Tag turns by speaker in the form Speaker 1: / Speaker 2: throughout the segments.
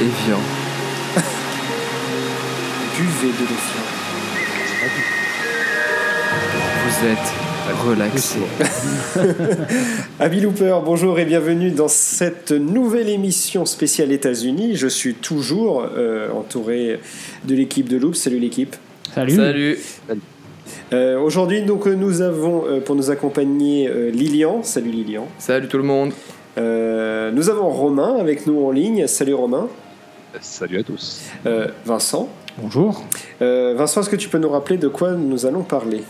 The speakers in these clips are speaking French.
Speaker 1: l'Evian. Buvez de l'Evian. Vous êtes relaxé.
Speaker 2: Abby Looper, bonjour et bienvenue dans cette nouvelle émission spéciale États-Unis. Je suis toujours euh, entouré de l'équipe de Loop. Salut l'équipe.
Speaker 3: Salut.
Speaker 1: Salut.
Speaker 2: Euh, Aujourd'hui, donc, euh, nous avons euh, pour nous accompagner euh, Lilian. Salut Lilian.
Speaker 1: Salut tout le monde.
Speaker 2: Euh, nous avons Romain avec nous en ligne. Salut Romain.
Speaker 4: Salut à tous.
Speaker 2: Euh, Vincent.
Speaker 3: Bonjour.
Speaker 2: Euh, Vincent, est-ce que tu peux nous rappeler de quoi nous allons parler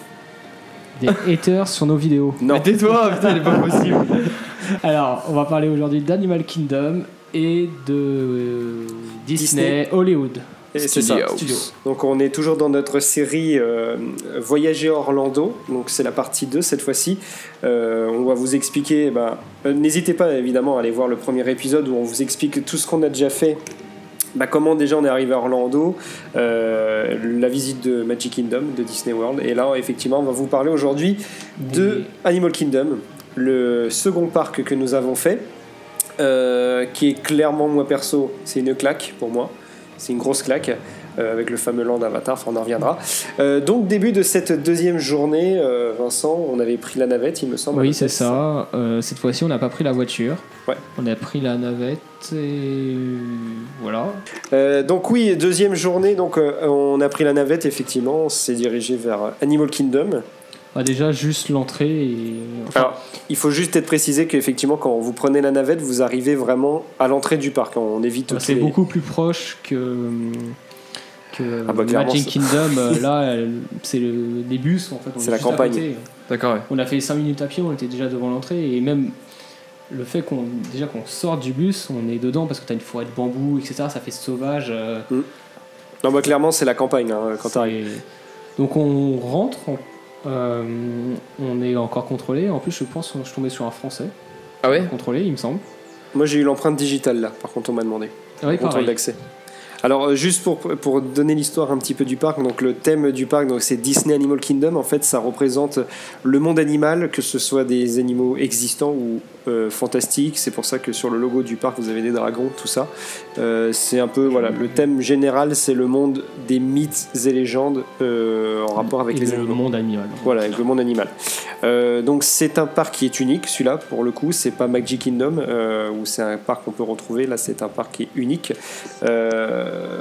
Speaker 3: Des haters sur nos vidéos.
Speaker 2: Non.
Speaker 1: Mais tais-toi, putain, il est pas possible.
Speaker 3: Alors, on va parler aujourd'hui d'Animal Kingdom et de euh, Disney, Hollywood.
Speaker 2: Et c'est ça.
Speaker 1: Studios.
Speaker 3: Studio.
Speaker 2: Donc on est toujours dans notre série euh, Voyager à Orlando, donc c'est la partie 2 cette fois-ci. Euh, on va vous expliquer, bah, euh, n'hésitez pas évidemment à aller voir le premier épisode où on vous explique tout ce qu'on a déjà fait, bah, comment déjà on est arrivé à Orlando, euh, la visite de Magic Kingdom, de Disney World, et là effectivement on va vous parler aujourd'hui de
Speaker 3: Et-
Speaker 2: Animal Kingdom, le second parc que nous avons fait, euh, qui est clairement, moi perso, c'est une claque pour moi. C'est une grosse claque euh, avec le fameux land Avatar, enfin, on en reviendra. Euh, donc, début de cette deuxième journée, euh, Vincent, on avait pris la navette, il me semble.
Speaker 3: Oui, c'est ça. Euh, cette fois-ci, on n'a pas pris la voiture.
Speaker 2: Ouais.
Speaker 3: On a pris la navette et voilà.
Speaker 2: Euh, donc, oui, deuxième journée, donc euh, on a pris la navette, effectivement, on s'est dirigé vers Animal Kingdom.
Speaker 3: Bah, déjà juste l'entrée et enfin,
Speaker 2: Alors, il faut juste être précisé qu'effectivement, quand vous prenez la navette, vous arrivez vraiment à l'entrée du parc. hein. On évite toutes
Speaker 3: Ah, c'est
Speaker 2: les-
Speaker 3: beaucoup plus proche que que
Speaker 2: Ah bah, clairement,
Speaker 3: Magic
Speaker 2: c'est-
Speaker 3: Kingdom. Euh, là, elle- c'est le, les bus en fait. on
Speaker 2: C'est
Speaker 3: est
Speaker 2: la
Speaker 3: juste à
Speaker 2: campagne.
Speaker 3: côté.
Speaker 1: D'accord, ouais.
Speaker 3: On a fait 5 minutes à pied, on était déjà devant l'entrée et même le fait qu'on déjà qu'on sorte du bus, on est dedans parce que t'as une forêt de bambou, etc. Ça fait sauvage. euh,
Speaker 2: Non, bah, clairement, c'est la campagne hein, quand
Speaker 3: c'est-
Speaker 2: t'arrives.
Speaker 3: Donc on rentre, on, euh, on est encore contrôlé. En plus, je pense, je suis tombé sur un Français
Speaker 1: Ah ouais
Speaker 3: contrôlé, il me semble.
Speaker 2: Moi, j'ai eu l'empreinte digitale là, par contre, on m'a demandé.
Speaker 3: Ah oui,
Speaker 2: contrôle
Speaker 3: pareil.
Speaker 2: d'accès. Alors euh, juste pour, pour donner l'histoire un petit peu du parc, donc le thème du parc, donc c'est Disney Animal Kingdom. En fait, ça représente le monde animal, que ce soit des animaux existants ou euh, fantastiques. C'est pour ça que sur le logo du parc, vous avez des dragons, tout ça. Euh, c'est un peu voilà le thème général, c'est le monde des mythes et légendes euh, en rapport avec
Speaker 3: Et
Speaker 2: les
Speaker 3: le
Speaker 2: animaux.
Speaker 3: monde animal.
Speaker 2: Voilà, avec le monde animal. Euh, donc c'est un parc qui est unique, celui-là, pour le coup, c'est pas Magic Kingdom, euh, où c'est un parc qu'on peut retrouver, là c'est un parc qui est unique. Euh,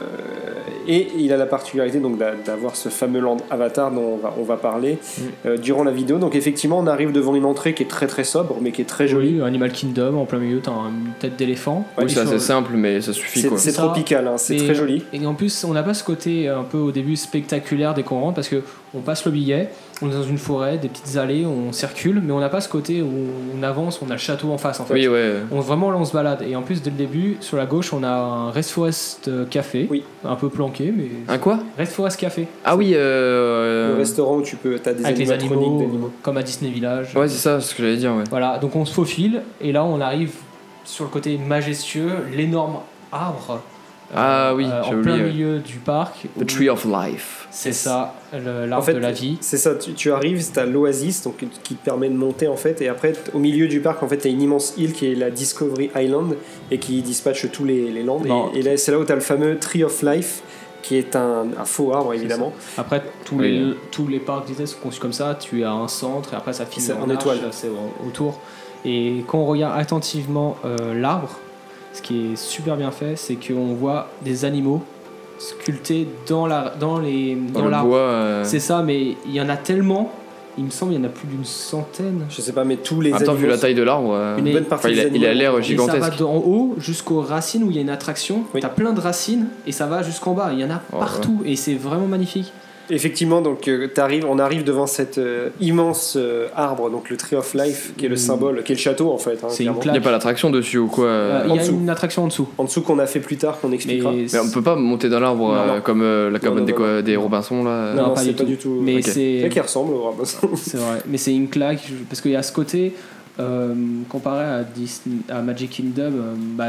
Speaker 2: et il a la particularité donc d'a- d'avoir ce fameux land avatar dont on va, on va parler euh, durant la vidéo. Donc effectivement, on arrive devant une entrée qui est très très sobre, mais qui est très jolie.
Speaker 3: Joli, Animal Kingdom, en plein milieu, t'as une tête d'éléphant.
Speaker 2: Ouais,
Speaker 1: Oui, ça
Speaker 3: Et
Speaker 1: c'est
Speaker 3: sur-
Speaker 1: simple, mais ça suffit
Speaker 2: C'est
Speaker 1: quoi.
Speaker 2: c'est
Speaker 3: Ça,
Speaker 2: tropical, hein, c'est
Speaker 3: et-
Speaker 2: très joli.
Speaker 3: Et en plus, on n'a pas ce côté euh, un peu au début spectaculaire dès qu'on rentre parce que on passe le billet, on est dans une forêt, des petites allées, on circule, mais on n'a pas ce côté où on avance, on a le château en face en fait.
Speaker 1: Oui, ouais.
Speaker 3: On vraiment là on se balade et en plus dès le début sur la gauche on a un Rest Forest euh, Café,
Speaker 2: Oui.
Speaker 3: un peu planqué mais
Speaker 1: Un quoi
Speaker 3: Rest Forest Café
Speaker 1: Ah oui, euh.
Speaker 2: Le restaurant où tu peux, t'as des
Speaker 3: avec les
Speaker 2: animatroniques
Speaker 3: animaux,
Speaker 2: d'animaux.
Speaker 3: euh, comme à Disney Village.
Speaker 1: Ouais, c'est ça, ce que j'allais dire, ouais.
Speaker 3: Voilà donc on se faufile et là on arrive sur le côté majestueux, l'énorme arbre. euh,
Speaker 1: Ah oui,
Speaker 3: euh,
Speaker 1: j'ai
Speaker 3: en
Speaker 1: oublié,
Speaker 3: plein
Speaker 1: ouais.
Speaker 3: milieu du parc. où-
Speaker 1: The Tree of Life.
Speaker 3: C'est ça, le-
Speaker 2: En
Speaker 3: l'arbre
Speaker 2: fait,
Speaker 3: de la vie.
Speaker 2: C'est ça, tu, tu arrives, t'as l'oasis donc, qui te permet de monter en fait, et après t- au milieu du parc en fait t'as une immense île qui est la Discovery Island et qui dispatche tous les, les landes. Et-
Speaker 3: Non.
Speaker 2: Et, là c'est là où t'as le fameux Tree of Life qui est un, un faux arbre évidemment.
Speaker 3: Après, tous,
Speaker 1: Oui. euh.
Speaker 3: les, tous les parcs Disney sont conçus comme ça. Tu as un centre et après ça finit
Speaker 2: C'est
Speaker 3: en,
Speaker 2: en étoile.
Speaker 3: arche, c'est au- autour. Et quand on regarde attentivement euh, l'arbre, ce qui est super bien fait, c'est qu'on voit des animaux sculptés dans la dans les
Speaker 1: Dans,
Speaker 3: dans
Speaker 1: le
Speaker 3: l'arbre.
Speaker 1: bois. euh,
Speaker 3: C'est ça, mais il y en a tellement. Il me semble il y en a plus d'une centaine.
Speaker 2: Je sais pas, mais tous les
Speaker 1: En même temps, vu
Speaker 2: animaux-
Speaker 1: la taille de l'arbre, euh,
Speaker 2: une
Speaker 3: Mais-
Speaker 2: bonne partie
Speaker 1: enfin, il, a,
Speaker 2: des
Speaker 1: il a
Speaker 2: animaux-
Speaker 1: l'air
Speaker 3: Et ça va
Speaker 1: gigantesque.
Speaker 3: d'en haut jusqu'aux racines où il y a une attraction.
Speaker 2: Oui.
Speaker 3: T'as plein de racines et ça va jusqu'en bas. Il y en a
Speaker 1: Oh, ouais.
Speaker 3: partout et c'est vraiment magnifique.
Speaker 2: Effectivement, donc euh, t'arrives- on arrive devant cet euh, immense euh, arbre, donc le Tree of Life qui est le
Speaker 3: Mm.
Speaker 2: symbole, qui est le château en fait. hein,
Speaker 3: C'est une
Speaker 2: clairement.
Speaker 1: Il
Speaker 3: claque.
Speaker 1: n'y a pas l'attraction dessus ou quoi euh,
Speaker 3: Euh, Il y a
Speaker 2: dessous.
Speaker 3: une attraction en dessous.
Speaker 2: En dessous qu'on a fait plus tard, qu'on
Speaker 3: Mais
Speaker 2: expliquera.
Speaker 1: Mais on peut pas monter dans l'arbre
Speaker 2: Non,
Speaker 1: euh,
Speaker 2: non.
Speaker 1: comme euh, la cabane
Speaker 2: non,
Speaker 1: des,
Speaker 2: non,
Speaker 1: quoi- des Robinson là. euh.
Speaker 2: Non,
Speaker 3: Non,
Speaker 2: non,
Speaker 3: pas
Speaker 2: c'est
Speaker 3: du
Speaker 2: pas
Speaker 3: tout.
Speaker 2: du tout.
Speaker 3: Mais
Speaker 1: Ok.
Speaker 2: C'est
Speaker 3: c'est
Speaker 2: qui ressemble au arbre.
Speaker 3: c'est vrai. Mais c'est une claque je- parce qu'il y a ce côté euh, comparé à, Disney- à Magic Kingdom, euh, bah,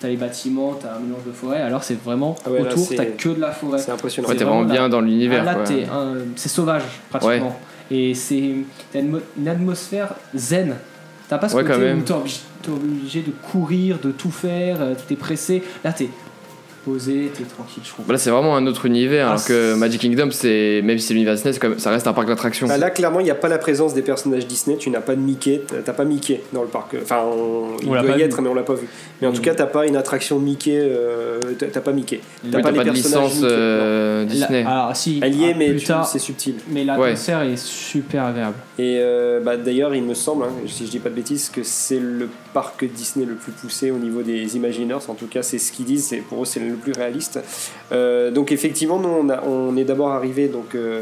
Speaker 3: t'as les bâtiments, t'as un mélange de forêt. Alors c'est vraiment
Speaker 2: Ah ouais, là,
Speaker 3: autour,
Speaker 2: c'est-
Speaker 3: t'as que de la forêt.
Speaker 2: C'est impressionnant.
Speaker 1: Ouais,
Speaker 3: c'est
Speaker 1: t'es vraiment
Speaker 3: vraiment
Speaker 1: bien dans l'univers.
Speaker 3: Ah, là,
Speaker 1: quoi.
Speaker 3: t'es, euh, c'est sauvage pratiquement. Et c'est t'as une, mo- une atmosphère zen. T'as pas ce
Speaker 1: Ouais, quand
Speaker 3: côté
Speaker 1: même.
Speaker 3: où t'es obligé, t'es obligé de courir, de tout faire, euh, t'es pressé. Là t'es posé, t'es tranquille, je trouve.
Speaker 1: Bah Là, c'est vraiment un autre univers,
Speaker 3: Ah,
Speaker 1: alors que
Speaker 3: c'est-
Speaker 1: Magic Kingdom, c'est même si c'est l'univers Disney, c'est quand même- ça reste un parc d'attractions.
Speaker 2: Bah là, clairement, il n'y a pas la présence des personnages Disney. Tu n'as pas de Mickey. t'as- T'as pas Mickey dans le parc. Enfin, on- il
Speaker 5: On l'a
Speaker 2: doit
Speaker 5: pas
Speaker 2: y
Speaker 5: vu.
Speaker 2: être, mais on l'a pas vu. Mais en
Speaker 3: Oui.
Speaker 2: tout cas, t'as pas une attraction Mickey. euh, t'as t'as pas Mickey.
Speaker 1: Oui,
Speaker 2: t'as
Speaker 1: T'as
Speaker 2: pas
Speaker 1: pas,
Speaker 2: les
Speaker 1: de
Speaker 2: personnages
Speaker 1: licence
Speaker 2: Mickey,
Speaker 1: euh, Disney.
Speaker 3: La- alors, si,
Speaker 2: Elle y est,
Speaker 3: ah,
Speaker 2: mais
Speaker 3: plus
Speaker 2: tu-
Speaker 3: tard,
Speaker 2: c'est subtil.
Speaker 3: mais l'atmosphère est super agréable.
Speaker 2: Et euh, bah, d'ailleurs, il me semble, hein, si je dis pas de bêtises, que c'est le parc Disney le plus poussé au niveau des Imagineers. En tout cas, c'est ce qu'ils disent. C'est pour eux, c'est le plus réaliste. Euh, donc effectivement, nous, on, a- on est d'abord arrivé. Donc, euh,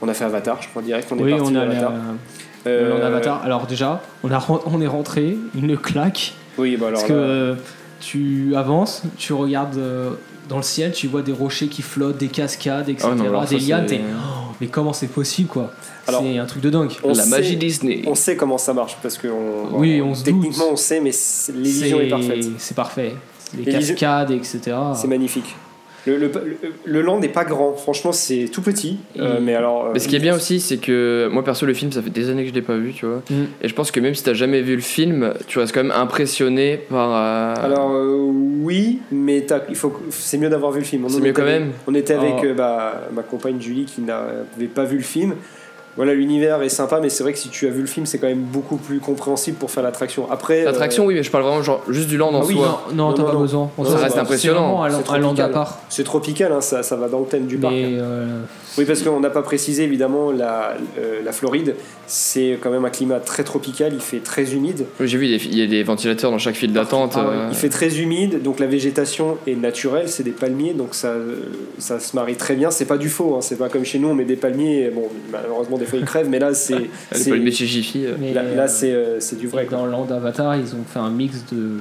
Speaker 2: on a fait Avatar, je crois direct. On est
Speaker 3: oui,
Speaker 2: parti
Speaker 3: on
Speaker 2: de
Speaker 3: a
Speaker 2: Avatar.
Speaker 3: la-
Speaker 2: Euh,
Speaker 3: en avatar. Alors déjà, on, a ren- on est rentré, une claque,
Speaker 2: Oui, bah alors.
Speaker 3: parce que
Speaker 2: là-
Speaker 3: euh, tu avances, tu regardes euh, dans le ciel, tu vois des rochers qui flottent, des cascades, etc.,
Speaker 1: Ah non, alors ça,
Speaker 3: des lianes,
Speaker 1: c'est-
Speaker 3: t'es- Oh, mais comment c'est possible quoi
Speaker 2: Alors- oh,
Speaker 3: C'est un truc de dingue.
Speaker 2: on
Speaker 1: la
Speaker 2: sait-
Speaker 1: magie Disney.
Speaker 2: On sait comment ça marche parce que on,
Speaker 3: Oui, on se
Speaker 2: techniquement
Speaker 3: doute.
Speaker 2: on sait, mais c'est- l'illusion est... parfaite.
Speaker 3: C'est parfait. Les
Speaker 2: L'illusion-
Speaker 3: cascades, Ah etc.
Speaker 2: C'est magnifique. Le, le, le- le land n'est pas grand, franchement c'est tout petit, euh,
Speaker 3: Et-
Speaker 2: mais alors. euh,
Speaker 1: Mais ce qui est bien aussi, c'est que moi perso, le film, ça fait des années que je l'ai pas vu, tu vois.
Speaker 3: Mm.
Speaker 1: Et je pense que même si t'as jamais vu le film, tu restes quand même impressionné par. euh,
Speaker 2: Alors euh, oui, mais t'as- il faut, que- c'est mieux d'avoir vu le film. On
Speaker 1: C'est
Speaker 2: en
Speaker 1: mieux
Speaker 2: était
Speaker 1: quand
Speaker 2: avec-
Speaker 1: même.
Speaker 2: On était avec
Speaker 3: Oh.
Speaker 2: euh, bah, ma compagne Julie qui n'avait pas vu le film. Voilà, l'univers est sympa, mais c'est vrai que si tu as vu le film, c'est quand même beaucoup plus compréhensible pour faire l'attraction. Après,
Speaker 1: l'attraction,
Speaker 2: euh,
Speaker 1: oui, mais je parle vraiment genre juste du land en
Speaker 2: Ah oui,
Speaker 1: soi.
Speaker 3: Non, non,
Speaker 2: Non,
Speaker 3: t'as
Speaker 2: non,
Speaker 3: pas
Speaker 2: non.
Speaker 3: besoin.
Speaker 2: Non,
Speaker 1: ça reste impressionnant.
Speaker 3: C'est
Speaker 2: C'est
Speaker 3: vraiment un- un land à
Speaker 2: tropical.
Speaker 3: part.
Speaker 2: c'est tropical, hein, ça, ça va dans le thème du parc. hein.
Speaker 3: Mais euh,
Speaker 2: Oui, parce qu'on n'a pas précisé évidemment la, euh, la Floride, c'est quand même un climat très tropical, il fait très humide.
Speaker 1: Oui, J'ai vu, il y a des- il y a des ventilateurs dans chaque file d'attente.
Speaker 3: Ah ouais,
Speaker 1: euh,
Speaker 2: Il fait très humide, donc la végétation est naturelle, c'est des palmiers, donc ça, euh, ça se marie très bien. C'est pas du faux, hein, c'est pas comme chez nous, on met des palmiers, bon, malheureusement des fois ils crèvent, mais là c'est.
Speaker 1: les
Speaker 2: c'est-
Speaker 1: palmiers chichifis, euh.
Speaker 3: mais,
Speaker 2: Là, là,
Speaker 3: euh,
Speaker 2: c'est euh, c'est du vrai.
Speaker 3: Et
Speaker 2: quoi.
Speaker 3: dans le Land Avatar, ils ont fait un mix de,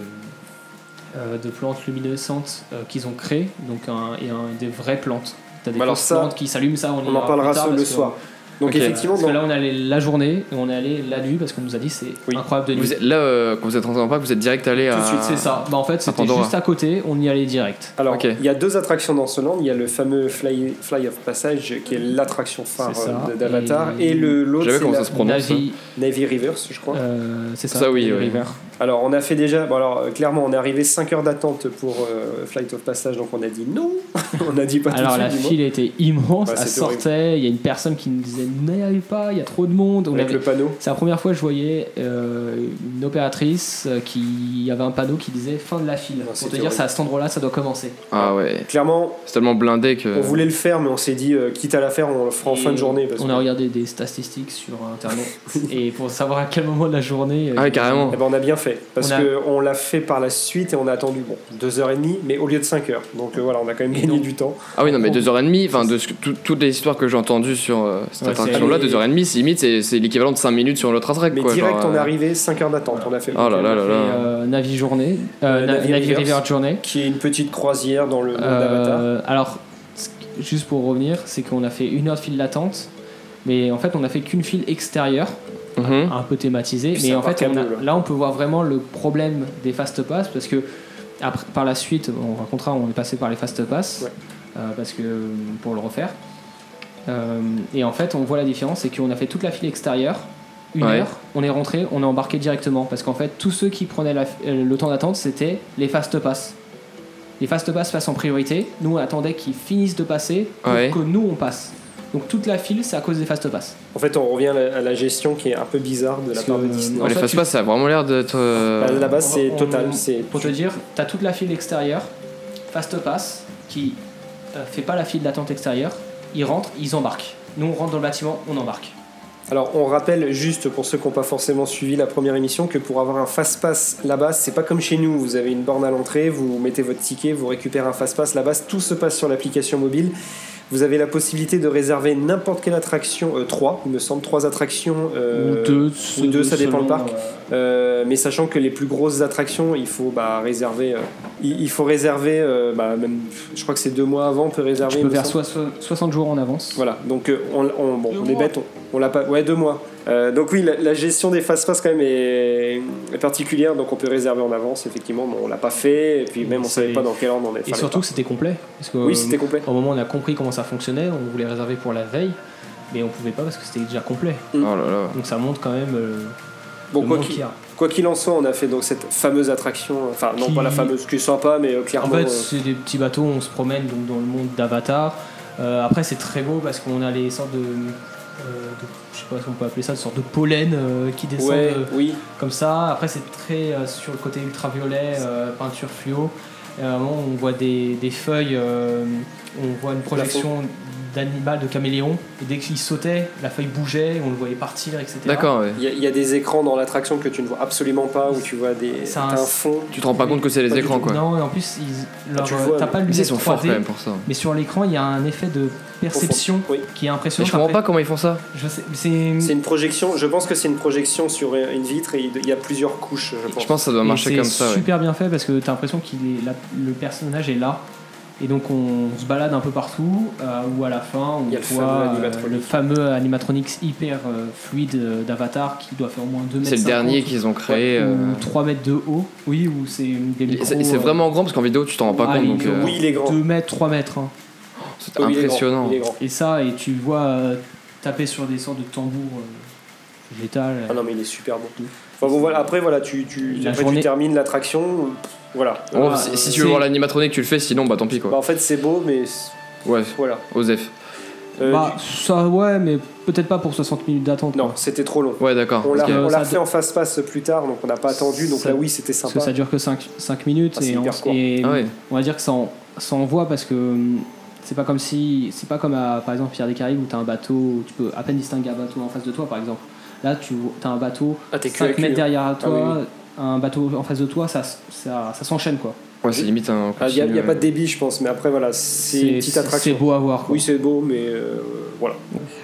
Speaker 3: euh, de plantes luminescentes euh, qu'ils ont créées, donc un, et un- des vraies plantes. T'as des
Speaker 2: Bah alors
Speaker 3: fausses
Speaker 2: ça,
Speaker 3: plantes qui s'allument, ça, on, y
Speaker 2: On en
Speaker 3: ira
Speaker 2: parlera
Speaker 3: plus tard
Speaker 2: ce- le
Speaker 3: parce que-
Speaker 2: soir. Donc
Speaker 1: Ok.
Speaker 2: effectivement,
Speaker 3: Parce que
Speaker 2: dans-
Speaker 3: là, on allait la journée et on est allé la nuit parce qu'on nous a dit c'est
Speaker 2: Oui.
Speaker 3: incroyable de nuit.
Speaker 1: Vous êtes- là, euh, quand vous êtes rentré dans le parc, vous êtes direct allé à.
Speaker 3: Mm. Tout de suite, c'est ça. Bah, en fait, c'était
Speaker 1: Pandora.
Speaker 3: juste à côté, on y allait direct.
Speaker 2: Alors,
Speaker 1: Ok.
Speaker 2: il y a deux attractions dans ce land. Il y a le fameux Fly, Fly of Passage, qui est l'attraction phare
Speaker 3: C'est ça.
Speaker 2: euh, de- d'Avatar,
Speaker 3: Et-
Speaker 2: et, le l'autre,
Speaker 1: J'avais
Speaker 2: c'est
Speaker 1: comment
Speaker 2: la
Speaker 1: ça se prononce,
Speaker 3: Navi,
Speaker 2: Navy Rivers, je crois.
Speaker 3: euh, c'est ça,
Speaker 1: Ça, oui,
Speaker 3: Navi
Speaker 1: oui.
Speaker 3: River.
Speaker 2: Alors, on a fait déjà, bon, alors euh, clairement, on est arrivé 5 heures d'attente pour euh, Flight of Passage, donc on a dit non, on a dit pas
Speaker 3: Alors
Speaker 2: tout de
Speaker 3: la
Speaker 2: suite. du moins.
Speaker 3: file était immense,
Speaker 2: Ouais,
Speaker 3: elle
Speaker 2: c'était horrible.
Speaker 3: sortait, il y a une personne qui nous disait n'y allez pas, il y a trop de monde. On
Speaker 2: avec
Speaker 3: avait-
Speaker 2: le panneau.
Speaker 3: C'est la première fois que je voyais euh, une opératrice euh, qui avait un panneau qui disait fin de la file.
Speaker 2: Non,
Speaker 3: pour te
Speaker 2: c'était
Speaker 3: dire,
Speaker 2: horrible.
Speaker 3: c'est à cet endroit-là, ça doit commencer.
Speaker 1: Ah ouais,
Speaker 2: Clairement,
Speaker 1: c'est tellement blindé que.
Speaker 2: on voulait le faire, mais on s'est dit, euh, quitte à la faire, on le fera en
Speaker 3: Euh. Et
Speaker 2: fin de journée. Parce
Speaker 3: on
Speaker 2: que-
Speaker 3: a regardé des statistiques sur internet et pour savoir à quel moment de la journée. euh,
Speaker 1: Ah ouais, carrément.
Speaker 2: Eh ben, on a bien fait, parce
Speaker 3: On a-
Speaker 2: qu'on l'a fait par la suite et on a attendu, bon, 2h30, mais au lieu de 5h. Donc euh, voilà, on a quand même
Speaker 3: Et
Speaker 2: gagné
Speaker 3: donc-
Speaker 2: du temps.
Speaker 1: Ah oui, non, mais 2h30, enfin, de ce que- tout- toutes les histoires que j'ai entendues sur euh, cette
Speaker 3: Ouais,
Speaker 1: attraction-là,
Speaker 2: c'est-
Speaker 1: 2h30, c'est limite, c'est c'est l'équivalent de 5 minutes sur l'autre attraction.
Speaker 2: Mais
Speaker 1: quoi,
Speaker 2: direct,
Speaker 1: genre,
Speaker 2: on est
Speaker 1: euh,
Speaker 2: arrivé, 5 heures d'attente, on a fait.
Speaker 1: Oh là là là
Speaker 3: et,
Speaker 1: là.
Speaker 3: euh, Navi journée, euh,
Speaker 2: Euh,
Speaker 3: Navi,
Speaker 2: Navi
Speaker 3: Navi
Speaker 2: Rivers.
Speaker 3: River journée.
Speaker 2: Qui est une petite croisière dans le monde
Speaker 3: Euh,
Speaker 2: d'Avatar.
Speaker 3: alors, ce- juste pour revenir, c'est qu'on a fait une heure de file d'attente, mais en fait, on a fait qu'une file extérieure.
Speaker 2: Ah,
Speaker 1: Mhm.
Speaker 3: un peu thématisé.
Speaker 2: Puis
Speaker 3: Mais
Speaker 2: ça
Speaker 3: en
Speaker 2: part
Speaker 3: fait, on a-
Speaker 2: câble, là.
Speaker 3: là, on peut voir vraiment le problème des fast pass parce que après, par la suite, on racontera, on est passé par les fast pass
Speaker 2: Ouais.
Speaker 3: euh, parce que euh, pour le refaire. Euh, et en fait, on voit la différence, c'est qu'on a fait toute la file extérieure. Une
Speaker 1: Ouais.
Speaker 3: heure, on est rentré, on est embarqué directement parce qu'en fait, tous ceux qui prenaient la- euh, le temps d'attente, c'était les fast pass. Les fast pass passent en priorité. Nous, on attendait qu'ils finissent de passer pour
Speaker 1: Ouais.
Speaker 3: que nous on passe. Donc toute la file, c'est à cause des fast pass.
Speaker 2: En fait, on revient à la, à la gestion qui est un peu bizarre de la
Speaker 3: Parce
Speaker 2: part
Speaker 3: que-
Speaker 2: de Disney.
Speaker 1: Ouais, les
Speaker 3: fait,
Speaker 1: fast
Speaker 3: tu-
Speaker 1: pass, ça a vraiment l'air d'être. euh,
Speaker 2: Bah, Là-bas,
Speaker 3: on-
Speaker 2: c'est
Speaker 3: on-
Speaker 2: total. c'est-
Speaker 3: Pour te dire, t'as toute la file extérieure, Fast Pass, qui euh, fait pas la file d'attente extérieure, ils rentrent, ils embarquent. Nous, on rentre dans le bâtiment, on embarque.
Speaker 2: Alors, on rappelle juste pour ceux qui n'ont pas forcément suivi la première émission que pour avoir un fast pass là-bas, c'est pas comme chez nous. Vous avez une borne à l'entrée, vous mettez votre ticket, vous récupérez un fast pass là-bas. Tout se passe sur l'application mobile. Vous avez la possibilité de réserver n'importe quelle attraction, euh, trois, il me semble, trois attractions. euh, ou deux, ça dépend le parc. euh, mais sachant que les plus grosses attractions, il faut bah, réserver. euh, il, il faut réserver, euh, bah, même, je crois que c'est deux mois avant, on peut réserver.
Speaker 3: Tu
Speaker 2: il
Speaker 3: peux
Speaker 2: me
Speaker 3: faire
Speaker 2: semble.
Speaker 3: soit- soit 60 jours en avance.
Speaker 2: Voilà, donc euh, on, on- bon,
Speaker 3: Deux
Speaker 2: on est
Speaker 3: mois.
Speaker 2: bête, on, on l'a pas. Ouais, deux mois. Euh, donc oui, la, la gestion des fast-pass quand même est, est particulière, donc on peut réserver en avance, effectivement, mais on l'a pas fait, et puis même on
Speaker 3: C'est-
Speaker 2: savait pas dans quel ordre on est.
Speaker 3: Et
Speaker 2: fallait
Speaker 3: surtout
Speaker 2: pas.
Speaker 3: que c'était complet. Parce que,
Speaker 2: Oui,
Speaker 3: euh,
Speaker 2: c'était complet.
Speaker 3: Au moment où on a compris comment ça fonctionnait, on voulait réserver pour la veille, mais on pouvait pas parce que c'était déjà complet.
Speaker 1: Oh là là.
Speaker 3: Donc ça montre quand même euh,
Speaker 2: Bon,
Speaker 3: le
Speaker 2: quoi
Speaker 3: monde
Speaker 2: qu'il
Speaker 3: qu'il y a.
Speaker 2: Quoi qu'il en soit, on a fait donc cette fameuse attraction, enfin non
Speaker 3: Qui-
Speaker 2: pas la fameuse, qui est sympa, mais euh,
Speaker 3: En
Speaker 2: clairement.
Speaker 3: fait,
Speaker 2: euh,
Speaker 3: c'est des petits bateaux, on se promène donc dans le monde d'Avatar. Euh, après, c'est très beau parce qu'on a les sortes de, euh, de- Je sais pas si on peut appeler ça, des sortes de pollen euh, qui descendent
Speaker 2: ouais,
Speaker 3: euh,
Speaker 2: oui.
Speaker 3: comme ça. Après, c'est très euh, sur le côté ultraviolet, euh, peinture fluo. Et à un moment, on voit des, des feuilles, euh, on voit une projection d'animal, de caméléon. Et dès qu'il sautait, la feuille bougeait, on le voyait partir, etc.
Speaker 1: D'accord, ouais.
Speaker 2: Il y, a- il y a des écrans dans l'attraction que tu ne vois absolument pas, où tu vois des,
Speaker 3: C'est un-
Speaker 2: t'as un fond.
Speaker 1: Tu te rends pas compte que c'est les
Speaker 2: Pas du
Speaker 1: écrans, quoi. Ah,
Speaker 3: Non, et en plus, ils, leur,
Speaker 2: tu
Speaker 3: euh,
Speaker 2: vois,
Speaker 3: t'as
Speaker 2: mais-
Speaker 3: pas le
Speaker 1: Mais ça, ils sont
Speaker 3: lunettes
Speaker 1: forts quand
Speaker 3: 3D,
Speaker 1: même pour ça.
Speaker 3: mais sur l'écran, il y a un effet de perception
Speaker 2: Oui.
Speaker 3: qui est
Speaker 1: Mais
Speaker 3: impressionnant.
Speaker 1: je comprends
Speaker 3: Après,
Speaker 1: pas comment ils font ça.
Speaker 3: Je sais, c'est.
Speaker 2: C'est une projection, je pense que c'est une projection sur une vitre et il y a plusieurs couches, je pense.
Speaker 1: Je pense que ça doit
Speaker 3: et
Speaker 1: marcher
Speaker 3: c'est
Speaker 1: comme ça, ouais.
Speaker 3: super bien fait parce que t'as l'impression que le personnage est là. Et donc on se balade un peu partout, euh, ou à la fin on
Speaker 2: Il y a le
Speaker 3: voit
Speaker 2: fameux
Speaker 3: euh,
Speaker 2: animatronique.
Speaker 3: le fameux animatronics hyper euh, fluide euh, d'Avatar qui doit faire au moins 2 mètres.
Speaker 1: C'est le dernier
Speaker 3: 50,
Speaker 1: qu'ils ont créé. euh,
Speaker 3: Ou 3 mètres de haut, oui, ou c'est des
Speaker 1: et
Speaker 3: micros,
Speaker 1: C'est c'est
Speaker 3: euh,
Speaker 1: vraiment grand parce qu'en vidéo tu t'en rends pas
Speaker 3: ah,
Speaker 1: compte
Speaker 3: il-
Speaker 1: donc euh,
Speaker 2: Oui, il est grand.
Speaker 3: 2 mètres, 3 mètres. hein.
Speaker 1: c'est
Speaker 2: Oh, il est grand,
Speaker 1: impressionnant.
Speaker 2: il est grand.
Speaker 3: Et ça, et tu le vois euh, taper sur des sortes de tambours euh, végétal.
Speaker 2: Ah non, mais il est super bon. Enfin, bon voilà, après, voilà, tu, tu,
Speaker 3: Mmh. La
Speaker 2: après, tu
Speaker 3: journée-
Speaker 2: termines l'attraction. Voilà.
Speaker 1: En gros,
Speaker 3: Ah,
Speaker 1: si, si
Speaker 3: euh,
Speaker 1: tu veux
Speaker 3: c'est-
Speaker 1: voir l'animatronique, tu le fais, sinon bah tant pis
Speaker 2: Bah,
Speaker 1: quoi.
Speaker 2: en fait, c'est beau, mais c'est-
Speaker 1: Ouais,
Speaker 2: voilà.
Speaker 1: Osef.
Speaker 2: Euh,
Speaker 3: Bah, ça, ouais, mais peut-être pas pour 60 minutes d'attente.
Speaker 2: du- Non,
Speaker 3: quoi.
Speaker 2: c'était trop long.
Speaker 1: Ouais, d'accord.
Speaker 2: On l'a
Speaker 1: ok.
Speaker 3: que
Speaker 2: on l'a
Speaker 3: ça-
Speaker 2: refait en fast-pass plus tard, donc on n'a pas attendu. Donc
Speaker 3: Ça-
Speaker 2: là, oui, c'était
Speaker 3: Parce
Speaker 2: sympa.
Speaker 3: que ça dure que 5, minutes
Speaker 2: Ah, c'est
Speaker 3: et, on,
Speaker 2: hyper court.
Speaker 3: et
Speaker 1: Ah ouais.
Speaker 3: on va dire que ça, en- ça envoie parce que hum, c'est pas comme si c'est pas comme à, par exemple Pierre des Caraïbes où t'as un bateau tu peux à peine distinguer un bateau en face de toi par exemple là tu t'as un bateau
Speaker 2: Ah, t'es cul à
Speaker 3: 5
Speaker 2: cul,
Speaker 3: mètres
Speaker 2: hein.
Speaker 3: derrière à toi
Speaker 2: oui,
Speaker 3: un bateau en face de toi ça, ça, ça s'enchaîne quoi
Speaker 1: Ouais, c'est limite un.
Speaker 2: Ah, Il n'y a, il y a
Speaker 1: continu,
Speaker 2: pas de débit, je pense, mais après, voilà, c'est une petite
Speaker 3: c'est- c'est
Speaker 2: attraction.
Speaker 3: beau à voir quoi.
Speaker 2: Oui, c'est beau, mais euh, voilà.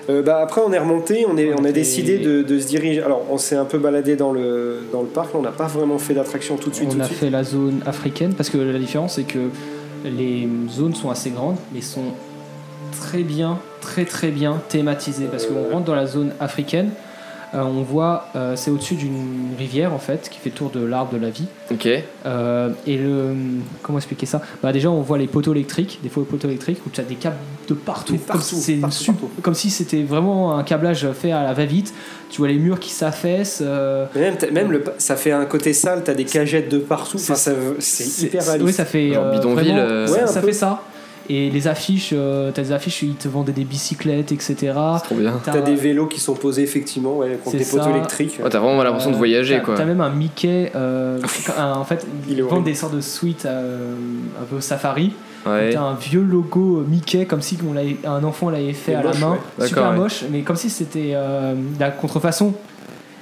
Speaker 2: Euh, bah, après, on est remonté, on, est, on a
Speaker 3: Et-
Speaker 2: décidé de, de se diriger. Alors, on s'est un peu baladé dans le, dans le parc, là, on n'a pas vraiment fait d'attraction tout de suite.
Speaker 3: on
Speaker 2: tout de
Speaker 3: a
Speaker 2: suite.
Speaker 3: fait la zone africaine parce que la différence c'est que les zones sont assez grandes mais sont très bien, très très bien thématisées parce qu'on rentre dans la zone africaine. euh, on voit, euh, c'est au-dessus d'une rivière en fait qui fait tour de l'arbre de la vie.
Speaker 1: Ok.
Speaker 3: Euh, et le, comment expliquer ça Bah déjà on voit les poteaux électriques, des faux poteaux électriques où tu as des câbles de partout,
Speaker 2: Mais partout,
Speaker 3: comme, si c'est
Speaker 2: partout,
Speaker 3: su-
Speaker 2: partout.
Speaker 3: comme si c'était vraiment un câblage fait à la va-vite. Tu vois les murs qui s'affaissent. euh,
Speaker 2: Mais Même, t'as- même le, pa- ça fait un côté sale, t'as des cagettes de partout.
Speaker 3: C'est-
Speaker 2: Enfin, ça veut- c'est hyper
Speaker 3: Oui,
Speaker 2: réaliste.
Speaker 3: ça fait.
Speaker 1: Genre bidonville,
Speaker 3: vraiment,
Speaker 1: euh,
Speaker 3: ça-
Speaker 2: Ouais, un
Speaker 3: ça
Speaker 2: peu.
Speaker 3: fait ça. Et les affiches, euh, t'as des affiches où ils te vendaient des bicyclettes, etc.
Speaker 1: Trop bien.
Speaker 2: T'as des vélos qui sont posés effectivement, ouais, contre
Speaker 3: C'est
Speaker 2: des poteaux
Speaker 3: ça.
Speaker 2: électriques.
Speaker 1: Ouais, t'as vraiment l'impression de
Speaker 3: euh,
Speaker 1: voyager
Speaker 3: t'as-
Speaker 1: quoi.
Speaker 3: T'as même un Mickey. euh, un- en fait,
Speaker 2: Il est
Speaker 3: ils vendent
Speaker 2: horrible.
Speaker 3: des sortes de suites euh, un peu safari.
Speaker 1: Ouais.
Speaker 3: T'as un vieux logo euh, Mickey comme si on l'avait- un enfant l'avait fait
Speaker 2: Il est
Speaker 3: à
Speaker 2: moche,
Speaker 3: la main.
Speaker 1: ouais.
Speaker 3: Super
Speaker 1: D'accord, ouais.
Speaker 3: moche, mais comme si c'était euh, de la contrefaçon.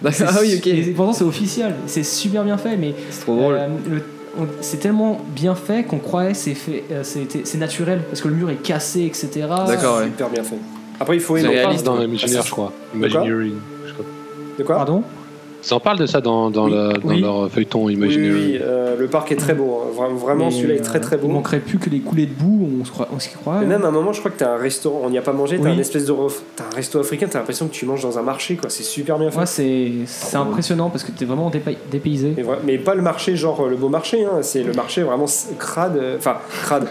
Speaker 1: D'accord.
Speaker 3: C'est
Speaker 1: Ah oui,
Speaker 3: su- Et
Speaker 1: ok.
Speaker 3: pourtant, c'est officiel. C'est super bien fait, mais
Speaker 1: C'est trop drôle.
Speaker 3: Euh, le- on- c'est tellement bien fait qu'on croyait c'est fait, euh, c'était- c'est naturel parce que le mur est cassé, etc.
Speaker 1: D'accord, ouais.
Speaker 2: Hyper bien fait. Après, il faut
Speaker 1: C'est
Speaker 2: aimer.
Speaker 1: réaliste.
Speaker 4: Dans
Speaker 1: ouais.
Speaker 4: Imagineer,
Speaker 2: Ah,
Speaker 4: je crois.
Speaker 2: quoi
Speaker 4: Imagineering. je crois.
Speaker 2: De quoi
Speaker 3: Pardon
Speaker 4: Ça en parle de ça dans, dans,
Speaker 3: Oui.
Speaker 4: la- dans
Speaker 3: Oui.
Speaker 4: leur feuilleton
Speaker 2: Oui, oui, oui,
Speaker 4: Imagineering.
Speaker 2: euh, le parc est très beau. hein. Vra- Vraiment,
Speaker 3: Mais,
Speaker 2: celui-là est très
Speaker 3: euh,
Speaker 2: très
Speaker 3: Il
Speaker 2: beau.
Speaker 3: manquerait plus que les coulées de boue, on, se croit, on s'y croit.
Speaker 2: Et même à un moment, je crois que t'as un restaurant, on n'y a pas mangé, t'as
Speaker 3: Oui.
Speaker 2: un espèce de ref- t'as un resto africain, t'as l'impression que tu manges dans un marché, quoi. C'est super bien fait.
Speaker 3: Ouais, c'est c'est impressionnant parce que t'es vraiment dépa- dépaysé.
Speaker 2: Mais, vra- mais pas le marché, genre euh, le beau marché, hein. c'est le marché vraiment s- crade, euh, enfin crade.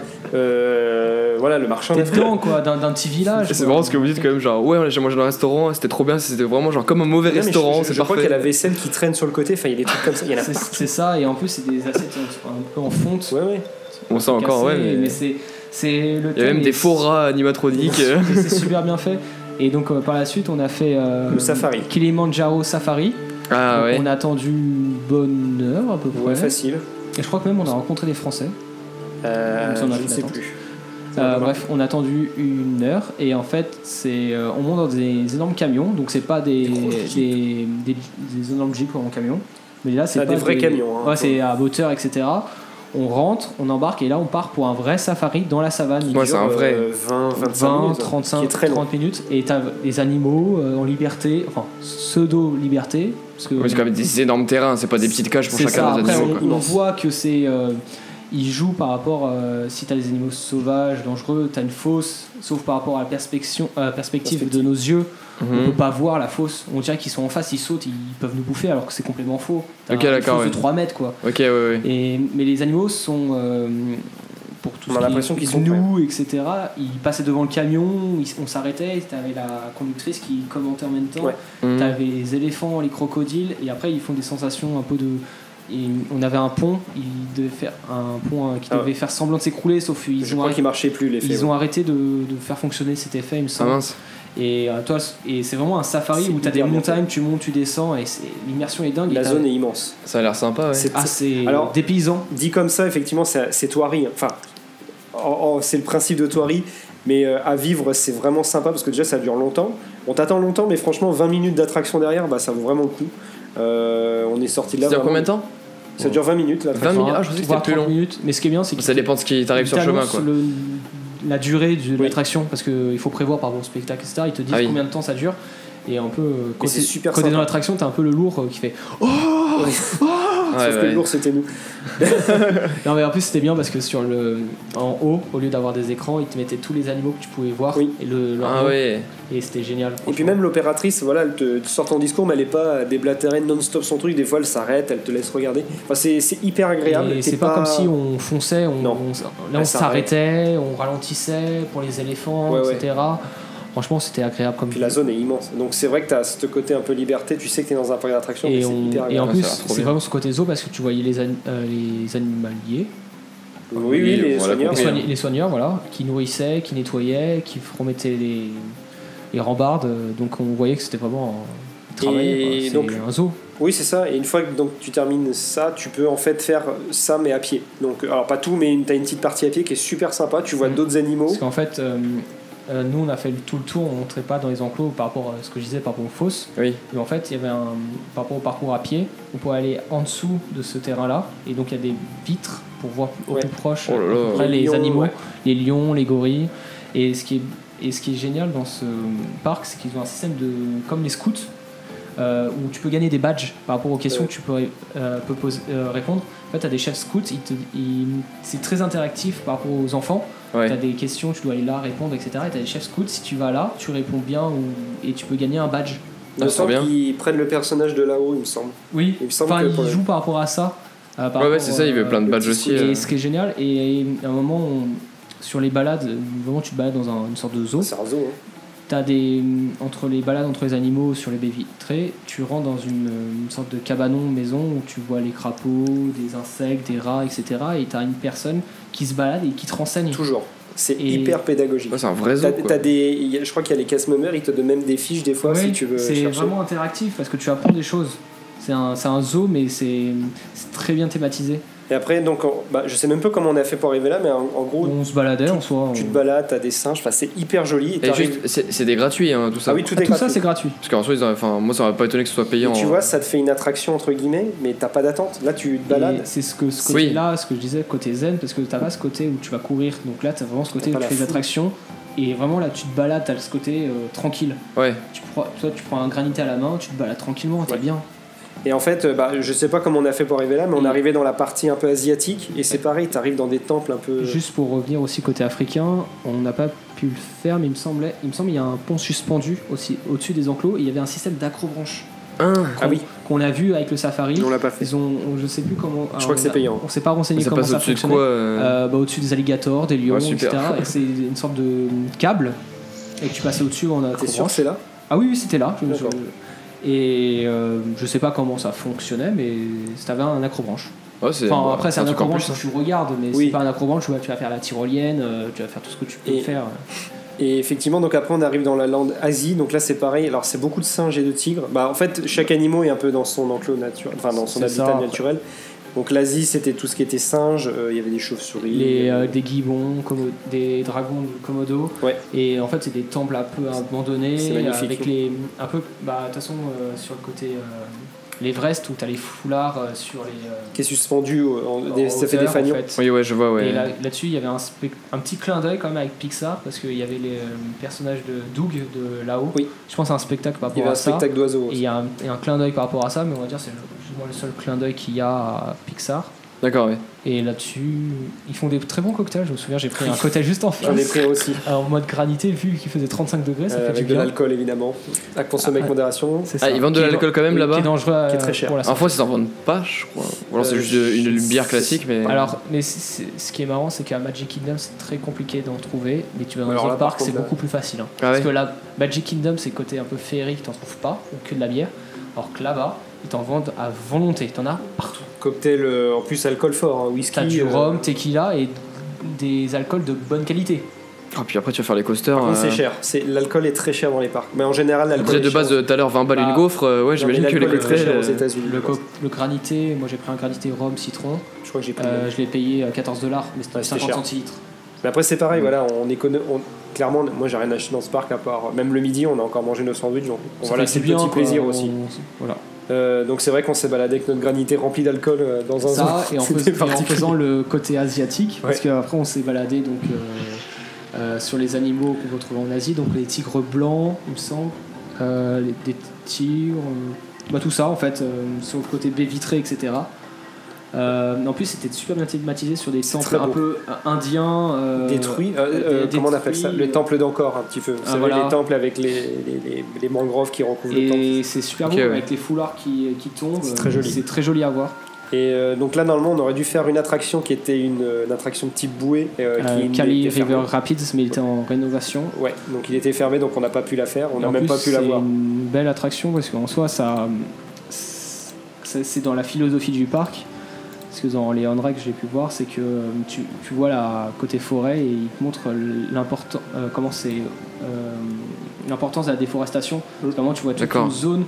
Speaker 2: Euh, voilà, le marché en
Speaker 3: T'es
Speaker 2: Afrique.
Speaker 3: dedans quoi, d'un d'un petit
Speaker 2: ah,
Speaker 3: village.
Speaker 1: C'est
Speaker 3: quoi.
Speaker 1: vraiment ce que vous dites quand même, genre ouais, j'ai mangé dans un restaurant, c'était trop bien, c'était vraiment genre comme un mauvais
Speaker 2: Non, mais je-
Speaker 1: restaurant,
Speaker 2: je,
Speaker 1: c'est
Speaker 2: je crois
Speaker 1: parfait.
Speaker 2: qu'il y a la vaisselle qui traîne sur le côté, enfin il y a des trucs comme ça, il y en a
Speaker 3: C'est-
Speaker 2: partout.
Speaker 3: C'est ça, et en plus, c'est des assiettes un un peu en fonte.
Speaker 2: Ouais, ouais.
Speaker 1: On sent encore, ouais.
Speaker 3: cassées,
Speaker 1: mais-
Speaker 3: mais c'est- c'est le
Speaker 1: Il y a
Speaker 3: thème
Speaker 1: même
Speaker 3: est-
Speaker 1: des faux rats animatroniques. euh.
Speaker 3: Et c'est super bien fait. Et donc euh, par la suite, on a fait euh,
Speaker 2: Le safari.
Speaker 3: Kilimanjaro Safari.
Speaker 1: Ah
Speaker 3: Donc,
Speaker 1: ouais.
Speaker 3: On a attendu une bonne heure à peu
Speaker 2: Ouais,
Speaker 3: près.
Speaker 2: facile.
Speaker 3: et je crois que même on a rencontré des Français.
Speaker 2: Euh,
Speaker 3: Il me semble
Speaker 2: je ne
Speaker 3: qu'on
Speaker 2: sais
Speaker 3: attend.
Speaker 2: plus.
Speaker 3: Euh,
Speaker 2: Ouais.
Speaker 3: bref, on a attendu une heure et en fait, c'est euh, on monte dans des énormes camions, donc c'est pas des
Speaker 2: gros
Speaker 3: des,
Speaker 2: jeeps.
Speaker 3: des- des énormes jeeps en camion, mais là c'est
Speaker 2: Ah,
Speaker 3: pas
Speaker 2: des vrais camions, hein.
Speaker 3: ouais, c'est à moteur, etc. On rentre, on embarque et là on part pour un vrai safari dans la savane.
Speaker 1: Ouais, c'est un
Speaker 2: Dure,
Speaker 1: vrai.
Speaker 2: euh, 20, 25
Speaker 3: 20,
Speaker 2: minutes, hein, qui est
Speaker 3: 35,
Speaker 2: très long.
Speaker 3: 30 minutes. Et t'as les animaux euh, en liberté, enfin pseudo-liberté. Parce que
Speaker 1: Oui, c'est quand même des énormes terrains, c'est pas des petites cages pour
Speaker 3: c'est ça,
Speaker 1: chacun des
Speaker 3: après,
Speaker 1: animaux.
Speaker 3: on,
Speaker 1: quoi.
Speaker 3: on voit que c'est. euh, ils jouent par rapport. euh, si t'as des animaux sauvages, dangereux, t'as une fosse, sauf par rapport à la perspection- euh, perspective,
Speaker 2: Perspective.
Speaker 3: de nos yeux, on
Speaker 1: Mhm.
Speaker 3: peut pas voir la fosse. On dirait qu'ils sont en face, ils sautent, ils peuvent nous bouffer alors que c'est complètement faux. T'as
Speaker 1: Ok,
Speaker 3: une
Speaker 1: d'accord,
Speaker 3: fosse de
Speaker 1: ouais.
Speaker 3: 3 mètres quoi.
Speaker 1: Ok, ouais, ouais.
Speaker 3: Et, mais les animaux sont. euh, pour tout
Speaker 2: On
Speaker 3: ce
Speaker 2: a
Speaker 3: qui
Speaker 2: l'impression
Speaker 3: est
Speaker 2: qu'ils sont
Speaker 3: nous, etc. Il passait devant le camion, il- on s'arrêtait, t'avais la conductrice qui commentait en même temps,
Speaker 2: Ouais.
Speaker 1: Mhm.
Speaker 3: t'avais les éléphants, les crocodiles, et après ils font des sensations un peu de. et on avait un pont, il devait faire un pont euh, qui
Speaker 2: Ah
Speaker 3: devait faire semblant de s'écrouler, sauf qu'ils
Speaker 2: Je
Speaker 3: ont,
Speaker 2: crois
Speaker 3: arrêté,
Speaker 2: qu'ils marchaient plus, les faits.
Speaker 3: ils ont arrêté de, de faire fonctionner cet effet, il me
Speaker 1: Ah
Speaker 3: semble.
Speaker 1: mince.
Speaker 3: et euh, toi, et c'est vraiment un safari
Speaker 2: C'est
Speaker 3: où t'as des
Speaker 2: hyper bien
Speaker 3: montagnes, tu montes, tu descends, et c'est- l'immersion est dingue. et
Speaker 2: La
Speaker 3: t'as-
Speaker 2: zone est immense.
Speaker 1: Ça a l'air sympa, ouais.
Speaker 2: C'est-
Speaker 3: ah, c'est
Speaker 2: Alors-
Speaker 3: des paysans.
Speaker 2: Dit comme ça, effectivement, c'est c'est Toiri. Enfin, en- en- c'est le principe de Toiri. Mais euh, à vivre, c'est vraiment sympa parce que déjà, ça dure longtemps. On t'attend longtemps, mais franchement, 20 minutes d'attraction derrière, bah, ça vaut vraiment le coup. Euh, on est sorti de là.
Speaker 1: Ça dure
Speaker 2: vraiment-
Speaker 1: combien de temps
Speaker 2: Ça dure 20 minutes, l'attraction.
Speaker 1: 20 minutes Ah, je pensais que
Speaker 3: voire
Speaker 1: c'était plus
Speaker 3: 30
Speaker 1: long.
Speaker 3: minutes. Mais ce qui est bien, c'est que
Speaker 1: Ça dépend de ce qui t'arrive sur le chemin, quoi.
Speaker 3: la durée de
Speaker 2: Oui.
Speaker 3: l'attraction parce qu'il faut prévoir par bon spectacle, etc. Ils te disent
Speaker 1: Ah oui.
Speaker 3: combien de temps ça dure. Et un peu, euh, quand
Speaker 2: c'est
Speaker 3: t'es-
Speaker 2: super
Speaker 3: quand t'es
Speaker 2: sympa.
Speaker 3: dans l'attraction, t'as un peu le lourd euh, qui fait.
Speaker 2: Ouais.
Speaker 1: Ouais,
Speaker 2: Sauf que
Speaker 1: ouais.
Speaker 2: le lourd, c'était nous.
Speaker 3: Non, mais en plus, c'était bien parce que sur le, en haut, au lieu d'avoir des écrans, ils te mettaient tous les animaux que tu pouvais voir.
Speaker 2: Oui.
Speaker 3: Et, le, leur
Speaker 1: Ah
Speaker 3: nom.
Speaker 1: ouais.
Speaker 3: et c'était génial.
Speaker 2: Et puis même l'opératrice, voilà, elle te, te sort ton discours, mais elle est pas déblatérée non-stop son truc. Des fois, elle s'arrête, elle te laisse regarder. Enfin, c'est c'est hyper agréable.
Speaker 3: Et
Speaker 2: T'es
Speaker 3: c'est pas, comme si on fonçait, on,
Speaker 2: Non.
Speaker 3: on- là
Speaker 2: Elle
Speaker 3: on
Speaker 2: s'arrête.
Speaker 3: s'arrêtait, on ralentissait pour les éléphants,
Speaker 2: Ouais, ouais.
Speaker 3: etc. Franchement, c'était agréable comme
Speaker 2: Puis la zone est immense. Donc c'est vrai que tu as ce côté un peu liberté. Tu sais que tu es dans un parc d'attractions, mais
Speaker 3: Et,
Speaker 2: c'est
Speaker 3: on-
Speaker 2: hyper
Speaker 3: et en
Speaker 2: agréable.
Speaker 1: Ah,
Speaker 3: plus,
Speaker 1: ça a l'air trop
Speaker 3: c'est
Speaker 1: bien.
Speaker 3: vraiment ce côté zoo parce que tu voyais les, an- euh, les animaliers,
Speaker 2: Oui, oui, les
Speaker 1: on l'a
Speaker 2: soigneurs.
Speaker 3: les,
Speaker 1: compris,
Speaker 3: soigne-
Speaker 1: hein.
Speaker 3: les soigneurs, voilà, qui nourrissaient, qui nettoyaient, qui remettaient les, les rembardes. euh, Donc on voyait que c'était vraiment un travail.
Speaker 2: Et
Speaker 3: quoi.
Speaker 2: donc-
Speaker 3: C'est un zoo.
Speaker 2: Oui, c'est ça. Et une fois que donc, tu termines ça, tu peux en fait faire ça, mais à pied. Donc, alors pas tout, mais tu as une petite partie à pied qui est super sympa. Tu vois
Speaker 3: Mm.
Speaker 2: d'autres animaux.
Speaker 3: Parce qu'en fait, euh, euh, nous on a fait le- tout le tour, on montrait pas dans les enclos par rapport à ce que je disais par rapport aux fosses.
Speaker 1: Oui.
Speaker 3: Mais en fait, il y avait un, par rapport au parcours à pied, on pouvait aller en dessous de ce terrain-là. Et donc il y a des vitres pour voir au
Speaker 2: Ouais.
Speaker 3: plus proche
Speaker 1: Oh là là.
Speaker 3: à peu près les,
Speaker 2: lions,
Speaker 3: animaux,
Speaker 2: ouais.
Speaker 3: les lions, les gorilles. Et ce qui est, et ce qui est génial dans ce parc, c'est qu'ils ont un système de comme les scouts. euh, où tu peux gagner des badges par rapport aux questions
Speaker 2: Ouais.
Speaker 3: que tu peux, euh, peux poser- euh, répondre. En fait, tu as des chefs scouts, ils te- ils- c'est très interactif par rapport aux enfants. Tu as
Speaker 1: Ouais.
Speaker 3: des questions, tu dois aller là, répondre, etc. Et tu as des chefs scouts, si tu vas là, tu réponds bien ou- et tu peux gagner un badge.
Speaker 2: Il me
Speaker 1: Ah, trop
Speaker 2: semble
Speaker 1: bien.
Speaker 2: qu'ils prennent le personnage de là-haut, il me semble.
Speaker 3: Oui,
Speaker 2: Il me semble
Speaker 3: enfin,
Speaker 2: que
Speaker 3: il
Speaker 2: pour le-
Speaker 3: joue par rapport à ça. euh, par
Speaker 1: Ouais, ouais,
Speaker 3: rapport,
Speaker 1: c'est ça, il veut
Speaker 3: euh,
Speaker 1: plein de
Speaker 2: le
Speaker 1: badges
Speaker 2: petit
Speaker 1: aussi.
Speaker 2: squid.
Speaker 1: euh.
Speaker 3: Et ce qui est génial, et à un moment, on- sur les balades, vraiment tu te balades dans un- une sorte de zoo.
Speaker 2: C'est un zoo. hein.
Speaker 3: T'as des entre les balades entre les animaux sur les baies vitrées, tu rentres dans une, une sorte de cabanon maison où tu vois les crapauds, des insectes, des rats, etc. Et t'as une personne qui se balade et qui te renseigne.
Speaker 2: Toujours. C'est
Speaker 3: Et-
Speaker 2: hyper pédagogique.
Speaker 1: Ouais, c'est un vrai zoo.
Speaker 2: T'as-
Speaker 1: quoi.
Speaker 2: t'as des, il y a- je crois qu'il y a les casse-mémères, ils te donnent même des fiches des fois
Speaker 3: Ouais,
Speaker 2: si tu veux
Speaker 3: c'est
Speaker 2: chercher.
Speaker 3: vraiment interactif parce que tu apprends des choses. C'est un, c'est un zoo, mais c'est c'est très bien thématisé.
Speaker 2: Et après, donc, en- bah, je sais même pas comment on a fait pour arriver là, mais en, en gros,
Speaker 3: On se baladait en soi.
Speaker 2: tu te
Speaker 3: on-
Speaker 2: balades, t'as des singes, enfin, c'est hyper joli. Et
Speaker 1: Et
Speaker 2: t'arrives-
Speaker 1: juste, c'est c'est des gratuits, hein, tout ça.
Speaker 2: ah oui, tout
Speaker 3: Ah,
Speaker 2: est
Speaker 3: tout ça,
Speaker 2: gratuit.
Speaker 3: c'est gratuit.
Speaker 1: Parce qu'en soi, ils auraient- enfin, moi, ça m'aurait pas étonné que ce soit
Speaker 2: Et
Speaker 1: payant.
Speaker 2: tu
Speaker 1: hein.
Speaker 2: vois, ça te fait une attraction entre guillemets, mais t'as pas d'attente. Là, tu te
Speaker 3: Et
Speaker 2: balades.
Speaker 3: C'est ce que ce
Speaker 1: Oui.
Speaker 3: côté-là, ce que je disais, côté zen, parce que t'as pas ce côté où tu vas courir. Donc là, t'as vraiment ce côté
Speaker 2: T'as pas
Speaker 3: où tu
Speaker 2: la
Speaker 3: fais des
Speaker 2: foule.
Speaker 3: attractions. Et vraiment, là, tu te balades, t'as ce côté euh, tranquille.
Speaker 1: Ouais.
Speaker 3: Tu prends, toi, tu prends un granité à la main, tu te balades tranquillement, t'es
Speaker 2: Ouais.
Speaker 3: bien.
Speaker 2: Et en fait, euh, bah, je sais pas comment on a fait pour arriver là, mais on
Speaker 3: Mm.
Speaker 2: est arrivé dans la partie un peu asiatique. Et c'est pareil, t'arrives dans des temples un peu.
Speaker 3: Juste pour revenir aussi côté africain, on n'a pas pu le faire, mais il me semblait, il me semble, il y a un pont suspendu aussi au-dessus des enclos. Et il y avait un système d'accrobranche
Speaker 1: Hein
Speaker 2: Ah oui,
Speaker 3: qu'on a vu avec le safari.
Speaker 2: on l'a pas fait.
Speaker 3: Ils ont, on- je sais plus comment. alors,
Speaker 2: crois que
Speaker 3: Ah, on
Speaker 2: c'est
Speaker 3: a-
Speaker 2: payant.
Speaker 3: On s'est pas renseigné
Speaker 1: ça
Speaker 3: comment
Speaker 1: passe
Speaker 3: ça
Speaker 1: au-dessus de
Speaker 3: fonctionnait.
Speaker 1: quoi euh,
Speaker 3: Euh, bah, au-dessus des alligators, des
Speaker 2: Ah,
Speaker 3: lions,
Speaker 1: Ouais, super.
Speaker 3: etc. Et c'est une sorte de câble. Et tu passais au-dessus en
Speaker 2: T'es sûr que
Speaker 3: accrobranche.
Speaker 2: c'est là
Speaker 3: Ah oui, oui, c'était là. je me
Speaker 2: D'accord.
Speaker 3: souviens. Et euh, je sais pas comment ça fonctionnait, mais c'était un accrobranche.
Speaker 1: ouais, c'est-
Speaker 3: Enfin,
Speaker 1: bah,
Speaker 3: après, c'est un
Speaker 1: truc en
Speaker 3: accrobranche
Speaker 1: plus,
Speaker 3: que tu regardes, mais
Speaker 2: hein. Oui.
Speaker 3: c'est pas un accrobranche où tu vas faire la tyrolienne, euh, tu vas faire tout ce que tu peux
Speaker 2: Et-
Speaker 3: faire.
Speaker 2: Et effectivement, donc après, on arrive dans la lande Asie. Donc là, c'est pareil. Alors, c'est beaucoup de singes et de tigres. Bah, en fait, chaque animal est un peu dans son enclos naturel, enfin, dans son
Speaker 3: C'est
Speaker 2: habitat
Speaker 3: ça, après.
Speaker 2: naturel. Donc, l'Asie, c'était tout ce qui était singe. Euh, Il y avait des chauves-souris.
Speaker 3: Les, euh, des gibbons, commo- des dragons de Komodo.
Speaker 2: Ouais.
Speaker 3: Et en fait, c'est des temples un peu abandonnés.
Speaker 2: C'est magnifique.
Speaker 3: Avec les, un peu, bah, de toute façon, euh, sur le côté euh, l'Everest, où t'as les foulards euh, sur les. euh,
Speaker 2: qui est suspendu. au- en-
Speaker 3: en
Speaker 2: des- ça fait des
Speaker 3: hauteur, en
Speaker 2: fanions.
Speaker 3: fait.
Speaker 1: Oui, ouais, je vois, ouais.
Speaker 3: Et là- là-dessus, il y avait un, spec- un petit clin d'œil quand même avec Pixar, parce qu'il y avait les euh, personnages de Doug de là-haut.
Speaker 2: Oui.
Speaker 3: Je pense à un spectacle par
Speaker 2: Il y
Speaker 3: rapport
Speaker 2: avait
Speaker 3: à
Speaker 2: un
Speaker 3: ça. Et
Speaker 2: spectacle d'oiseaux.
Speaker 3: il y, a un, et un clin d'œil par rapport à ça, mais on va dire c'est le- plus ou moins le seul clin d'œil qu'il y a à Pixar.
Speaker 1: D'accord, oui.
Speaker 3: Et là-dessus, ils font des très bons cocktails. Je me souviens, j'ai pris un cocktail juste en
Speaker 2: J'en ai
Speaker 3: face.
Speaker 2: pris aussi.
Speaker 3: Alors, en mode granité, vu qu'il faisait 35 degrés, ça
Speaker 2: Euh,
Speaker 3: fait du
Speaker 2: avec de
Speaker 3: bien.
Speaker 2: l'alcool, évidemment. À consommer
Speaker 3: Ah,
Speaker 2: avec modération.
Speaker 3: C'est
Speaker 1: Ah,
Speaker 3: ça.
Speaker 1: ils vendent de
Speaker 3: Qui est-
Speaker 1: l'alcool quand même
Speaker 3: oui,
Speaker 1: là-bas
Speaker 3: Qui est dangereux.
Speaker 2: Qui est
Speaker 3: euh,
Speaker 2: très cher.
Speaker 3: pour la
Speaker 1: En
Speaker 3: santé.
Speaker 1: France, ils en vendent pas, je crois. Ou alors c'est
Speaker 2: Euh,
Speaker 1: juste de- une,
Speaker 2: je-
Speaker 1: bière classique, mais.
Speaker 3: Alors, mais c'est- c'est- ce qui est marrant, c'est qu'à Magic Kingdom, c'est très compliqué d'en trouver. Mais tu vas dans
Speaker 2: Alors
Speaker 3: un
Speaker 2: là,
Speaker 3: autre
Speaker 2: par
Speaker 3: parc,
Speaker 2: contre,
Speaker 3: c'est
Speaker 2: là-
Speaker 3: beaucoup plus facile. hein.
Speaker 1: Ah
Speaker 3: Parce
Speaker 1: ouais
Speaker 3: que là, Magic Kingdom, c'est le côté un peu féerique, t'en trouves pas, ou que de la bière. Alors que là-bas, ils t'en vendent à volonté. T'en as partout.
Speaker 2: Cocktail, euh, en plus, alcool fort. hein, whisky.
Speaker 3: T'as du
Speaker 2: euh,
Speaker 3: rhum, tequila et des alcools de bonne qualité.
Speaker 1: Ah, puis après, tu vas faire les coasters.
Speaker 2: par contre,
Speaker 1: euh,
Speaker 2: c'est cher. C'est- L'alcool est très cher dans les parcs. Mais en
Speaker 1: Tu
Speaker 2: général, l'alcool.
Speaker 1: disais
Speaker 2: est
Speaker 1: de
Speaker 2: cher.
Speaker 1: base euh, tout à l'heure 20 balles une
Speaker 3: Bah,
Speaker 1: gaufre, euh, ouais,
Speaker 2: Non, mais
Speaker 1: j'imagine que les
Speaker 2: l'alcool est très
Speaker 1: cocktails.
Speaker 2: cher aux
Speaker 1: euh,
Speaker 2: États-Unis.
Speaker 3: Le, co- le granité, moi j'ai pris un granité rhum citron,
Speaker 2: Je crois que j'ai pris. le
Speaker 3: euh,
Speaker 2: même.
Speaker 3: je l'ai payé à 14 dollars, mais c'était
Speaker 2: Ouais, c'était
Speaker 3: 50
Speaker 2: cher.
Speaker 3: centilitres.
Speaker 2: Mais après, c'est
Speaker 3: Mm.
Speaker 2: pareil, voilà, on est conna- on- Clairement, moi j'ai rien acheté dans ce parc à part. Même le midi, on a encore mangé nos sandwichs. Donc voilà,
Speaker 3: C'était
Speaker 2: c'est le petit
Speaker 3: quoi,
Speaker 2: plaisir
Speaker 3: on-
Speaker 2: aussi.
Speaker 3: Voilà.
Speaker 2: Euh, donc c'est vrai qu'on s'est baladé avec notre granité remplie d'alcool euh, dans un
Speaker 3: Ça,
Speaker 2: zoo.
Speaker 3: et en, fais-
Speaker 2: C'était
Speaker 3: et en
Speaker 2: particulier.
Speaker 3: faisant le côté asiatique, parce
Speaker 2: Ouais.
Speaker 3: qu'après on s'est baladé donc, euh, euh, sur les animaux qu'on peut trouver en Asie, donc les tigres blancs, il me semble, euh, les- des tigres, euh, bah, tout ça en fait, euh, sur le côté baie vitrée, etc. Euh, en plus, c'était super bien thématisé sur des temples
Speaker 2: très
Speaker 3: un
Speaker 2: beau.
Speaker 3: peu euh, indiens. euh,
Speaker 2: Détruit, euh,
Speaker 3: des-
Speaker 2: euh,
Speaker 3: des
Speaker 2: comment on appelle ça
Speaker 3: détruits,
Speaker 2: Le
Speaker 3: euh,
Speaker 2: temple d'Encore, un petit peu. Vous
Speaker 3: Ah,
Speaker 2: savez,
Speaker 3: voilà.
Speaker 2: les temples avec les, les, les- les mangroves qui recouvrent le temple.
Speaker 3: Et c'est super
Speaker 1: Ok,
Speaker 3: beau
Speaker 1: ouais.
Speaker 3: avec les foulards qui, qui tombent.
Speaker 2: C'est très joli.
Speaker 3: C'est très joli à voir.
Speaker 2: Et euh, donc là, normalement, on aurait dû faire une attraction qui était une, euh, une attraction de type bouée. euh,
Speaker 3: Euh,
Speaker 2: qui
Speaker 3: Cali
Speaker 2: était
Speaker 3: River
Speaker 2: fermée.
Speaker 3: Rapids, mais il était en rénovation.
Speaker 2: Ouais, donc il était fermé, donc on n'a pas pu la faire, on
Speaker 3: Et
Speaker 2: n'a
Speaker 3: en
Speaker 2: même
Speaker 3: plus,
Speaker 2: pas pu la voir.
Speaker 3: C'est une belle attraction parce qu'en soi, ça, c'est c'est dans la philosophie du parc. Parce que dans les Andra que j'ai pu voir, c'est que euh, tu, tu vois la côté forêt et il te montre l'important, euh, comment c'est euh, l'importance de la déforestation. Parce qu'à un moment, tu vois toute
Speaker 1: D'accord.
Speaker 3: une zone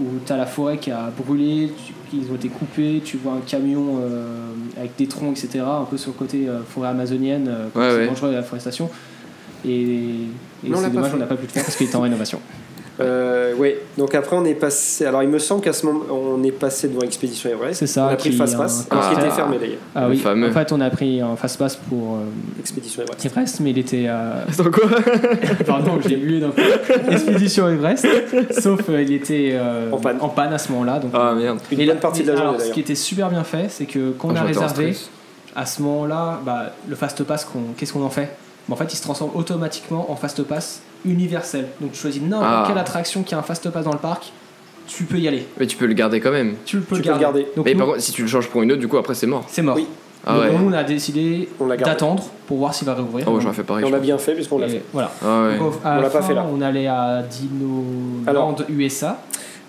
Speaker 3: où tu as la forêt qui a brûlé, tu- ils ont été coupés, tu vois un camion euh, avec des troncs, etc. Un peu sur le côté euh, forêt amazonienne, euh, comme
Speaker 1: Ouais,
Speaker 3: c'est
Speaker 1: ouais.
Speaker 3: dangereux la forestation. Et, et
Speaker 2: Non, on l'a
Speaker 3: c'est
Speaker 2: pas
Speaker 3: dommage,
Speaker 2: fait.
Speaker 3: on n'a pas pu le faire parce qu'il était en rénovation.
Speaker 2: Euh, ouais, donc après, on est passé. Alors il me semble qu'à ce moment, on est passé devant Expédition Everest.
Speaker 3: C'est ça,
Speaker 2: On a pris
Speaker 3: qui euh,
Speaker 2: le Fast
Speaker 3: est
Speaker 2: Pass,
Speaker 1: un-
Speaker 2: qui était
Speaker 1: Ah.
Speaker 2: fermé d'ailleurs.
Speaker 3: Ah
Speaker 1: Le
Speaker 3: oui,
Speaker 1: fameux.
Speaker 3: en fait, on a pris un fast-pass pour euh,
Speaker 2: Expédition Everest.
Speaker 3: Everest, mais il était. euh,
Speaker 1: Attends, quoi
Speaker 3: Pardon, je l'ai mué d'un coup. Expédition Everest, sauf euh, il était euh,
Speaker 2: En panne.
Speaker 3: à ce moment-là. Donc,
Speaker 1: Ah merde.
Speaker 2: Une
Speaker 3: Et
Speaker 2: bonne
Speaker 3: la-
Speaker 2: partie de la
Speaker 3: mais
Speaker 2: journée
Speaker 3: alors, Ce
Speaker 2: d'ailleurs.
Speaker 3: qui était super bien fait, c'est que quand
Speaker 1: Ah,
Speaker 3: on a
Speaker 1: j'aurais été en
Speaker 3: réservé,
Speaker 1: stress.
Speaker 3: à ce moment-là, bah, le fast pass, qu'on- qu'est-ce qu'on en fait Bah, En fait, il se transforme automatiquement en fast pass universel. Donc, tu choisis n'importe
Speaker 1: Ah.
Speaker 3: quelle attraction qui a un fast pass dans le parc, tu peux y aller.
Speaker 1: Mais tu peux le garder quand même.
Speaker 3: Tu le peux,
Speaker 2: Tu peux
Speaker 3: le
Speaker 2: le
Speaker 3: garder.
Speaker 2: garder.
Speaker 3: Donc,
Speaker 1: Mais
Speaker 3: nous,
Speaker 1: par contre, si tu le changes pour une autre, du coup, après, c'est mort.
Speaker 3: c'est mort.
Speaker 2: Oui.
Speaker 1: Ah
Speaker 3: Donc,
Speaker 1: ouais.
Speaker 3: nous, on a décidé
Speaker 2: On l'a gardé.
Speaker 3: d'attendre pour voir s'il va rouvrir.
Speaker 1: Ah ouais, j'aurais fait pareil.
Speaker 2: Et on
Speaker 1: je
Speaker 2: l'a bien fait puisqu'on l'a
Speaker 3: Et
Speaker 2: fait.
Speaker 3: Voilà.
Speaker 1: crois. Ah ouais.
Speaker 3: Donc, à
Speaker 2: On
Speaker 3: la
Speaker 2: l'a pas
Speaker 3: fin,
Speaker 2: fait, là.
Speaker 3: On allait à Dino
Speaker 2: Alors.
Speaker 3: Land USA.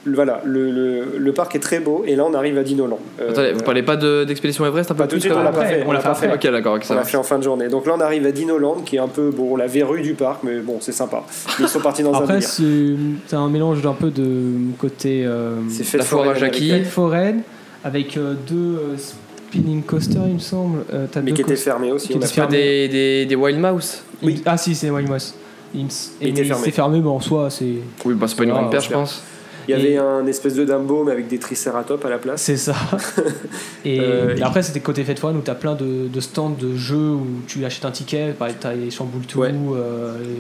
Speaker 2: Le- Voilà, le, le- le parc est très beau et là on arrive à Dinoland. Euh,
Speaker 1: Attendez, vous parlez pas de- d'expédition Everest un peu
Speaker 2: Pas tout
Speaker 1: plus
Speaker 2: de suite,
Speaker 1: quand
Speaker 2: on
Speaker 1: même
Speaker 2: l'a pas
Speaker 3: après,
Speaker 2: fait.
Speaker 3: on l'a pas fait.
Speaker 1: Ok, d'accord, ok, ça
Speaker 2: On l'a
Speaker 1: va.
Speaker 2: fait en fin de journée. Donc là on arrive à Dinoland qui est un peu bon la verrue du parc, mais bon c'est sympa. Ils sont partis dans un
Speaker 3: Après,
Speaker 2: délire.
Speaker 3: c'est c'est un mélange d'un peu de côté. euh,
Speaker 2: C'est fait
Speaker 1: La foire à
Speaker 2: forêt
Speaker 1: Jackie.
Speaker 3: Fête foraine avec euh, deux euh, spinning coasters, il me semble. Euh, t'as
Speaker 2: Mais
Speaker 3: deux
Speaker 2: qui était
Speaker 3: coast-
Speaker 2: fermé aussi.
Speaker 3: qui
Speaker 2: on a
Speaker 3: était
Speaker 1: Pas des, des, des Wild Mouse
Speaker 3: Il-
Speaker 2: oui.
Speaker 3: Ah si, c'est Waymoss. Il, me s-
Speaker 2: Il
Speaker 3: et-
Speaker 2: était
Speaker 3: mais
Speaker 2: fermé.
Speaker 3: C'est fermé, mais en soi, c'est.
Speaker 1: Oui, bah c'est pas une
Speaker 3: Ah,
Speaker 1: grande paire, je
Speaker 2: super.
Speaker 1: pense.
Speaker 2: Il y avait
Speaker 3: Et-
Speaker 2: un espèce de Dumbo mais avec des tricératops à la place.
Speaker 3: C'est ça. et
Speaker 2: Euh,
Speaker 3: et après, c'était côté fête foraine où t'as plein de, de stands de jeux où tu achètes un ticket. Pareil, t'as les chamboules tout,
Speaker 2: Ouais.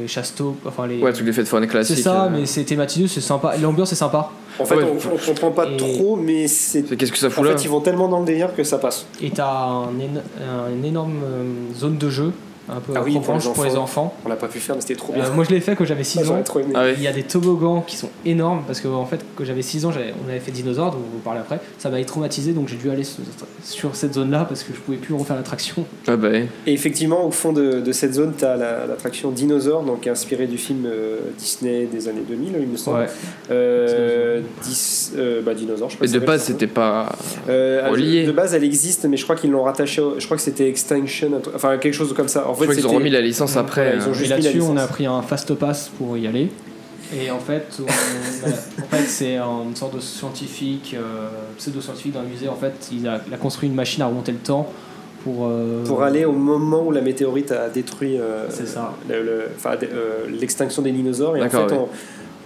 Speaker 3: les chasteaux, enfin les.
Speaker 1: Ouais, le truc des fêtes foraines
Speaker 3: c'est
Speaker 1: classiques.
Speaker 3: ça,
Speaker 1: euh.
Speaker 3: mais c'est thématisé, c'est sympa. L'ambiance est sympa.
Speaker 2: En fait
Speaker 1: Ouais,
Speaker 2: on, on comprend pas
Speaker 3: et-
Speaker 2: trop mais c'est.
Speaker 1: C'est- hein. Qu'est-ce que ça
Speaker 2: En
Speaker 1: fout là
Speaker 2: fait ils vont tellement dans le délire que ça passe.
Speaker 3: Et t'as un, éno- un- une énorme euh, zone de jeu, un peu
Speaker 2: Ah oui,
Speaker 3: orange
Speaker 2: pour les
Speaker 3: pour les enfants.
Speaker 2: On l'a pas pu faire mais c'était trop
Speaker 3: Euh,
Speaker 2: bien.
Speaker 3: moi, je l'ai fait quand j'avais
Speaker 2: Ah,
Speaker 3: 6 ans.
Speaker 2: J'aurais trop aimé.
Speaker 1: Ah ouais.
Speaker 3: Il y a des toboggans qui sont énormes parce que en fait quand j'avais 6 ans j'avais- on avait fait dinosaure donc on vous parle après ça m'avait traumatisé donc j'ai dû aller sur, sur cette zone là parce que je pouvais plus refaire l'attraction
Speaker 1: Ah bah ouais.
Speaker 2: Et effectivement, au fond de, de cette zone, tu as l'attraction Dinosaur, donc inspirée du film euh, Disney des années 2000, il me semble. Euh, dis- euh, bah, Dinosaure, je sais pas
Speaker 1: Mais
Speaker 2: si
Speaker 1: de
Speaker 2: ça
Speaker 1: base,
Speaker 2: s'appelle.
Speaker 1: c'était pas.
Speaker 2: Euh, ah,
Speaker 1: relié.
Speaker 2: De base, elle existe, mais je crois qu'ils l'ont rattachée. au- Je crois que c'était Extinction, un truc- enfin quelque chose comme ça. En
Speaker 1: Je
Speaker 2: fait,
Speaker 1: crois qu'ils ont
Speaker 2: c'était-
Speaker 1: remis la licence après.
Speaker 2: ils ont
Speaker 1: euh.
Speaker 2: juste
Speaker 3: et
Speaker 2: mis la
Speaker 3: là-dessus on
Speaker 2: licence.
Speaker 3: a pris un fast pass pour y aller et en fait, on- on a- en fait, c'est une sorte de scientifique euh, pseudo scientifique d'un musée en fait il a, il a construit une machine à remonter le temps pour euh,
Speaker 2: pour aller au moment où la météorite a détruit euh,
Speaker 3: C'est ça.
Speaker 2: le- le- enfin, dé- euh, l'extinction des dinosaures. Et en fait,
Speaker 1: D'accord, ouais.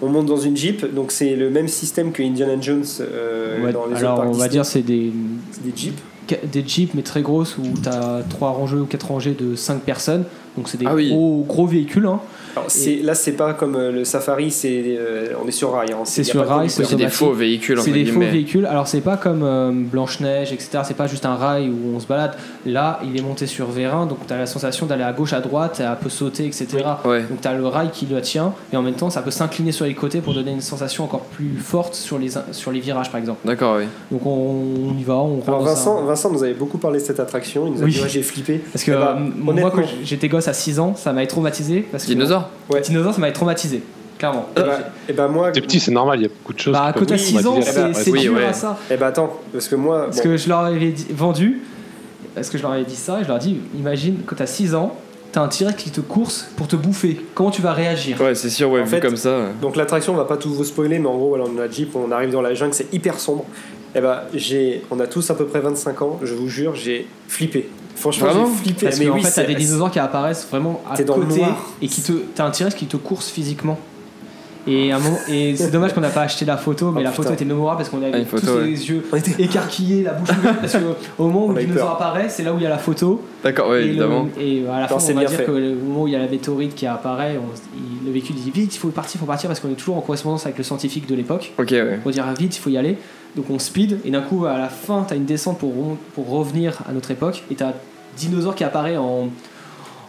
Speaker 2: on, on monte dans une jeep, donc c'est le même système que Indiana Jones euh,
Speaker 3: ouais,
Speaker 2: dans les
Speaker 3: alors
Speaker 2: autres
Speaker 3: on
Speaker 2: parcs
Speaker 3: va
Speaker 2: Disney.
Speaker 3: dire c'est des
Speaker 2: C'est des jeeps.
Speaker 3: ca- des jeeps mais très grosses où tu as 3 rangées ou 4 rangées de 5 personnes donc c'est des
Speaker 1: Ah oui.
Speaker 3: gros, gros véhicules hein.
Speaker 2: Alors, c'est- là, c'est pas comme euh, le Safari, c'est euh, on est sur rail. hein.
Speaker 3: C'est
Speaker 2: Il y a
Speaker 3: sur
Speaker 2: pas de
Speaker 3: rail,
Speaker 1: C'est des
Speaker 3: automatique.
Speaker 1: faux véhicules, entre
Speaker 3: C'est des faux
Speaker 1: guillemets.
Speaker 3: véhicules. Alors c'est pas comme euh, Blanche-Neige, etc. C'est pas juste un rail où on se balade. Là, il est monté sur vérin, donc t'as la sensation d'aller à gauche, à droite, un peu sauter, etc.
Speaker 1: Ouais.
Speaker 3: Donc t'as le rail qui le tient, et en même temps ça peut s'incliner sur les côtés pour donner une sensation encore plus forte sur les, sur les virages par exemple.
Speaker 1: D'accord, oui.
Speaker 3: Donc on, on y va, on rentre.
Speaker 2: Alors
Speaker 3: dans un-
Speaker 2: Vincent, Vincent nous avait beaucoup parlé de cette attraction, il nous a
Speaker 3: Oui.
Speaker 2: dit ouais, j'ai flippé.
Speaker 3: Parce que
Speaker 2: Eh ben,
Speaker 3: euh, moi
Speaker 2: honnêtement,
Speaker 3: quand j'étais gosse à 6 ans, ça m'avait traumatisé. Parce que,
Speaker 1: Dinosaure
Speaker 2: Ouais.
Speaker 3: Dinosaure, ça m'avait traumatisé, clairement.
Speaker 2: eh ben, eh ben moi,
Speaker 4: T'es petit, c'est normal, il y a beaucoup de choses.
Speaker 3: Bah, à
Speaker 4: qui
Speaker 3: côté à
Speaker 4: peuvent
Speaker 3: 6 ans,
Speaker 4: traumatiser.
Speaker 3: c'est
Speaker 2: bah,
Speaker 3: c'est
Speaker 1: oui,
Speaker 3: dur
Speaker 1: ouais.
Speaker 3: à ça.
Speaker 2: eh ben attends, parce que moi,
Speaker 3: Parce
Speaker 2: bon,
Speaker 3: que je leur avais dit- vendu, parce que je leur avais dit ça, et je leur ai dit imagine quand t'as 6 ans, t'as un tirette qui te course pour te bouffer. Comment tu vas réagir
Speaker 1: Ouais, c'est sûr, ouais,
Speaker 2: En
Speaker 1: vu
Speaker 2: fait-
Speaker 1: comme ça. ouais.
Speaker 2: donc l'attraction, on va pas tout vous spoiler, mais en gros, voilà, on a la Jeep, on arrive dans la jungle, c'est hyper sombre. Eh ben, j'ai, on a tous à peu près 25 ans, je vous jure, j'ai flippé. Franchement,
Speaker 1: Vraiment
Speaker 2: j'ai flippé.
Speaker 3: Parce
Speaker 2: Eh, mais
Speaker 3: qu'en
Speaker 2: oui,
Speaker 3: fait, t'as
Speaker 2: c'est-
Speaker 3: des dinosaures qui apparaissent vraiment à
Speaker 2: T'es
Speaker 3: côté
Speaker 2: dans le noir.
Speaker 3: et qui te, t'as un tirette qui te course physiquement. Et, à un moment, et c'est dommage qu'on n'a pas acheté la photo, mais
Speaker 2: Oh,
Speaker 3: la
Speaker 2: putain.
Speaker 3: photo était mémorable parce qu'on avait
Speaker 1: Ah, une photo,
Speaker 3: tous
Speaker 1: ouais.
Speaker 3: les yeux
Speaker 2: on était-
Speaker 3: écarquillés, la bouche ouverte, parce qu'au
Speaker 2: On
Speaker 3: moment où
Speaker 2: a
Speaker 3: le
Speaker 2: eu
Speaker 3: dinosaure
Speaker 2: peur.
Speaker 3: apparaît, c'est là où il y a la photo.
Speaker 1: D'accord, ouais,
Speaker 3: et, le-
Speaker 1: évidemment.
Speaker 3: et à la
Speaker 2: Non,
Speaker 3: fin,
Speaker 2: c'est
Speaker 3: on va
Speaker 2: bien
Speaker 3: dire
Speaker 2: fait.
Speaker 3: que le moment où il y a la météorite qui apparaît, on se- il- le véhicule dit vite, il faut partir, il faut partir, parce qu'on est toujours en correspondance avec le scientifique de l'époque.
Speaker 1: Ok, ouais.
Speaker 3: On dire ah, vite, il faut y aller. Donc on speed, et d'un coup, à la fin, t'as une descente pour, re- pour revenir à notre époque, et t'as un dinosaure qui apparaît en,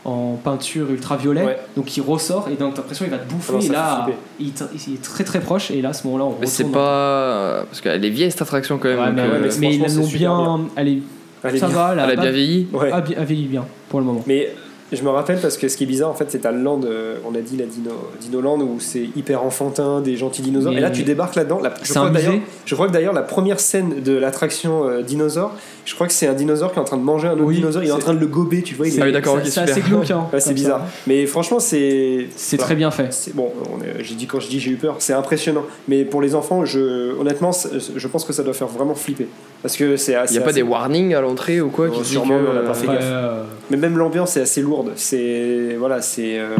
Speaker 3: en peinture ultraviolet,
Speaker 2: Ouais.
Speaker 3: donc il ressort, et donc t'as l'impression qu'il va te
Speaker 2: Ah
Speaker 3: bouffer,
Speaker 2: non, ça
Speaker 3: et là,
Speaker 2: fait flipper.
Speaker 3: il, t- il est très très proche, et là, à ce moment-là, on
Speaker 1: Mais c'est
Speaker 3: retourne.
Speaker 1: pas. Parce qu'elle est vieille cette attraction quand même.
Speaker 3: Ouais,
Speaker 1: donc,
Speaker 3: mais,
Speaker 1: euh,
Speaker 2: ouais,
Speaker 3: mais
Speaker 2: franchement,
Speaker 3: ils
Speaker 2: c'est
Speaker 3: l'ont
Speaker 2: super
Speaker 3: bien. Elle est,
Speaker 2: Allez,
Speaker 3: ça
Speaker 2: bien.
Speaker 3: va, Ah. elle a
Speaker 1: Elle a
Speaker 3: pas-
Speaker 1: bien vieilli.
Speaker 2: Ouais.
Speaker 3: a bien- a vieilli bien pour le moment.
Speaker 2: Mais je me rappelle parce que ce qui est bizarre, en fait, c'est à Land, euh, on a dit la Dino, Dinoland où c'est hyper enfantin, des gentils dinosaures.
Speaker 3: Mais-
Speaker 2: et là, tu débarques là-dedans. La- je
Speaker 3: C'est un
Speaker 2: crois d'ailleurs-
Speaker 3: musée.
Speaker 2: Je crois que d'ailleurs, la première scène de l'attraction euh, dinosaure, je crois que c'est un dinosaure qui est en train de manger un autre
Speaker 3: Oui,
Speaker 2: dinosaure. Il est en
Speaker 3: c'est-
Speaker 2: train de le gober, tu vois. il est-
Speaker 1: Ah oui, d'accord,
Speaker 3: C'est-
Speaker 1: ok,
Speaker 3: C'est
Speaker 1: super.
Speaker 3: assez glauque. hein,
Speaker 2: Ouais, c'est
Speaker 3: comme ça.
Speaker 2: bizarre. Mais franchement, c'est.
Speaker 3: C'est
Speaker 2: Bah,
Speaker 3: très bien fait.
Speaker 2: c'est- Bon, on est- j'ai dit quand je dis j'ai eu peur, c'est impressionnant. Mais pour les enfants, je, honnêtement, c'est- je pense que ça doit faire vraiment flipper. Parce que c'est
Speaker 1: Il n'y a pas des warnings à l'entrée ou quoi
Speaker 3: Oh,
Speaker 2: Non,
Speaker 1: qui disent
Speaker 2: sûrement,
Speaker 1: que,
Speaker 2: mais on a
Speaker 1: euh,
Speaker 2: pas fait. Fais gaffe.
Speaker 3: euh,
Speaker 2: Mais même l'ambiance est assez lourde. C'est voilà, c'est. euh,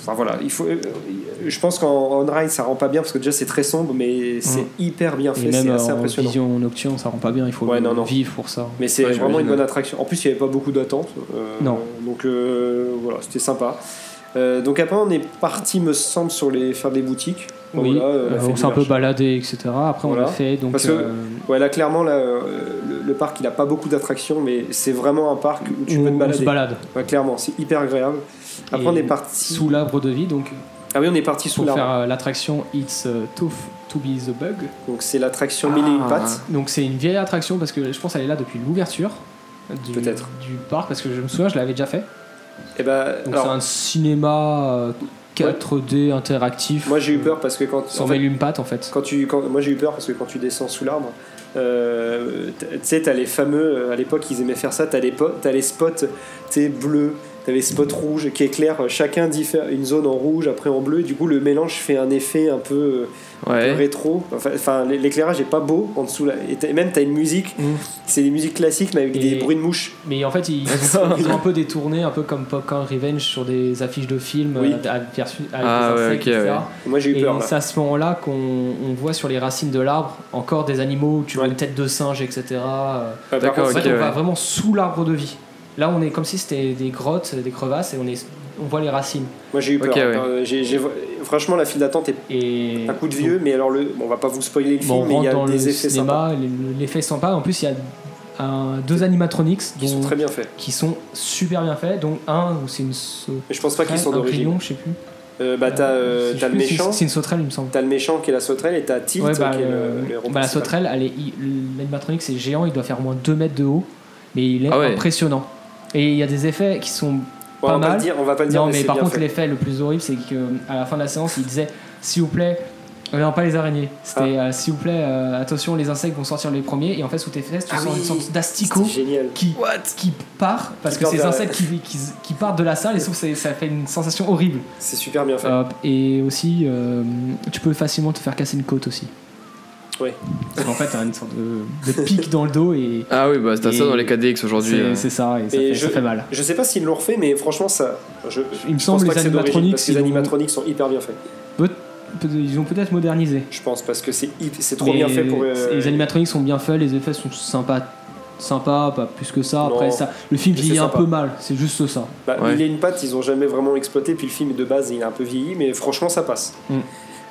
Speaker 2: Enfin voilà, il faut. euh, Je pense qu'en on ride ça rend pas bien parce que déjà c'est très sombre, mais c'est
Speaker 3: Mm.
Speaker 2: hyper bien
Speaker 3: et
Speaker 2: fait, c'est
Speaker 3: même euh,
Speaker 2: assez
Speaker 3: en
Speaker 2: impressionnant.
Speaker 3: vision nocturne, ça rend pas bien. Il faut
Speaker 2: Ouais,
Speaker 3: le
Speaker 2: non, non.
Speaker 3: vivre pour ça.
Speaker 2: Mais c'est
Speaker 1: Ouais,
Speaker 2: vraiment une
Speaker 1: j'imagine.
Speaker 2: bonne attraction. En plus, il n'y avait pas beaucoup d'attentes. euh,
Speaker 3: Non.
Speaker 2: Donc euh, voilà, c'était sympa. Euh, donc après, on est parti, me semble, sur les faire des boutiques.
Speaker 3: Oui,
Speaker 2: Voilà, euh,
Speaker 3: euh,
Speaker 2: a fait
Speaker 3: on
Speaker 2: du
Speaker 3: s'est un peu
Speaker 2: marché.
Speaker 3: baladé, etc. Après,
Speaker 2: Voilà.
Speaker 3: on l'a fait. Donc,
Speaker 2: Parce que
Speaker 3: euh,
Speaker 2: Ouais, là clairement, là, euh, le, le parc il a pas beaucoup d'attractions, mais c'est vraiment un parc où tu
Speaker 3: on,
Speaker 2: peux te
Speaker 3: on
Speaker 2: balader.
Speaker 3: se balade
Speaker 2: Ouais, clairement, c'est hyper agréable. Après,
Speaker 3: Et
Speaker 2: on est parti.
Speaker 3: sous l'arbre de vie, donc
Speaker 2: Ah oui, on est parti sous
Speaker 3: pour
Speaker 2: l'arbre.
Speaker 3: faire euh, l'attraction It's euh, Tough to be the bug.
Speaker 2: Donc c'est l'attraction Mille et une
Speaker 1: Ah.
Speaker 2: pattes.
Speaker 3: Donc, c'est une vieille attraction parce que je pense qu'elle est là depuis l'ouverture. du-
Speaker 2: Peut-être.
Speaker 3: du parc parce que je me souviens je l'avais déjà fait
Speaker 2: Et ben
Speaker 3: donc c'est
Speaker 2: alors
Speaker 3: un cinéma euh, 4D interactif euh,
Speaker 2: moi j'ai eu peur parce que quand,
Speaker 3: sans
Speaker 2: en fait,
Speaker 3: une patte en fait
Speaker 2: quand tu quand- moi j'ai eu peur parce que quand tu descends sous l'arbre, euh, t- tu sais t'as les fameux euh, à l'époque ils aimaient faire ça t'as les po- t'as les spots tu sais bleus t'as les spots rouges qui éclairent chacun diffère une zone en rouge après en bleu et du coup le mélange fait un effet un peu, euh,
Speaker 1: Ouais.
Speaker 2: rétro enfin, enfin, l'éclairage est pas beau en dessous là et t'as- et même t'as une musique
Speaker 3: Mm.
Speaker 2: c'est des musiques classiques mais avec des
Speaker 3: Et-
Speaker 2: bruits de mouches
Speaker 3: Mais en fait, ils, ils ont un peu détourné, un peu comme Popcorn Revenge sur des affiches de films
Speaker 2: Oui.
Speaker 3: euh, avec, avec
Speaker 1: Ah,
Speaker 3: des
Speaker 1: ouais,
Speaker 3: insectes,
Speaker 1: ok,
Speaker 3: etc.
Speaker 2: moi j'ai eu
Speaker 3: Et
Speaker 2: peur là.
Speaker 3: c'est à ce moment-là qu'on on voit sur les racines de l'arbre encore des animaux, où tu vois
Speaker 2: Ouais.
Speaker 3: une tête de singe, etc. Euh,
Speaker 2: Par
Speaker 1: D'accord,
Speaker 3: en
Speaker 2: contre,
Speaker 1: ok,
Speaker 3: fait, on va
Speaker 1: ouais.
Speaker 3: vraiment sous l'arbre de vie. Là, on est comme si c'était des grottes, des crevasses, et on, est, on voit les racines.
Speaker 2: moi j'ai eu peur
Speaker 1: Ok, ouais.
Speaker 2: Euh, j'ai- j'ai- franchement la file d'attente est
Speaker 3: Et
Speaker 2: Un coup de vieux, mais alors le, bon, on va pas vous spoiler le
Speaker 3: Bon,
Speaker 2: film,
Speaker 3: on
Speaker 2: mais il y
Speaker 3: rentre dans
Speaker 2: a
Speaker 3: le
Speaker 2: des effets sympas
Speaker 3: cinéma, les- l'effet est sympa. En plus, il y a un- deux animatronics
Speaker 2: qui sont
Speaker 3: dont-
Speaker 2: très bien faits.
Speaker 3: qui sont super bien faits, dont un où c'est une sau-
Speaker 2: Mais je pense pas qu'ils sont
Speaker 3: un
Speaker 2: d'origine.
Speaker 3: grillon, je sais plus.
Speaker 2: Euh, bah t'as euh,
Speaker 3: Je sais
Speaker 2: t'as le
Speaker 3: plus, c'est-
Speaker 2: méchant,
Speaker 3: C'est une sauterelle, il me semble.
Speaker 2: t'as le méchant qui est la sauterelle et t'as Tilt
Speaker 3: Ouais, bah,
Speaker 2: qui est le,
Speaker 3: euh,
Speaker 2: le héros
Speaker 3: bah, la
Speaker 2: principal.
Speaker 3: sauterelle, elle est- il- l'animatronique c'est géant, il doit faire au moins 2 mètres de haut, mais il est
Speaker 1: Ah ouais.
Speaker 3: impressionnant. Et il y a des effets qui sont.
Speaker 2: Ouais,
Speaker 3: pas
Speaker 2: on va pas
Speaker 3: mal.
Speaker 2: le dire, on va pas le dire,
Speaker 3: non,
Speaker 2: mais,
Speaker 3: mais
Speaker 2: c'est
Speaker 3: par
Speaker 2: bien
Speaker 3: contre,
Speaker 2: fait.
Speaker 3: l'effet le plus horrible, c'est qu'à la fin de la séance, il disait S'il vous plaît, euh, non, pas les araignées, c'était
Speaker 2: Ah.
Speaker 3: euh, S'il vous plaît, euh, attention, les insectes vont sortir les premiers, et en fait, sous tes fesses, tu
Speaker 2: Ah
Speaker 3: sens
Speaker 2: oui.
Speaker 3: une sorte
Speaker 2: C'est
Speaker 3: d'asticot
Speaker 2: génial.
Speaker 3: qui, qui part, parce
Speaker 2: Qui
Speaker 3: que
Speaker 2: part
Speaker 3: c'est les
Speaker 2: vers-
Speaker 3: insectes qui, qui, qui partent de la salle, et sauf que ça fait une sensation horrible.
Speaker 2: C'est super bien fait.
Speaker 3: Hop, et aussi, euh, tu peux facilement te faire casser une côte aussi.
Speaker 2: Oui.
Speaker 3: Parce qu'en fait, t'as une sorte de, de pic dans le dos et
Speaker 1: Ah oui, bah t'as ça dans les KDX aujourd'hui.
Speaker 3: c'est
Speaker 1: euh.
Speaker 3: c'est ça, et ça,
Speaker 2: Et
Speaker 3: fait,
Speaker 2: je-
Speaker 3: ça fait mal.
Speaker 2: Je sais pas s'ils l'ont refait, mais franchement, ça. Je,
Speaker 3: Il me
Speaker 2: je pense
Speaker 3: semble
Speaker 2: pas
Speaker 3: les
Speaker 2: que c'est d'origine,
Speaker 3: animatroniques,
Speaker 2: parce que les
Speaker 3: ils ont-
Speaker 2: animatroniques sont hyper bien faits.
Speaker 3: Peut- Ils ont peut-être modernisé.
Speaker 2: Je pense parce que c'est hip- c'est trop
Speaker 3: Mais
Speaker 2: bien fait pour. euh,
Speaker 3: Les animatroniques sont bien faits, les effets sont sympas. sympa, pas plus que ça. Après,
Speaker 2: Non,
Speaker 3: ça, le film
Speaker 2: mais
Speaker 3: vieillit
Speaker 2: c'est
Speaker 3: un
Speaker 2: sympa.
Speaker 3: peu mal, c'est juste ça.
Speaker 2: Bah,
Speaker 1: Ouais.
Speaker 2: Il y a une patte, ils ont jamais vraiment exploité, puis le film de base il est un peu vieilli, mais franchement ça passe.
Speaker 3: Mm.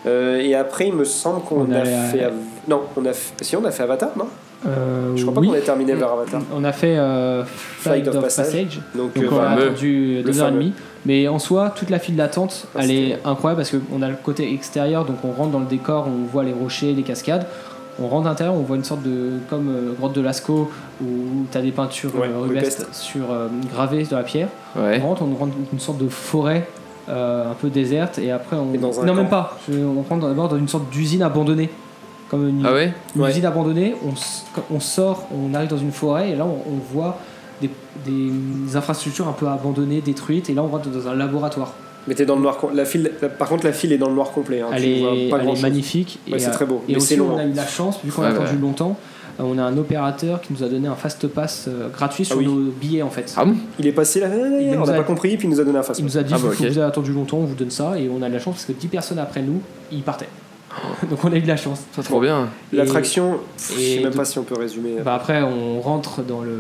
Speaker 2: Euh, et après, il me semble qu'on
Speaker 3: On
Speaker 2: a,
Speaker 3: a-
Speaker 2: fait. Av- Non, on a fait- si on a fait Avatar, non
Speaker 3: Euh,
Speaker 2: Je crois pas
Speaker 3: oui.
Speaker 2: qu'on ait terminé vers Avatar.
Speaker 3: On a fait euh, Flight
Speaker 2: Flight of
Speaker 3: of
Speaker 2: Passage.
Speaker 3: Passage.
Speaker 2: Donc,
Speaker 3: Donc
Speaker 2: euh,
Speaker 3: on a
Speaker 2: bah,
Speaker 1: fameux.
Speaker 3: attendu
Speaker 2: Le
Speaker 3: deux heures et
Speaker 2: fameux.
Speaker 3: demie. Mais en soi, toute la file d'attente,
Speaker 2: Ah,
Speaker 3: elle est
Speaker 2: c'était-
Speaker 3: incroyable parce qu'on a le côté extérieur, donc on rentre dans le décor, on voit les rochers, les cascades. On rentre à l'intérieur, on voit une sorte de. comme euh, grotte de Lascaux où tu as des peintures
Speaker 2: Ouais,
Speaker 3: euh, rupestres sur, euh, gravées dans la pierre.
Speaker 1: Ouais.
Speaker 3: On rentre, on rentre dans une sorte de forêt euh, un peu déserte et après on.
Speaker 2: Et dans un
Speaker 3: non, même
Speaker 2: camp.
Speaker 3: pas. Je- On rentre d'abord dans une sorte d'usine abandonnée. Comme une,
Speaker 1: Ah ouais
Speaker 3: une
Speaker 2: Ouais.
Speaker 3: usine abandonnée, on, s- on sort, on arrive dans une forêt et là on, on voit des, des infrastructures un peu abandonnées, détruites et là on rentre dans un laboratoire.
Speaker 2: mais t'es dans le noir. com- La file, la- Par contre, la file est dans le noir complet. hein,
Speaker 3: elle
Speaker 2: tu
Speaker 3: est,
Speaker 2: vois pas
Speaker 3: elle est
Speaker 2: grand-chose.
Speaker 3: magnifique
Speaker 2: Ouais, c'est
Speaker 3: euh,
Speaker 2: très beau,
Speaker 3: et
Speaker 2: mais
Speaker 3: aussi
Speaker 2: c'est long,
Speaker 3: on a
Speaker 2: hein.
Speaker 3: eu la chance vu qu'on
Speaker 1: Ouais,
Speaker 3: a attendu
Speaker 1: ouais.
Speaker 3: longtemps. euh, On a un opérateur qui nous a donné un fast pass euh, gratuit sur
Speaker 2: Ah oui.
Speaker 3: nos billets en fait.
Speaker 1: Ah bon
Speaker 2: Il est passé là,
Speaker 3: Il
Speaker 2: on
Speaker 3: nous
Speaker 2: n'a
Speaker 3: a-
Speaker 2: pas compris, puis il nous a donné un
Speaker 3: Il
Speaker 2: fast-pass.
Speaker 3: nous a dit
Speaker 1: Ah
Speaker 3: faut
Speaker 1: bah,
Speaker 3: que
Speaker 1: ok.
Speaker 3: vous avez attendu longtemps, on vous donne ça et on a de la chance parce que 10 personnes après nous, ils partaient. Donc on a eu de la chance.
Speaker 1: Ça, trop bien.
Speaker 3: Et-
Speaker 2: L'attraction, pff, je
Speaker 3: et
Speaker 2: sais même
Speaker 3: de-
Speaker 2: pas si on peut résumer.
Speaker 3: Bah après, on rentre dans le,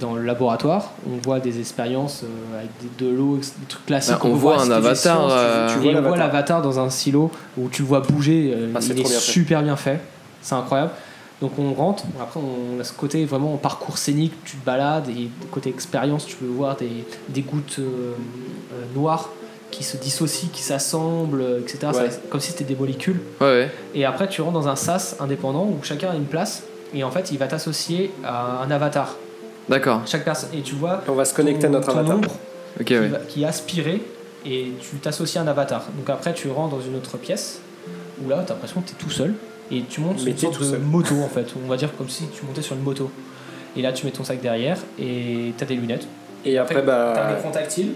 Speaker 3: dans le laboratoire, on voit des expériences euh, avec des, de l'eau, ex- des trucs classiques.
Speaker 1: Bah, on
Speaker 3: peut
Speaker 1: voit
Speaker 3: voir
Speaker 1: un
Speaker 3: assister des
Speaker 1: avatar.
Speaker 3: séances, tu-
Speaker 1: euh,
Speaker 2: tu vois
Speaker 3: Et on voit
Speaker 2: l'avatar.
Speaker 3: l'avatar dans un silo où tu le vois bouger. euh,
Speaker 2: Hein. Ah, c'est
Speaker 3: il est
Speaker 2: trop bien fait.
Speaker 3: super bien fait. C'est incroyable. Donc on rentre. Après, on a ce côté vraiment parcours scénique. Tu te balades et côté expérience, tu peux voir des, des gouttes euh, euh, noires qui se dissocient, qui s'assemblent, euh, etc.
Speaker 2: Ouais.
Speaker 3: Ça- comme si c'était des molécules.
Speaker 1: Ouais, ouais.
Speaker 3: Et après, tu rentres dans un sas indépendant où chacun a une place. Et en fait, il va t'associer à un avatar.
Speaker 1: D'accord.
Speaker 3: Chaque personne. Et tu vois.
Speaker 2: On va se connecter à
Speaker 3: ton-
Speaker 2: notre
Speaker 3: ton
Speaker 2: avatar.
Speaker 3: ombre
Speaker 1: Ok,
Speaker 3: qui,
Speaker 1: ouais.
Speaker 3: va- qui est aspiré et tu t'associes à un avatar. Donc après, tu rentres dans une autre pièce où là, t'as l'impression que t'es tout seul et tu montes sur
Speaker 2: Mais
Speaker 3: une
Speaker 2: t'es
Speaker 3: sorte
Speaker 2: tout
Speaker 3: de
Speaker 2: seul.
Speaker 3: moto en fait. On va dire comme si tu montais sur une moto. Et là, tu mets ton sac derrière et t'as des lunettes.
Speaker 2: Et après,
Speaker 3: T'as un
Speaker 2: bah,
Speaker 3: écran tactile.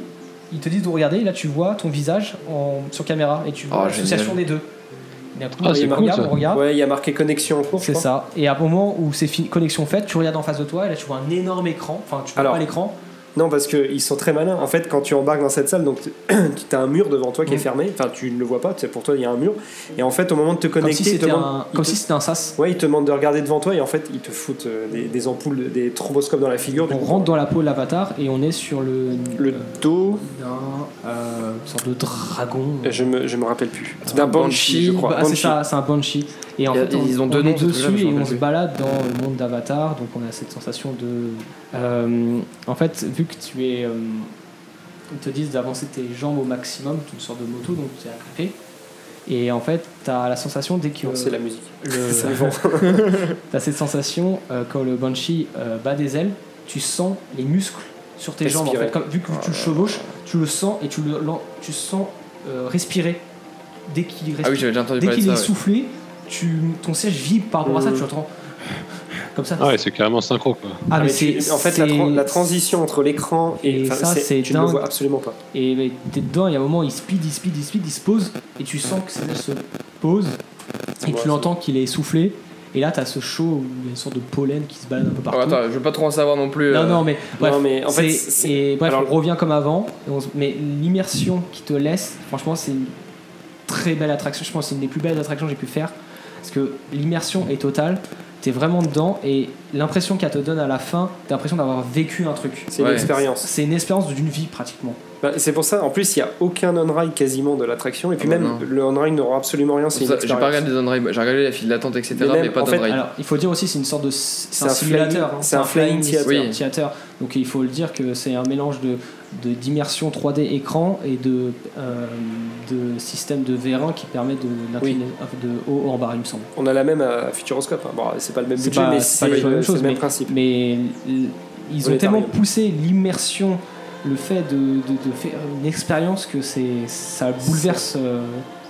Speaker 3: Ils te disent de regarder et là, tu vois ton visage en, sur caméra et tu vois
Speaker 1: Oh,
Speaker 3: l'association des deux. Et bah, d'un coup,
Speaker 4: Ah, c'est
Speaker 3: on
Speaker 4: cool,
Speaker 3: regarde,
Speaker 4: ça.
Speaker 3: on regarde.
Speaker 2: ouais, il y a marqué connexion en cours. je
Speaker 3: C'est
Speaker 2: crois.
Speaker 3: ça. Et à un moment où c'est fini, connexion faite, tu regardes en face de toi et là tu vois un énorme écran. Enfin, tu vois
Speaker 2: Alors,
Speaker 3: pas l'écran.
Speaker 2: Non, parce qu'ils sont très malins. En fait, quand tu embarques dans cette salle, donc tu as un mur devant toi qui est
Speaker 3: Mm.
Speaker 2: fermé. Enfin, tu ne le vois pas. tu sais, Pour toi, il y a un mur. Et en fait, au moment de te
Speaker 3: Comme
Speaker 2: connecter,
Speaker 3: si
Speaker 2: ils te
Speaker 3: c'était
Speaker 2: demandent-
Speaker 3: un,
Speaker 2: ils
Speaker 3: comme
Speaker 2: te-
Speaker 3: si c'était un sas.
Speaker 2: ouais, ils te demandent de regarder devant toi. Et en fait, ils te foutent euh, des, des ampoules, des tromboscopes dans la figure. du
Speaker 3: On
Speaker 2: coup,
Speaker 3: rentre dans la peau de l'avatar et on est sur le.
Speaker 2: le
Speaker 3: euh,
Speaker 2: dos.
Speaker 3: d'un. euh, une sorte de dragon.
Speaker 2: Je me, je me rappelle plus. D'un banshee,
Speaker 1: banshee,
Speaker 2: je crois.
Speaker 3: Bah, c'est
Speaker 2: Banshee.
Speaker 3: ça, c'est un banshee. Et en
Speaker 1: Il y a-
Speaker 3: fait, on,
Speaker 1: ils ont deux
Speaker 3: on
Speaker 1: noms,
Speaker 3: est
Speaker 1: ces trucs-là, mais
Speaker 3: dessus
Speaker 1: je me
Speaker 3: et on
Speaker 1: rappelle
Speaker 3: se
Speaker 1: plus.
Speaker 3: balade dans le monde d'Avatar, donc on a cette sensation de. euh, en fait, vu que tu es. euh, ils te disent d'avancer tes jambes au maximum, tu sors de moto, donc tu es agrippé. Et en fait, tu as la sensation dès que.
Speaker 2: Non, C'est la musique.
Speaker 3: le-
Speaker 2: C'est le vent.
Speaker 3: T'as cette sensation euh, quand le banshee euh, bat des ailes, tu sens les muscles sur tes jambes. En
Speaker 2: Respirer.
Speaker 3: fait, Comme- vu que tu le chevauches, tu le sens et tu le l'en- tu sens euh, respirer dès qu'il respire.
Speaker 1: Ah oui, j'avais déjà entendu
Speaker 3: dès
Speaker 1: parler
Speaker 3: qu'il
Speaker 1: de
Speaker 3: est
Speaker 1: ça. ouais.
Speaker 3: soufflé, tu ton siège vibre par rapport à ça.
Speaker 2: Mhm.
Speaker 3: Tu entends comme ça.
Speaker 4: Ah ouais, c'est carrément synchro quoi.
Speaker 3: Ah, mais
Speaker 2: Mais tu-
Speaker 3: c'est-
Speaker 2: en fait, la,
Speaker 3: c'est-
Speaker 2: tran- la transition entre l'écran et,
Speaker 3: Et
Speaker 2: enfin,
Speaker 3: ça, c'est
Speaker 2: tu ne le
Speaker 3: dingue.
Speaker 2: vois absolument pas.
Speaker 3: Et ben, t'es dedans, il y a un moment, il speed, il speed, il speed, il se pose, et tu sens que ses ailes se posent, et
Speaker 2: Ouais,
Speaker 3: tu l'entends qu'il est essoufflé. Et là, t'as ce chaud où il y a une sorte de pollen qui se balade un peu
Speaker 1: Oh,
Speaker 3: partout.
Speaker 1: attends, je veux pas trop en savoir non plus.
Speaker 3: Non,
Speaker 1: euh,
Speaker 3: non, mais bref,
Speaker 2: Non, mais en fait,
Speaker 3: c'est-
Speaker 2: c'est-
Speaker 3: et bref,
Speaker 2: alors-
Speaker 3: on revient comme avant. et on se- mais l'immersion qui te laisse, franchement, c'est une très belle attraction. Je pense que c'est une des plus belles attractions que j'ai pu faire. Parce que l'immersion est totale. T'es vraiment dedans et l'impression qu'elle te donne à la fin, t'as l'impression d'avoir vécu un truc.
Speaker 2: C'est
Speaker 1: Ouais.
Speaker 2: une expérience.
Speaker 3: C'est une expérience d'une vie pratiquement.
Speaker 2: Bah, c'est pour ça, en plus, il n'y a aucun on-ride quasiment de l'attraction, et puis
Speaker 1: Ah bah
Speaker 2: même
Speaker 1: non.
Speaker 2: le on-ride n'aura absolument rien,
Speaker 1: c'est
Speaker 2: c'est une
Speaker 1: ça, J'ai pas
Speaker 2: expérience.
Speaker 1: regardé les on-ride, j'ai regardé la file d'attente, etc.
Speaker 2: Mais
Speaker 1: Mais,
Speaker 2: même,
Speaker 1: pas
Speaker 2: en fait,
Speaker 1: d'on-ride.
Speaker 3: Alors, il faut dire aussi, c'est une sorte de. C'est
Speaker 2: un
Speaker 3: un simulateur.
Speaker 2: flying-
Speaker 3: hein.
Speaker 2: c'est un flying
Speaker 1: theater. Oui.
Speaker 3: theater. Donc, il faut le dire que c'est un mélange de de- d'immersion 3D écran et de, euh, de système de vérin qui permet de l'incliner de haut en bas, il me semble.
Speaker 2: On a la même à Futuroscope, hein. bon, c'est pas le même
Speaker 3: C'est
Speaker 2: budget,
Speaker 3: pas-
Speaker 2: mais
Speaker 3: c'est pas
Speaker 2: c'est
Speaker 3: du tout la même
Speaker 2: le c'est le
Speaker 3: chose,
Speaker 2: même
Speaker 3: mais-
Speaker 2: principe.
Speaker 3: Mais l- ils
Speaker 2: On
Speaker 3: ont
Speaker 2: est
Speaker 3: tellement
Speaker 2: arrivé.
Speaker 3: poussé l'immersion, le fait de, de- de faire une expérience que c'est ça bouleverse euh,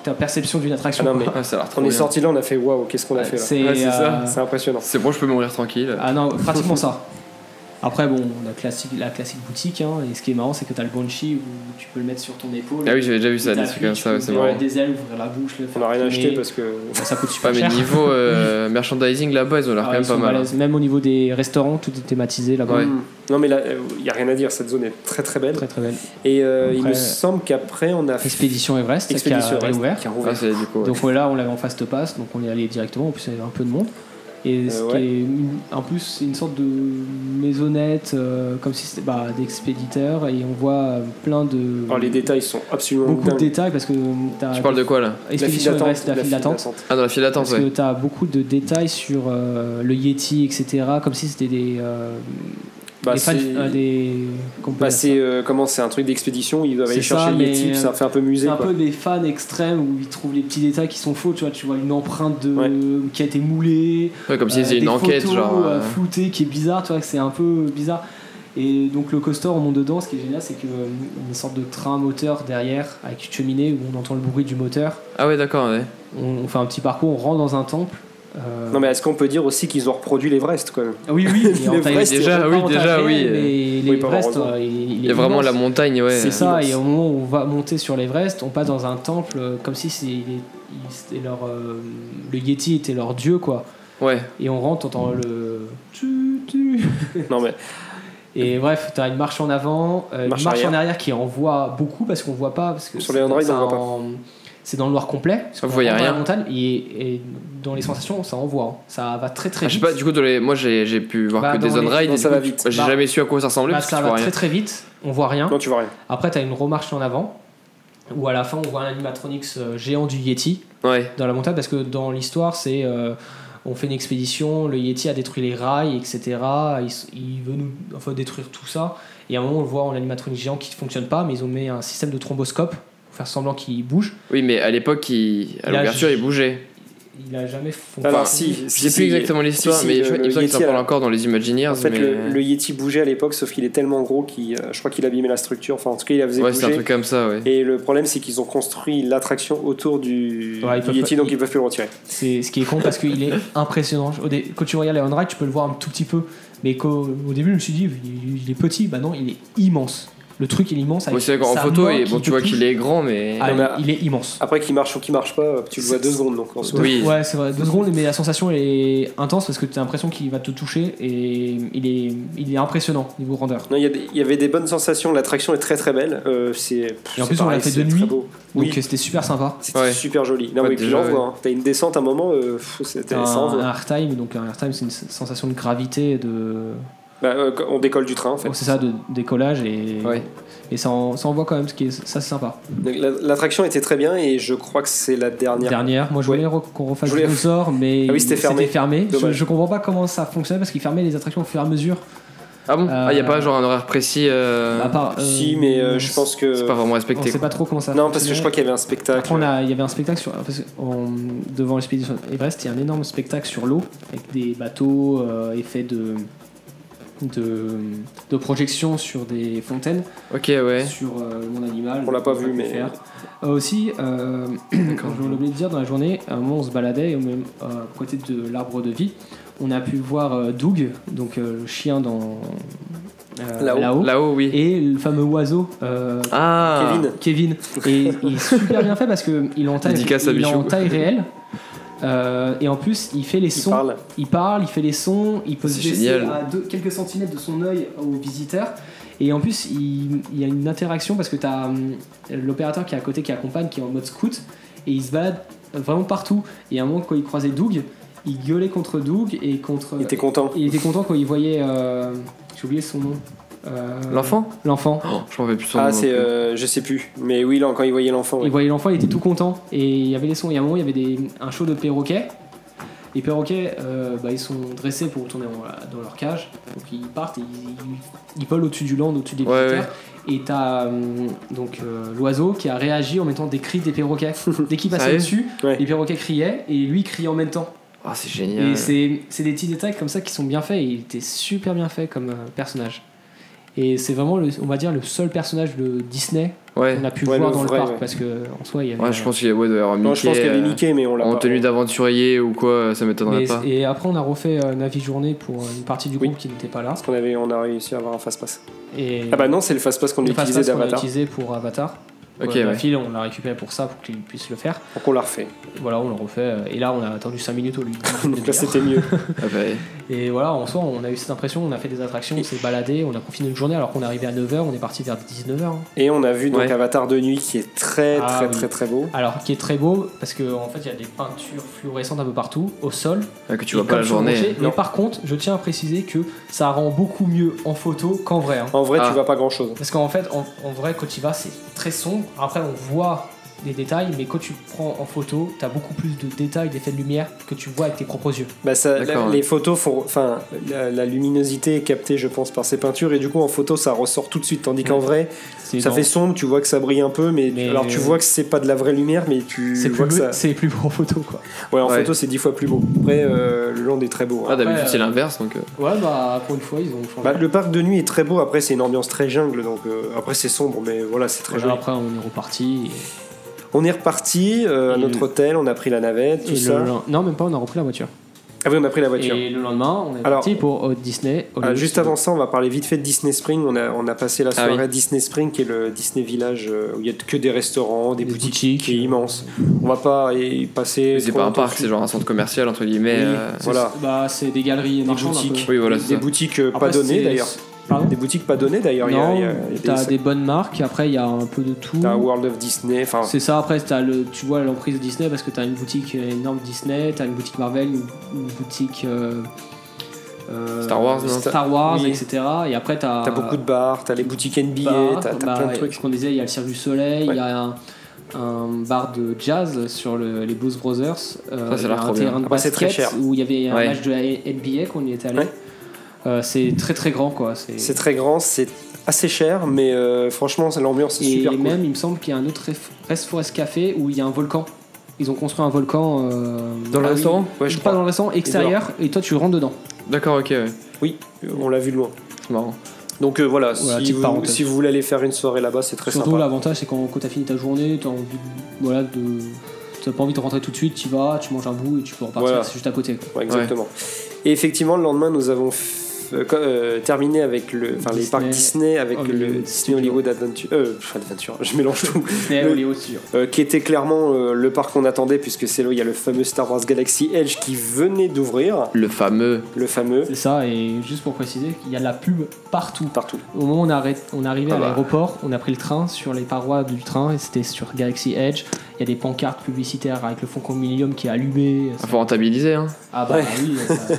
Speaker 3: ta perception d'une attraction.
Speaker 2: Ah non, mais
Speaker 1: Ah, ça a l'air trop
Speaker 2: On est
Speaker 1: bien.
Speaker 2: sorti là, on a fait waouh, qu'est-ce qu'on a fait là
Speaker 3: c'est
Speaker 1: Ouais, c'est ça.
Speaker 3: euh,
Speaker 2: C'est impressionnant.
Speaker 1: C'est bon, je peux mourir tranquille.
Speaker 3: Ah non, pratiquement ça. Après, bon, on a classique, la classique boutique, hein, et ce qui est marrant, c'est que t'as le banshee où tu peux le mettre sur ton épaule.
Speaker 1: Ah oui, j'avais déjà vu ça,
Speaker 3: Et
Speaker 1: des
Speaker 3: t'appuies,
Speaker 1: trucs comme
Speaker 3: tu
Speaker 1: ça,
Speaker 3: peux
Speaker 1: ouais, c'est
Speaker 3: ouvrir
Speaker 1: marrant.
Speaker 3: des ailes, ouvrir la bouche, le
Speaker 2: On
Speaker 3: faire
Speaker 2: n'a rien
Speaker 3: tourner.
Speaker 2: acheté parce que.
Speaker 3: Ça coûte super
Speaker 1: Ouais, mais
Speaker 3: cher.
Speaker 1: niveau euh, merchandising là-bas, ils ont l'air
Speaker 3: Ah,
Speaker 1: quand
Speaker 3: ils
Speaker 1: même
Speaker 3: sont
Speaker 1: pas mal. hein.
Speaker 3: balèzes. Même au niveau des restaurants, tout est thématisé là-bas.
Speaker 1: Ouais.
Speaker 2: Hmm. Non, mais là, il n'y a rien à dire, cette zone est très très belle.
Speaker 3: Très très belle.
Speaker 2: Et euh, il
Speaker 3: Après-
Speaker 2: me semble qu'après, on a fait
Speaker 3: Expédition Everest,
Speaker 2: Expédition
Speaker 3: qui a
Speaker 2: Everest,
Speaker 3: réouvert.
Speaker 2: qui a
Speaker 1: Ah,
Speaker 2: rouvert.
Speaker 1: c'est du coup. ouais.
Speaker 3: Donc voilà, on l'avait en fast pass, donc on est allé directement. En plus, il y avait un peu de monde. Et ce
Speaker 2: Euh,
Speaker 3: qui
Speaker 2: ouais.
Speaker 3: est une- en plus c'est une sorte de maisonnette, euh, comme si c'était bah, d'expéditeur, et on voit euh, plein de
Speaker 2: Alors, les détails sont absolument
Speaker 3: beaucoup de
Speaker 2: dingues.
Speaker 3: détails parce que t'as
Speaker 1: Tu parles de quoi là
Speaker 2: La file
Speaker 3: Expédition
Speaker 2: d'attente.
Speaker 3: Everest, la file d'attente.
Speaker 1: Ah, dans la file d'attente,
Speaker 3: Parce
Speaker 1: ouais.
Speaker 3: que tu as beaucoup de détails sur euh, le Yeti, etc. Comme si c'était des, euh,
Speaker 2: Bah,
Speaker 3: des, fans-
Speaker 2: c'est-
Speaker 3: euh, des- qu'on peut
Speaker 2: Bah,
Speaker 3: dire ça.
Speaker 2: c'est euh, comment c'est un truc d'expédition, ils doivent aller
Speaker 3: C'est ça,
Speaker 2: chercher les
Speaker 3: mais,
Speaker 2: types,
Speaker 3: euh,
Speaker 2: ça fait un peu musée.
Speaker 3: C'est un
Speaker 2: quoi.
Speaker 3: peu des fans extrêmes où ils trouvent les petits détails qui sont faux. Tu vois, tu vois une empreinte de... qui a été moulée,
Speaker 1: Ouais, comme si
Speaker 3: euh,
Speaker 1: c'était
Speaker 3: des
Speaker 1: une enquête,
Speaker 3: photos
Speaker 1: genre.
Speaker 3: euh,
Speaker 1: euh,
Speaker 3: floutées qui est bizarre. Tu vois, que c'est un peu bizarre. Et donc le coaster on monte dedans. Ce qui est génial, c'est que euh, une sorte de train moteur derrière avec une cheminée où on entend le bruit du moteur.
Speaker 1: Ah, ouais, d'accord, ouais.
Speaker 3: On, on fait un petit parcours, on rentre dans un temple. euh,
Speaker 2: Non mais est-ce qu'on peut dire aussi qu'ils ont reproduit l'Everest quand même
Speaker 3: Ah Oui, oui, mais en
Speaker 2: Le
Speaker 3: taille-
Speaker 2: Brest,
Speaker 3: on
Speaker 1: déjà,
Speaker 3: peut pas
Speaker 1: oui,
Speaker 3: en
Speaker 1: déjà,
Speaker 3: taille
Speaker 1: oui.
Speaker 3: réelle, mais
Speaker 2: Oui,
Speaker 3: l'Everest,
Speaker 2: pas heureusement.
Speaker 3: euh, il,
Speaker 1: Il y a vraiment la
Speaker 3: montagne.
Speaker 1: montagne, ouais.
Speaker 3: C'est ça,
Speaker 2: immense.
Speaker 3: et au moment où on va monter sur l'Everest, on passe dans un temple euh, comme si c'est- il est- il- c'était leur. euh, le Yeti était leur dieu, quoi.
Speaker 1: Ouais.
Speaker 3: Et on rentre, t'entends le. tu, tu.
Speaker 2: Non mais
Speaker 3: Et bref, t'as une marche en avant, euh, une
Speaker 2: Marche
Speaker 3: marche
Speaker 2: arrière.
Speaker 3: en arrière qui en voit beaucoup parce qu'on voit pas. Parce que
Speaker 2: Sur les
Speaker 3: c'est-
Speaker 2: Android,
Speaker 3: c'est
Speaker 2: on voit pas.
Speaker 3: en- C'est dans le noir complet. parce
Speaker 1: Vous
Speaker 3: qu'on
Speaker 1: voyez
Speaker 3: rentre dans
Speaker 1: rien.
Speaker 3: La montagne, et, et dans les sensations, ça envoie. hein. Ça va très très
Speaker 1: Ah,
Speaker 3: vite.
Speaker 1: je sais pas, du coup, dans les- moi j'ai j'ai pu voir
Speaker 3: Bah,
Speaker 1: que des
Speaker 3: dans les-
Speaker 1: on-ride
Speaker 2: non,
Speaker 1: et
Speaker 2: ça
Speaker 1: du
Speaker 2: va
Speaker 1: coup,
Speaker 2: vite.
Speaker 1: bah, j'ai
Speaker 3: Bah,
Speaker 1: jamais su à quoi ça ressemblait
Speaker 3: Bah,
Speaker 1: parce que
Speaker 3: ça
Speaker 1: tu
Speaker 3: va
Speaker 1: vois
Speaker 3: très
Speaker 1: rien.
Speaker 3: très vite, on voit rien.
Speaker 2: non tu vois rien.
Speaker 3: Après, tu as une remarche en avant, où à la fin, on voit un animatronics euh, géant du Yeti
Speaker 1: Ouais.
Speaker 3: dans la montagne, parce que dans l'histoire, c'est. euh, on fait une expédition, le Yeti a détruit les rails, etc. Il, s- il veut nous enfin, détruire tout ça. Et à un moment, on le voit en animatronique géant qui ne fonctionne pas, mais ils ont mis un système de thromboscope pour faire semblant qu'il bouge.
Speaker 1: Oui, mais à l'époque, il- à
Speaker 3: Il a-
Speaker 1: l'ouverture, il bougeait.
Speaker 3: Il a jamais fonctionné.
Speaker 2: Alors si,
Speaker 1: Je
Speaker 2: si,
Speaker 1: sais
Speaker 2: si,
Speaker 1: plus exactement l'histoire,
Speaker 2: si,
Speaker 1: mais
Speaker 2: le-
Speaker 1: je- il me
Speaker 2: le
Speaker 1: semble qu'ils en
Speaker 2: Yeti,
Speaker 1: parlent
Speaker 2: là.
Speaker 1: encore dans les Imagineers.
Speaker 2: En fait,
Speaker 1: mais...
Speaker 2: le, le Yeti bougeait à l'époque, sauf qu'il est tellement gros qu'il, euh, je crois qu'il abîmait la structure. Enfin, en tout cas, il la faisait
Speaker 1: ouais, c'est un
Speaker 2: bouger.
Speaker 1: truc comme ça, ouais.
Speaker 2: Et le problème, c'est qu'ils ont construit l'attraction autour du,
Speaker 3: Ouais, ils
Speaker 2: du
Speaker 3: peuvent
Speaker 2: Yeti,
Speaker 3: pas-
Speaker 2: donc ils peuvent plus le retirer.
Speaker 3: C'est ce qui est con parce qu'il est impressionnant. Au dé- quand tu regardes les on-ride, tu peux le voir un tout petit peu. Mais qu'au- au début, je me suis dit, il, il est petit. Bah non, il est immense. Le truc, il est immense.
Speaker 1: Moi, c'est d'accord, en photo, et, bon, tu vois qu'il est grand, mais. ah,
Speaker 2: Non, mais-
Speaker 3: Ah, il est immense.
Speaker 2: Après, qu'il marche ou qu'il marche pas, tu le vois
Speaker 3: C'est-
Speaker 2: deux secondes. Donc, en soi.
Speaker 1: Oui.
Speaker 3: Ouais, c'est vrai. Deux secondes, mais la sensation elle est intense parce que tu as l'impression qu'il va te toucher et il est, il est impressionnant niveau grandeur.
Speaker 2: Non, il y, a des- il y avait des bonnes sensations. L'attraction est très très belle. Euh, c'est.
Speaker 3: Et en
Speaker 2: c'est
Speaker 3: plus, on l'a
Speaker 2: pareil,
Speaker 3: fait
Speaker 2: c'est
Speaker 3: de
Speaker 2: très
Speaker 3: nuit.
Speaker 2: beau.
Speaker 3: Donc
Speaker 2: Oui.
Speaker 3: euh, c'était super sympa.
Speaker 2: C'était
Speaker 1: Ouais.
Speaker 2: super joli. Non,
Speaker 1: Ouais,
Speaker 2: mais puis
Speaker 1: déjà,
Speaker 2: j'en vois, hein. T'as une descente à un moment, euh, pff, c'était
Speaker 3: T'as
Speaker 2: ça, on
Speaker 3: Un,
Speaker 2: voit.
Speaker 3: un airtime, donc un airtime, c'est une s- sensation de gravité, de,
Speaker 2: Bah, euh, on décolle du train en fait.
Speaker 3: oh, c'est ça, de décollage et,
Speaker 1: Ouais.
Speaker 3: et ça, en- ça envoie quand même, ce qui est, ça c'est sympa.
Speaker 2: Donc, la- L'attraction était très bien et je crois que c'est la dernière.
Speaker 3: dernière. Moi, je voulais re- qu'on refasse
Speaker 2: Je voulais-
Speaker 3: le dinosaure, mais
Speaker 2: Ah oui, c'était fermé.
Speaker 3: Je,
Speaker 2: Dommage.
Speaker 3: je comprends pas comment ça fonctionnait parce qu'ils fermaient les attractions au fur et à mesure.
Speaker 1: Ah bon Ah, y a pas
Speaker 3: Euh,
Speaker 1: genre un horaire précis. euh,
Speaker 3: À part, euh,
Speaker 2: Si, mais bah, euh, je pense que.
Speaker 1: C'est pas vraiment
Speaker 3: on
Speaker 1: respecté.
Speaker 3: sait
Speaker 1: quoi.
Speaker 3: pas trop comment ça.
Speaker 2: Non, parce que je crois
Speaker 3: fonctionnait.
Speaker 2: qu'il y avait un spectacle.
Speaker 3: Après, on a- il y avait un spectacle sur, parce que on- devant l'expédition Everest, il y a un énorme spectacle sur l'eau avec des bateaux euh, effets de, de de projection sur des fontaines
Speaker 1: Ok, ouais.
Speaker 3: sur euh, le monde animal.
Speaker 2: On l'a pas
Speaker 3: Ça
Speaker 2: vu,
Speaker 3: peut
Speaker 2: mais-
Speaker 3: faire. Euh, aussi, euh,
Speaker 1: D'accord.
Speaker 3: je oublié de dire, dans la journée, à un moment, on se baladait, et au même euh, côté de l'arbre de vie, on a pu voir euh, Doug, donc euh, le chien dans euh,
Speaker 2: Là-haut.
Speaker 1: Là-haut, oui.
Speaker 3: et le fameux oiseau. euh,
Speaker 1: Ah
Speaker 2: Kevin.
Speaker 3: Kevin et il est super bien fait parce que il est en taille,
Speaker 1: Dédicace à
Speaker 3: il est en
Speaker 1: Bichou.
Speaker 3: taille réelle Euh, et en plus il fait les
Speaker 2: qui
Speaker 3: sons
Speaker 2: parle.
Speaker 3: il parle, il fait les sons, il peut se
Speaker 1: C'est
Speaker 3: baisser
Speaker 1: génial.
Speaker 3: à deux- quelques centimètres de son œil aux visiteurs. Et en plus, il, il y a une interaction parce que tu as l'opérateur qui est à côté, qui accompagne, qui est en mode scout, et il se balade vraiment partout. Et à un moment, quand il croisait Doug, il gueulait contre Doug et contre.
Speaker 2: Il était content.
Speaker 3: et il était content quand il voyait. euh, J'ai oublié son nom. Euh,
Speaker 1: L'enfant
Speaker 3: L'enfant.
Speaker 1: Oh, Je m'en vais plus son nom
Speaker 2: Ah,
Speaker 1: non
Speaker 2: c'est.
Speaker 1: plus.
Speaker 2: euh, je sais plus. Mais oui, là, quand il voyait l'enfant.
Speaker 3: Il
Speaker 2: oui.
Speaker 3: voyait l'enfant, il était tout content. Et il y avait les sons. Il y a un moment, il y avait des, un show de perroquets. Les perroquets, euh, bah, ils sont dressés pour retourner en- dans leur cage. Donc ils partent et ils, ils volent au-dessus du land, au-dessus des
Speaker 1: Ouais,
Speaker 3: visiteurs. Et t'as euh, donc euh, l'oiseau qui a réagi en mettant des cris des perroquets. Dès qu'il passait
Speaker 1: Sérieux
Speaker 3: au-dessus,
Speaker 2: Ouais.
Speaker 3: les perroquets criaient et lui il criait en même temps.
Speaker 1: Ah, c'est
Speaker 3: Et
Speaker 1: génial.
Speaker 3: c'est c'est des petits détails comme ça qui sont bien faits. Et il était super bien fait comme euh, personnage. Et c'est vraiment, le, on va dire, le seul personnage de Disney
Speaker 1: Ouais.
Speaker 3: on a pu
Speaker 2: Ouais,
Speaker 3: voir
Speaker 2: le
Speaker 3: dans
Speaker 2: vrai,
Speaker 3: le parc
Speaker 2: ouais.
Speaker 3: parce que en soi il y avait
Speaker 1: Ouais, je pense qu'il y a- ouais, doit y avoir
Speaker 2: Non, je pense qu'il y avait
Speaker 1: euh,
Speaker 2: Mickey, mais on l'a
Speaker 1: En
Speaker 2: pas.
Speaker 1: tenue d'aventurier ou quoi, ça m'étonnerait
Speaker 3: euh, Mais-
Speaker 1: pas.
Speaker 3: et après on a refait euh, Navi journée pour une partie du
Speaker 2: Oui.
Speaker 3: groupe qui n'était pas là
Speaker 2: Parce qu'on avait, on a réussi à avoir un fast pass.
Speaker 3: et
Speaker 2: Ah bah non, c'est le fast pass qu'on
Speaker 3: le
Speaker 2: utilisait
Speaker 3: fast-pass qu'on a
Speaker 2: d'Avatar.
Speaker 3: utilisé pour Avatar
Speaker 1: Ok,
Speaker 3: Euh, la
Speaker 1: ouais.
Speaker 3: file, on l'a récupéré pour ça, pour qu'il puisse le faire.
Speaker 2: Donc on l'a refait.
Speaker 3: Voilà, on le refait. euh, Et là, on a attendu 5 minutes au lieu. d'une
Speaker 2: Donc là,
Speaker 3: demi-heure.
Speaker 2: c'était mieux.
Speaker 1: Ah bah,
Speaker 3: Et voilà, en soi, on a eu cette impression, on a fait des attractions, on s'est baladé, on a confiné une journée alors qu'on est arrivé à 9h, on est parti vers 19h. hein.
Speaker 2: Et on a vu donc
Speaker 1: Ouais.
Speaker 2: Avatar de nuit qui est très,
Speaker 3: Ah,
Speaker 2: très,
Speaker 3: oui.
Speaker 2: très, très beau.
Speaker 3: Alors, qui est très beau parce que en fait, il y a des peintures fluorescentes un peu partout, au sol.
Speaker 1: que tu
Speaker 3: Et
Speaker 1: vois pas
Speaker 3: comme
Speaker 1: la
Speaker 3: sur le rocher.
Speaker 1: journée. hein.
Speaker 3: Mais
Speaker 2: Non.
Speaker 3: par contre, je tiens à préciser que ça rend beaucoup mieux en photo qu'en vrai. hein.
Speaker 2: En vrai,
Speaker 1: Ah.
Speaker 2: tu vois pas grand chose.
Speaker 3: Parce qu'en fait, en, en vrai, quand tu y vas, c'est très sombre. Après, on voit des détails, mais quand tu prends en photo, t'as beaucoup plus de détails, d'effets de lumière que tu vois avec tes propres yeux.
Speaker 2: Bah ça,
Speaker 1: D'accord,
Speaker 2: la-
Speaker 1: ouais.
Speaker 2: Les photos font. Enfin, la, la luminosité est captée, je pense, par ces peintures. Et du coup, en photo, ça ressort tout de suite. Tandis qu'en
Speaker 3: Ouais.
Speaker 2: vrai, ça fait sombre, tu vois que ça brille un peu. mais,
Speaker 3: Mais-
Speaker 2: Alors, tu vois que c'est pas de la vraie lumière, mais tu
Speaker 3: c'est
Speaker 2: vois
Speaker 3: plus,
Speaker 2: que ça.
Speaker 3: c'est plus beau en photo, quoi.
Speaker 2: Ouais, en
Speaker 1: Ouais.
Speaker 2: photo, c'est dix fois plus beau. Après, euh, le land est très beau.
Speaker 1: Ah,
Speaker 2: hein.
Speaker 1: d'habitude,
Speaker 3: Après,
Speaker 1: c'est
Speaker 3: euh,
Speaker 1: l'inverse, donc. euh,
Speaker 3: Ouais, bah pour une fois, ils ont changé.
Speaker 2: Bah, le parc de nuit est très beau. Après, c'est une ambiance très jungle. Donc, euh, après, c'est sombre, mais voilà, c'est très
Speaker 3: Voilà,
Speaker 2: joli.
Speaker 3: après, on est reparti.
Speaker 2: On est reparti euh, à
Speaker 3: Et
Speaker 2: notre
Speaker 3: le-
Speaker 2: hôtel, on a pris la navette,
Speaker 3: Et
Speaker 2: tout
Speaker 3: le
Speaker 2: ça.
Speaker 3: lend- Non, même pas, on a repris la voiture.
Speaker 2: Ah oui, on a pris la voiture.
Speaker 3: Et le lendemain, on est
Speaker 2: Alors-
Speaker 3: parti pour euh, Disney.
Speaker 2: Ah,
Speaker 3: Hollywood.
Speaker 2: juste avant ça, on va parler vite fait de Disney Spring. On a, on a passé la
Speaker 1: Ah
Speaker 2: soirée
Speaker 1: oui.
Speaker 2: à Disney Spring, qui est le Disney Village euh, où il n'y a que des restaurants, des,
Speaker 3: Des
Speaker 2: boutiques,
Speaker 3: boutiques.
Speaker 2: qui est immense. On va pas y passer.
Speaker 1: C'est
Speaker 2: trop
Speaker 1: pas un
Speaker 2: longtemps
Speaker 1: parc,
Speaker 2: dessus.
Speaker 1: c'est genre un centre commercial, entre guillemets.
Speaker 2: Oui.
Speaker 1: euh,
Speaker 3: C'est-
Speaker 2: Voilà.
Speaker 3: Bah, c'est des galeries
Speaker 2: Des
Speaker 3: marchandes. un peu.
Speaker 2: boutiques.
Speaker 1: Oui, voilà, c'est
Speaker 2: Des
Speaker 1: ça.
Speaker 2: boutiques euh, pas
Speaker 3: Après,
Speaker 2: données
Speaker 3: c'est-
Speaker 2: d'ailleurs.
Speaker 3: Pardon
Speaker 2: Des boutiques pas données d'ailleurs. Il y a- il y a- il y a
Speaker 3: Non, t'as
Speaker 2: des-
Speaker 3: des bonnes marques. Après, il y a un peu de tout.
Speaker 2: t'as World of Disney. Enfin,
Speaker 3: C'est ça, après t'as le, tu vois l'emprise Disney parce que t'as une boutique énorme Disney, t'as une boutique Marvel, une, une boutique euh, euh,
Speaker 1: Star Wars, non
Speaker 3: Star Wars,
Speaker 2: Oui.
Speaker 3: etc. Et après t'as
Speaker 2: t'as beaucoup de bars, t'as les boutiques NBA,
Speaker 3: bars,
Speaker 2: t'as t'as
Speaker 3: bah,
Speaker 2: plein de
Speaker 3: ouais,
Speaker 2: trucs.
Speaker 3: Ce qu'on disait, il y a le Cirque du Soleil, il
Speaker 2: Ouais.
Speaker 3: y a un, un bar de jazz sur le- les Blues Brothers, euh,
Speaker 1: Ça, ça a
Speaker 3: il y a
Speaker 1: l'air
Speaker 3: un
Speaker 1: trop bien.
Speaker 3: terrain de
Speaker 2: Après, Ah, bah, c'est
Speaker 3: basket
Speaker 2: très cher.
Speaker 3: où il y avait un
Speaker 1: Ouais.
Speaker 3: match de la NBA qu'on y était allé.
Speaker 2: Ouais.
Speaker 3: Euh, c'est très très grand quoi. C'est,
Speaker 2: C'est très grand, c'est assez cher, mais euh, franchement, c'est- l'ambiance est
Speaker 3: Et
Speaker 2: super cool.
Speaker 3: même, il me semble qu'il y a un autre ref- Rest Forest Café où il y a un volcan. Ils ont construit un volcan euh,
Speaker 1: Dans le
Speaker 2: Ah oui.
Speaker 1: restaurant
Speaker 2: Ouais, je
Speaker 3: pas dans
Speaker 2: crois.
Speaker 3: le restaurant extérieur et toi tu rentres dedans.
Speaker 1: D'accord, ok, ouais.
Speaker 2: On l'a vu de loin.
Speaker 1: C'est marrant.
Speaker 2: Donc euh, voilà,
Speaker 3: Voilà,
Speaker 2: si,
Speaker 3: petite
Speaker 2: vous,
Speaker 3: parenthèse.
Speaker 2: si vous voulez aller faire une soirée là-bas, c'est très
Speaker 3: Surtout
Speaker 2: sympa.
Speaker 3: l'avantage c'est quand, quand t'as fini ta journée, t'as envie de- voilà de t'as pas envie de rentrer tout de suite, tu vas, tu manges un bout et tu peux repartir,
Speaker 2: Voilà.
Speaker 3: c'est juste à côté. quoi.
Speaker 2: Ouais, exactement. Et effectivement, le lendemain, nous avons f- euh, co- euh, terminé avec le, enfin, les
Speaker 3: Disney,
Speaker 2: parcs Disney, avec
Speaker 3: Hollywood
Speaker 2: le Disney
Speaker 3: Studio.
Speaker 2: Hollywood Adventure, euh, pff, Adventure, je mélange tout,
Speaker 3: Disney,
Speaker 2: Le-
Speaker 3: Hollywood Studios.
Speaker 2: Euh, qui était clairement euh, le parc qu'on attendait, puisque c'est là où il y a le fameux Star Wars Galaxy Edge qui venait d'ouvrir,
Speaker 1: Le fameux.
Speaker 2: le fameux,
Speaker 3: C'est ça et juste pour préciser qu'il y a de la pub partout.
Speaker 2: partout.
Speaker 3: Au moment où on, arrête, on est arrivé
Speaker 1: Ah
Speaker 3: à
Speaker 1: bah.
Speaker 3: l'aéroport, on a pris le train sur les parois du train et c'était sur Galaxy Edge. Il y a des pancartes publicitaires avec le Foncon Millennium qui est allumé.
Speaker 1: Faut rentabiliser, hein.
Speaker 3: Ah bah
Speaker 2: Ouais.
Speaker 3: oui, ça-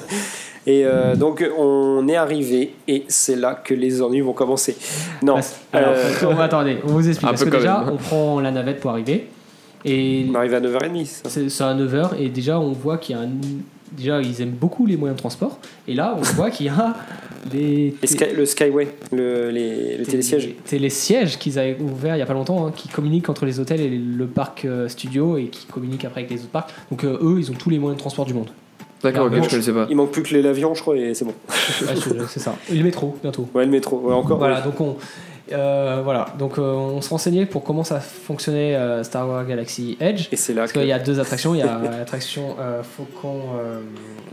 Speaker 2: Et euh, donc, on est arrivé, et c'est là que les ennuis vont commencer. Non,
Speaker 3: Parce- alors,
Speaker 2: euh,
Speaker 3: on va- attendez, on vous explique.
Speaker 1: Un
Speaker 3: Parce
Speaker 1: peu
Speaker 3: que
Speaker 1: quand
Speaker 3: déjà,
Speaker 1: même. Bah.
Speaker 3: on prend la navette pour arriver. Et
Speaker 2: on arrive à 9h30, ça.
Speaker 3: c'est c'est à 9h. Et déjà, on voit qu'il y a un. Déjà, ils aiment beaucoup les moyens de transport. Et là, on voit qu'il y a des.
Speaker 2: Les sky- le Skyway, le, les, le télésiège.
Speaker 3: télésièges qu'ils avaient ouverts il n'y a pas longtemps, hein, qui communiquent entre les hôtels et le parc euh, studio et qui communiquent après avec les autres parcs. Donc euh, eux, ils ont tous les moyens de transport du monde.
Speaker 1: D'accord,
Speaker 3: Ah,
Speaker 1: ok,
Speaker 3: bon.
Speaker 1: je connaissais pas.
Speaker 2: Il manque plus que les- l'avion, je crois, et c'est bon.
Speaker 3: Ouais, je- c'est ça. Et le métro, bientôt.
Speaker 2: Ouais, le métro, ouais, encore.
Speaker 3: Voilà, donc on, euh, voilà. Donc, euh, on se renseignait pour comment ça fonctionnait euh, Star Wars Galaxy Edge.
Speaker 2: Et c'est là
Speaker 3: Parce
Speaker 2: que.
Speaker 3: qu'il y a deux attractions, il y a l'attraction euh, Faucon. euh,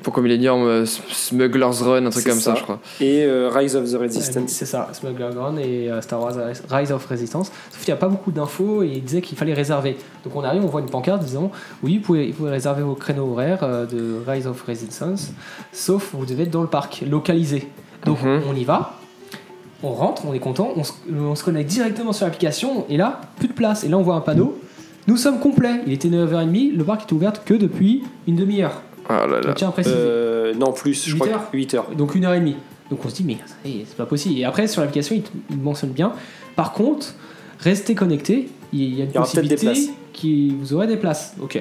Speaker 1: Pour qu'au Millennium euh, S- Smuggler's Run, un truc
Speaker 2: C'est
Speaker 1: comme ça,
Speaker 2: ça.
Speaker 1: je crois.
Speaker 2: Et euh, Rise of the Resistance.
Speaker 3: C'est ça, Smuggler Ground et euh, Star Wars Rise of Resistance. Sauf qu'il n'y a pas beaucoup d'infos et il disait qu'il fallait réserver. Donc on arrive, on voit une pancarte disant Oui, vous pouvez, vous pouvez réserver vos créneaux horaires euh, de Rise of Resistance, sauf vous devez être dans le parc, localisé. Donc
Speaker 1: Mhm.
Speaker 3: on y va, on rentre, on est content, on se, on se connecte directement sur l'application et là, plus de place. Et là, on voit un panneau Nous sommes complets. Il était 9h30, le parc était ouvert que depuis une demi-heure.
Speaker 1: Ah là
Speaker 3: Je
Speaker 1: là.
Speaker 3: tiens à préciser.
Speaker 2: Euh, non, plus, je
Speaker 3: Huit
Speaker 2: crois
Speaker 3: heures.
Speaker 2: que 8 heures.
Speaker 3: Donc une heure et demie. Donc on se dit mais ça y est, c'est pas possible. Et après sur l'application il, te- il mentionne bien. Par contre, restez connectés. Il y a une
Speaker 2: Il y aura peut-être des
Speaker 3: possibilité qui vous aurez des places. Ok.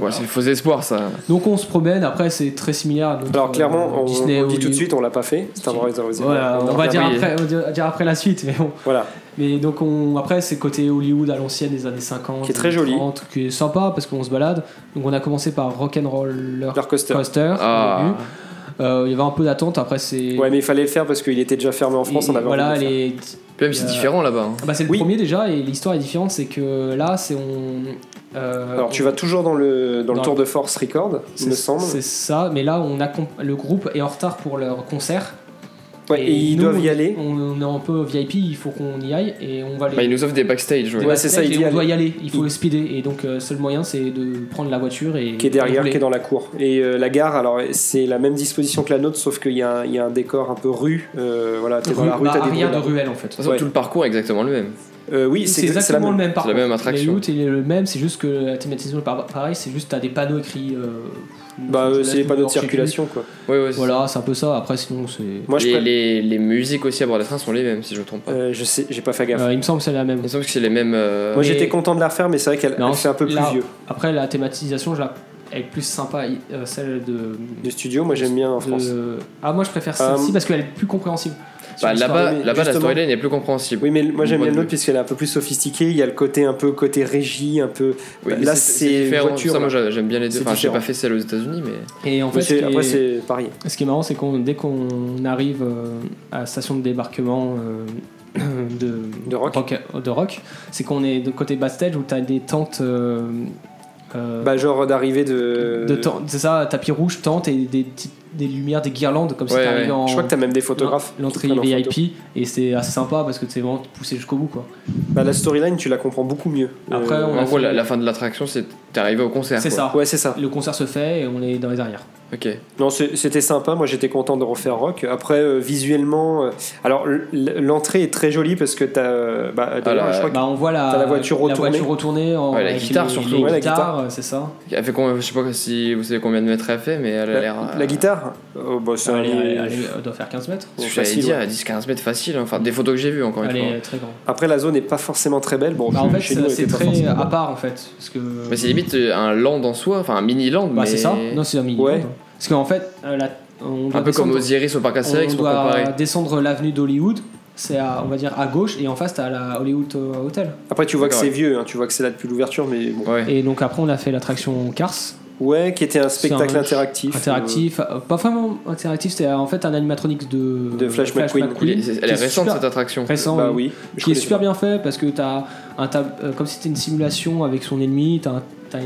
Speaker 1: Ouais, c'est faux espoir, ça.
Speaker 3: Donc on se promène. Après c'est très similaire. À notre,
Speaker 2: Alors clairement,
Speaker 3: euh,
Speaker 2: on,
Speaker 3: Disney
Speaker 2: on dit tout de
Speaker 3: Hollywood.
Speaker 2: suite, on l'a pas fait. Star Wars Rise of the Resistance.
Speaker 3: Voilà, on,
Speaker 2: en
Speaker 3: va
Speaker 2: reparle.
Speaker 3: dire
Speaker 1: oui.
Speaker 3: après, on va dire- on va dire après la suite. Mais, bon.
Speaker 2: Voilà.
Speaker 3: mais donc on, après c'est côté Hollywood à l'ancienne des années 50,
Speaker 2: Qui est très
Speaker 3: 30, qui est sympa parce qu'on se balade. Donc on a commencé par Rock'n'Roller
Speaker 2: Roller Coaster.
Speaker 3: Coaster. au
Speaker 1: Ah.
Speaker 3: début. Euh, il y avait un peu d'attente. Après c'est
Speaker 2: Ouais, mais il fallait le faire parce qu'il était déjà fermé en France.
Speaker 3: et
Speaker 2: on avait
Speaker 3: voilà
Speaker 2: envie de le
Speaker 3: les
Speaker 1: Puis même, c'est
Speaker 3: Euh,
Speaker 1: différent là-bas. hein.
Speaker 3: Ah Bah c'est le
Speaker 2: Oui.
Speaker 3: premier déjà et l'histoire est différente, c'est que là c'est on. euh,
Speaker 2: faire. Alors tu
Speaker 3: on-
Speaker 2: vas toujours dans le, dans le
Speaker 3: Dans-
Speaker 2: tour de force record,
Speaker 3: c'est-
Speaker 2: il me semble.
Speaker 3: C'est ça, mais là on a le groupe est en retard pour leur concert
Speaker 2: Ouais, et, ils
Speaker 3: nous,
Speaker 2: doivent y
Speaker 3: on-
Speaker 2: aller.
Speaker 3: On, on est un peu VIP, il faut qu'on y aille et on va les.
Speaker 1: Bah, il nous offre des backstage, ouais.
Speaker 2: Ouais, c'est ça, il
Speaker 3: et
Speaker 2: dit
Speaker 3: on
Speaker 2: aller.
Speaker 3: doit y aller, il faut speeder. Et donc, euh, seul moyen, c'est de prendre la voiture et.
Speaker 2: qui est derrière,
Speaker 3: rouler.
Speaker 2: qui est dans la cour. Et euh, la gare, alors c'est la même disposition que la nôtre, sauf qu'il y, a un- il y a un décor un peu rue. euh, voilà, t'es dans
Speaker 3: Rue-
Speaker 2: la rue,
Speaker 3: bah,
Speaker 2: t'as des
Speaker 3: arrière
Speaker 2: bruits
Speaker 3: de
Speaker 2: là.
Speaker 3: ruelle en fait.
Speaker 1: De toute façon,
Speaker 2: Ouais.
Speaker 1: tout le parcours est exactement le même.
Speaker 2: Euh, oui,
Speaker 3: C'est exactement le même parcours.
Speaker 1: la même attraction.
Speaker 3: Le route est le même, c'est juste que la thématisation est par- pareil, c'est juste t'as des panneaux écrits. euh,
Speaker 2: Bah, euh, c'est les panneaux de
Speaker 3: je sais plus.
Speaker 2: circulation, quoi.
Speaker 1: Ouais, ouais, c'est
Speaker 3: Voilà, c'est un peu ça. Après, sinon, c'est.
Speaker 2: Moi, je,
Speaker 1: les,
Speaker 2: pré-
Speaker 1: les, les musiques aussi à bord des trains sont les mêmes, si je ne me trompe pas.
Speaker 2: euh, je sais, j'ai pas fait gaffe.
Speaker 3: Euh, il me semble que c'est la même.
Speaker 1: Il me semble que c'est les mêmes. euh,
Speaker 2: Moi,
Speaker 3: mais-
Speaker 2: j'étais content de la refaire, mais c'est vrai qu'elle
Speaker 3: Non,
Speaker 2: elle fait un peu plus
Speaker 3: là-
Speaker 2: vieux.
Speaker 3: Après, la thématisation, je la... elle est plus sympa, il- euh, celle de.
Speaker 2: Du studio, moi, j'aime bien en
Speaker 3: de-
Speaker 2: France.
Speaker 3: Ah, moi, je préfère
Speaker 2: Euh,
Speaker 3: celle-ci parce qu'elle est plus compréhensible. Sur
Speaker 1: bah,
Speaker 3: l'histoire.
Speaker 1: là-bas,
Speaker 2: mais
Speaker 1: là-bas, la
Speaker 2: justement-
Speaker 1: storyline est plus compréhensible.
Speaker 2: Oui, mais moi, j'aime
Speaker 1: Moi,
Speaker 2: bien
Speaker 1: de-
Speaker 2: l'autre, puisqu'elle est un peu plus sophistiquée. Il y a le côté un peu côté régie, un peu.
Speaker 1: Oui,
Speaker 2: Bah,
Speaker 1: mais
Speaker 2: là, c'est
Speaker 1: différent.
Speaker 2: voiture,
Speaker 1: Ça, moi,
Speaker 2: là.
Speaker 1: j'a- j'aime bien les deux.
Speaker 2: C'est
Speaker 1: Enfin, j'ai
Speaker 2: différent.
Speaker 1: pas fait celle aux États-Unis, mais.
Speaker 3: Et en fait,
Speaker 2: Mais
Speaker 3: ce
Speaker 2: c'est-
Speaker 3: qui
Speaker 2: Après,
Speaker 3: est-
Speaker 2: c'est pareil.
Speaker 3: Ce qui est marrant, c'est qu'on dès qu'on arrive euh, à la station de débarquement euh, de,
Speaker 2: De Rock.
Speaker 3: de Rock, c'est qu'on est de côté backstage où t'as des tentes. euh, euh,
Speaker 2: Bah, euh, genre d'arriver de.
Speaker 3: de tentes- c'est ça, tapis rouge, tente et des, petites- des lumières, des guirlandes comme si
Speaker 1: Ouais,
Speaker 3: t'arrivais
Speaker 1: ouais.
Speaker 3: en.
Speaker 2: Je crois que t'as même des photographes. qui
Speaker 3: L'entrée
Speaker 2: prennent en photo.
Speaker 3: VIP et c'est assez sympa parce que c'est vraiment poussé jusqu'au bout quoi.
Speaker 2: Bah, la storyline, tu la comprends beaucoup mieux.
Speaker 3: Après, on-
Speaker 2: Euh,
Speaker 1: En gros,
Speaker 3: fait-
Speaker 1: la, la fin de l'attraction, c'est t'es arrivé au concert.
Speaker 3: C'est
Speaker 1: quoi.
Speaker 3: ça.
Speaker 2: Ouais, c'est ça.
Speaker 3: Le concert se fait et on est dans les arrières.
Speaker 1: Ok.
Speaker 2: Non, c'est- c'était sympa. Moi, j'étais content de refaire Rock. Après, euh, visuellement, euh, alors l- l'entrée est très jolie parce que t'as, euh, bah, d'ailleurs,
Speaker 1: la-
Speaker 2: je crois que
Speaker 3: Bah on voit la,
Speaker 2: T'as la voiture retournée.
Speaker 3: voiture retournée en
Speaker 1: Ouais, la
Speaker 3: avec
Speaker 1: guitare
Speaker 3: les-
Speaker 1: surtout.
Speaker 3: les
Speaker 2: Ouais, la
Speaker 3: guitares,
Speaker 2: guitare.
Speaker 3: c'est ça.
Speaker 1: Elle fait combien, je sais pas si vous savez combien de mètres elle fait, mais elle a
Speaker 2: la,
Speaker 1: l'air. euh,
Speaker 2: la guitare, oh, bah, ça,
Speaker 3: Ah, Elle,
Speaker 2: elle est-
Speaker 3: est- elle est- elle doit faire 15 mètres.
Speaker 1: c'est ce que
Speaker 2: facile,
Speaker 1: j'allais dire,
Speaker 2: ouais.
Speaker 1: 10-15 mètres facile. hein. Enfin, des photos que j'ai vues encore une
Speaker 3: Elle
Speaker 1: fois.
Speaker 3: est très grande.
Speaker 2: Après, la zone n'est pas forcément très belle. Bon,
Speaker 3: Bah, en fait,
Speaker 2: chez
Speaker 3: ça-
Speaker 2: nous, elle
Speaker 3: c'est
Speaker 2: était pas
Speaker 3: très euh,
Speaker 2: forcément
Speaker 3: à
Speaker 2: belle.
Speaker 3: part en fait. Parce que...
Speaker 1: Mais c'est limite euh, un land en soi, enfin un mini land,
Speaker 3: Bah,
Speaker 1: mais.
Speaker 3: c'est ça Non, c'est un mini.
Speaker 2: Ouais.
Speaker 3: Parce qu'en fait, euh, la- on doit
Speaker 1: Un peu comme
Speaker 3: descendre,
Speaker 1: Osiris au parc Astérix
Speaker 3: on
Speaker 1: pour
Speaker 3: doit
Speaker 1: comparer.
Speaker 3: descendre l'avenue d'Hollywood. C'est à, on va dire à gauche et en face t'as la Hollywood euh, Hotel.
Speaker 2: Après, tu vois que
Speaker 1: D'accord,
Speaker 2: c'est
Speaker 1: ouais.
Speaker 2: vieux. hein, tu vois que c'est là depuis l'ouverture, mais bon.
Speaker 1: Ouais.
Speaker 3: Et donc après on a fait l'attraction Cars
Speaker 2: Ouais, qui était un
Speaker 3: C'est
Speaker 2: spectacle
Speaker 3: un-
Speaker 2: interactif.
Speaker 3: interactif, euh, pas vraiment interactif, c'était euh, en fait un animatronic de
Speaker 2: De Flash McQueen.
Speaker 1: Il est- Elle
Speaker 3: qui
Speaker 1: est récente
Speaker 3: super
Speaker 1: cette attraction.
Speaker 2: euh,
Speaker 3: récent,
Speaker 2: bah
Speaker 3: oui.
Speaker 2: oui. je
Speaker 3: qui est
Speaker 2: connais
Speaker 3: super
Speaker 2: pas.
Speaker 3: bien fait parce que t'as un tab- euh, comme si c'était une simulation avec son ennemi, t'as un, t'as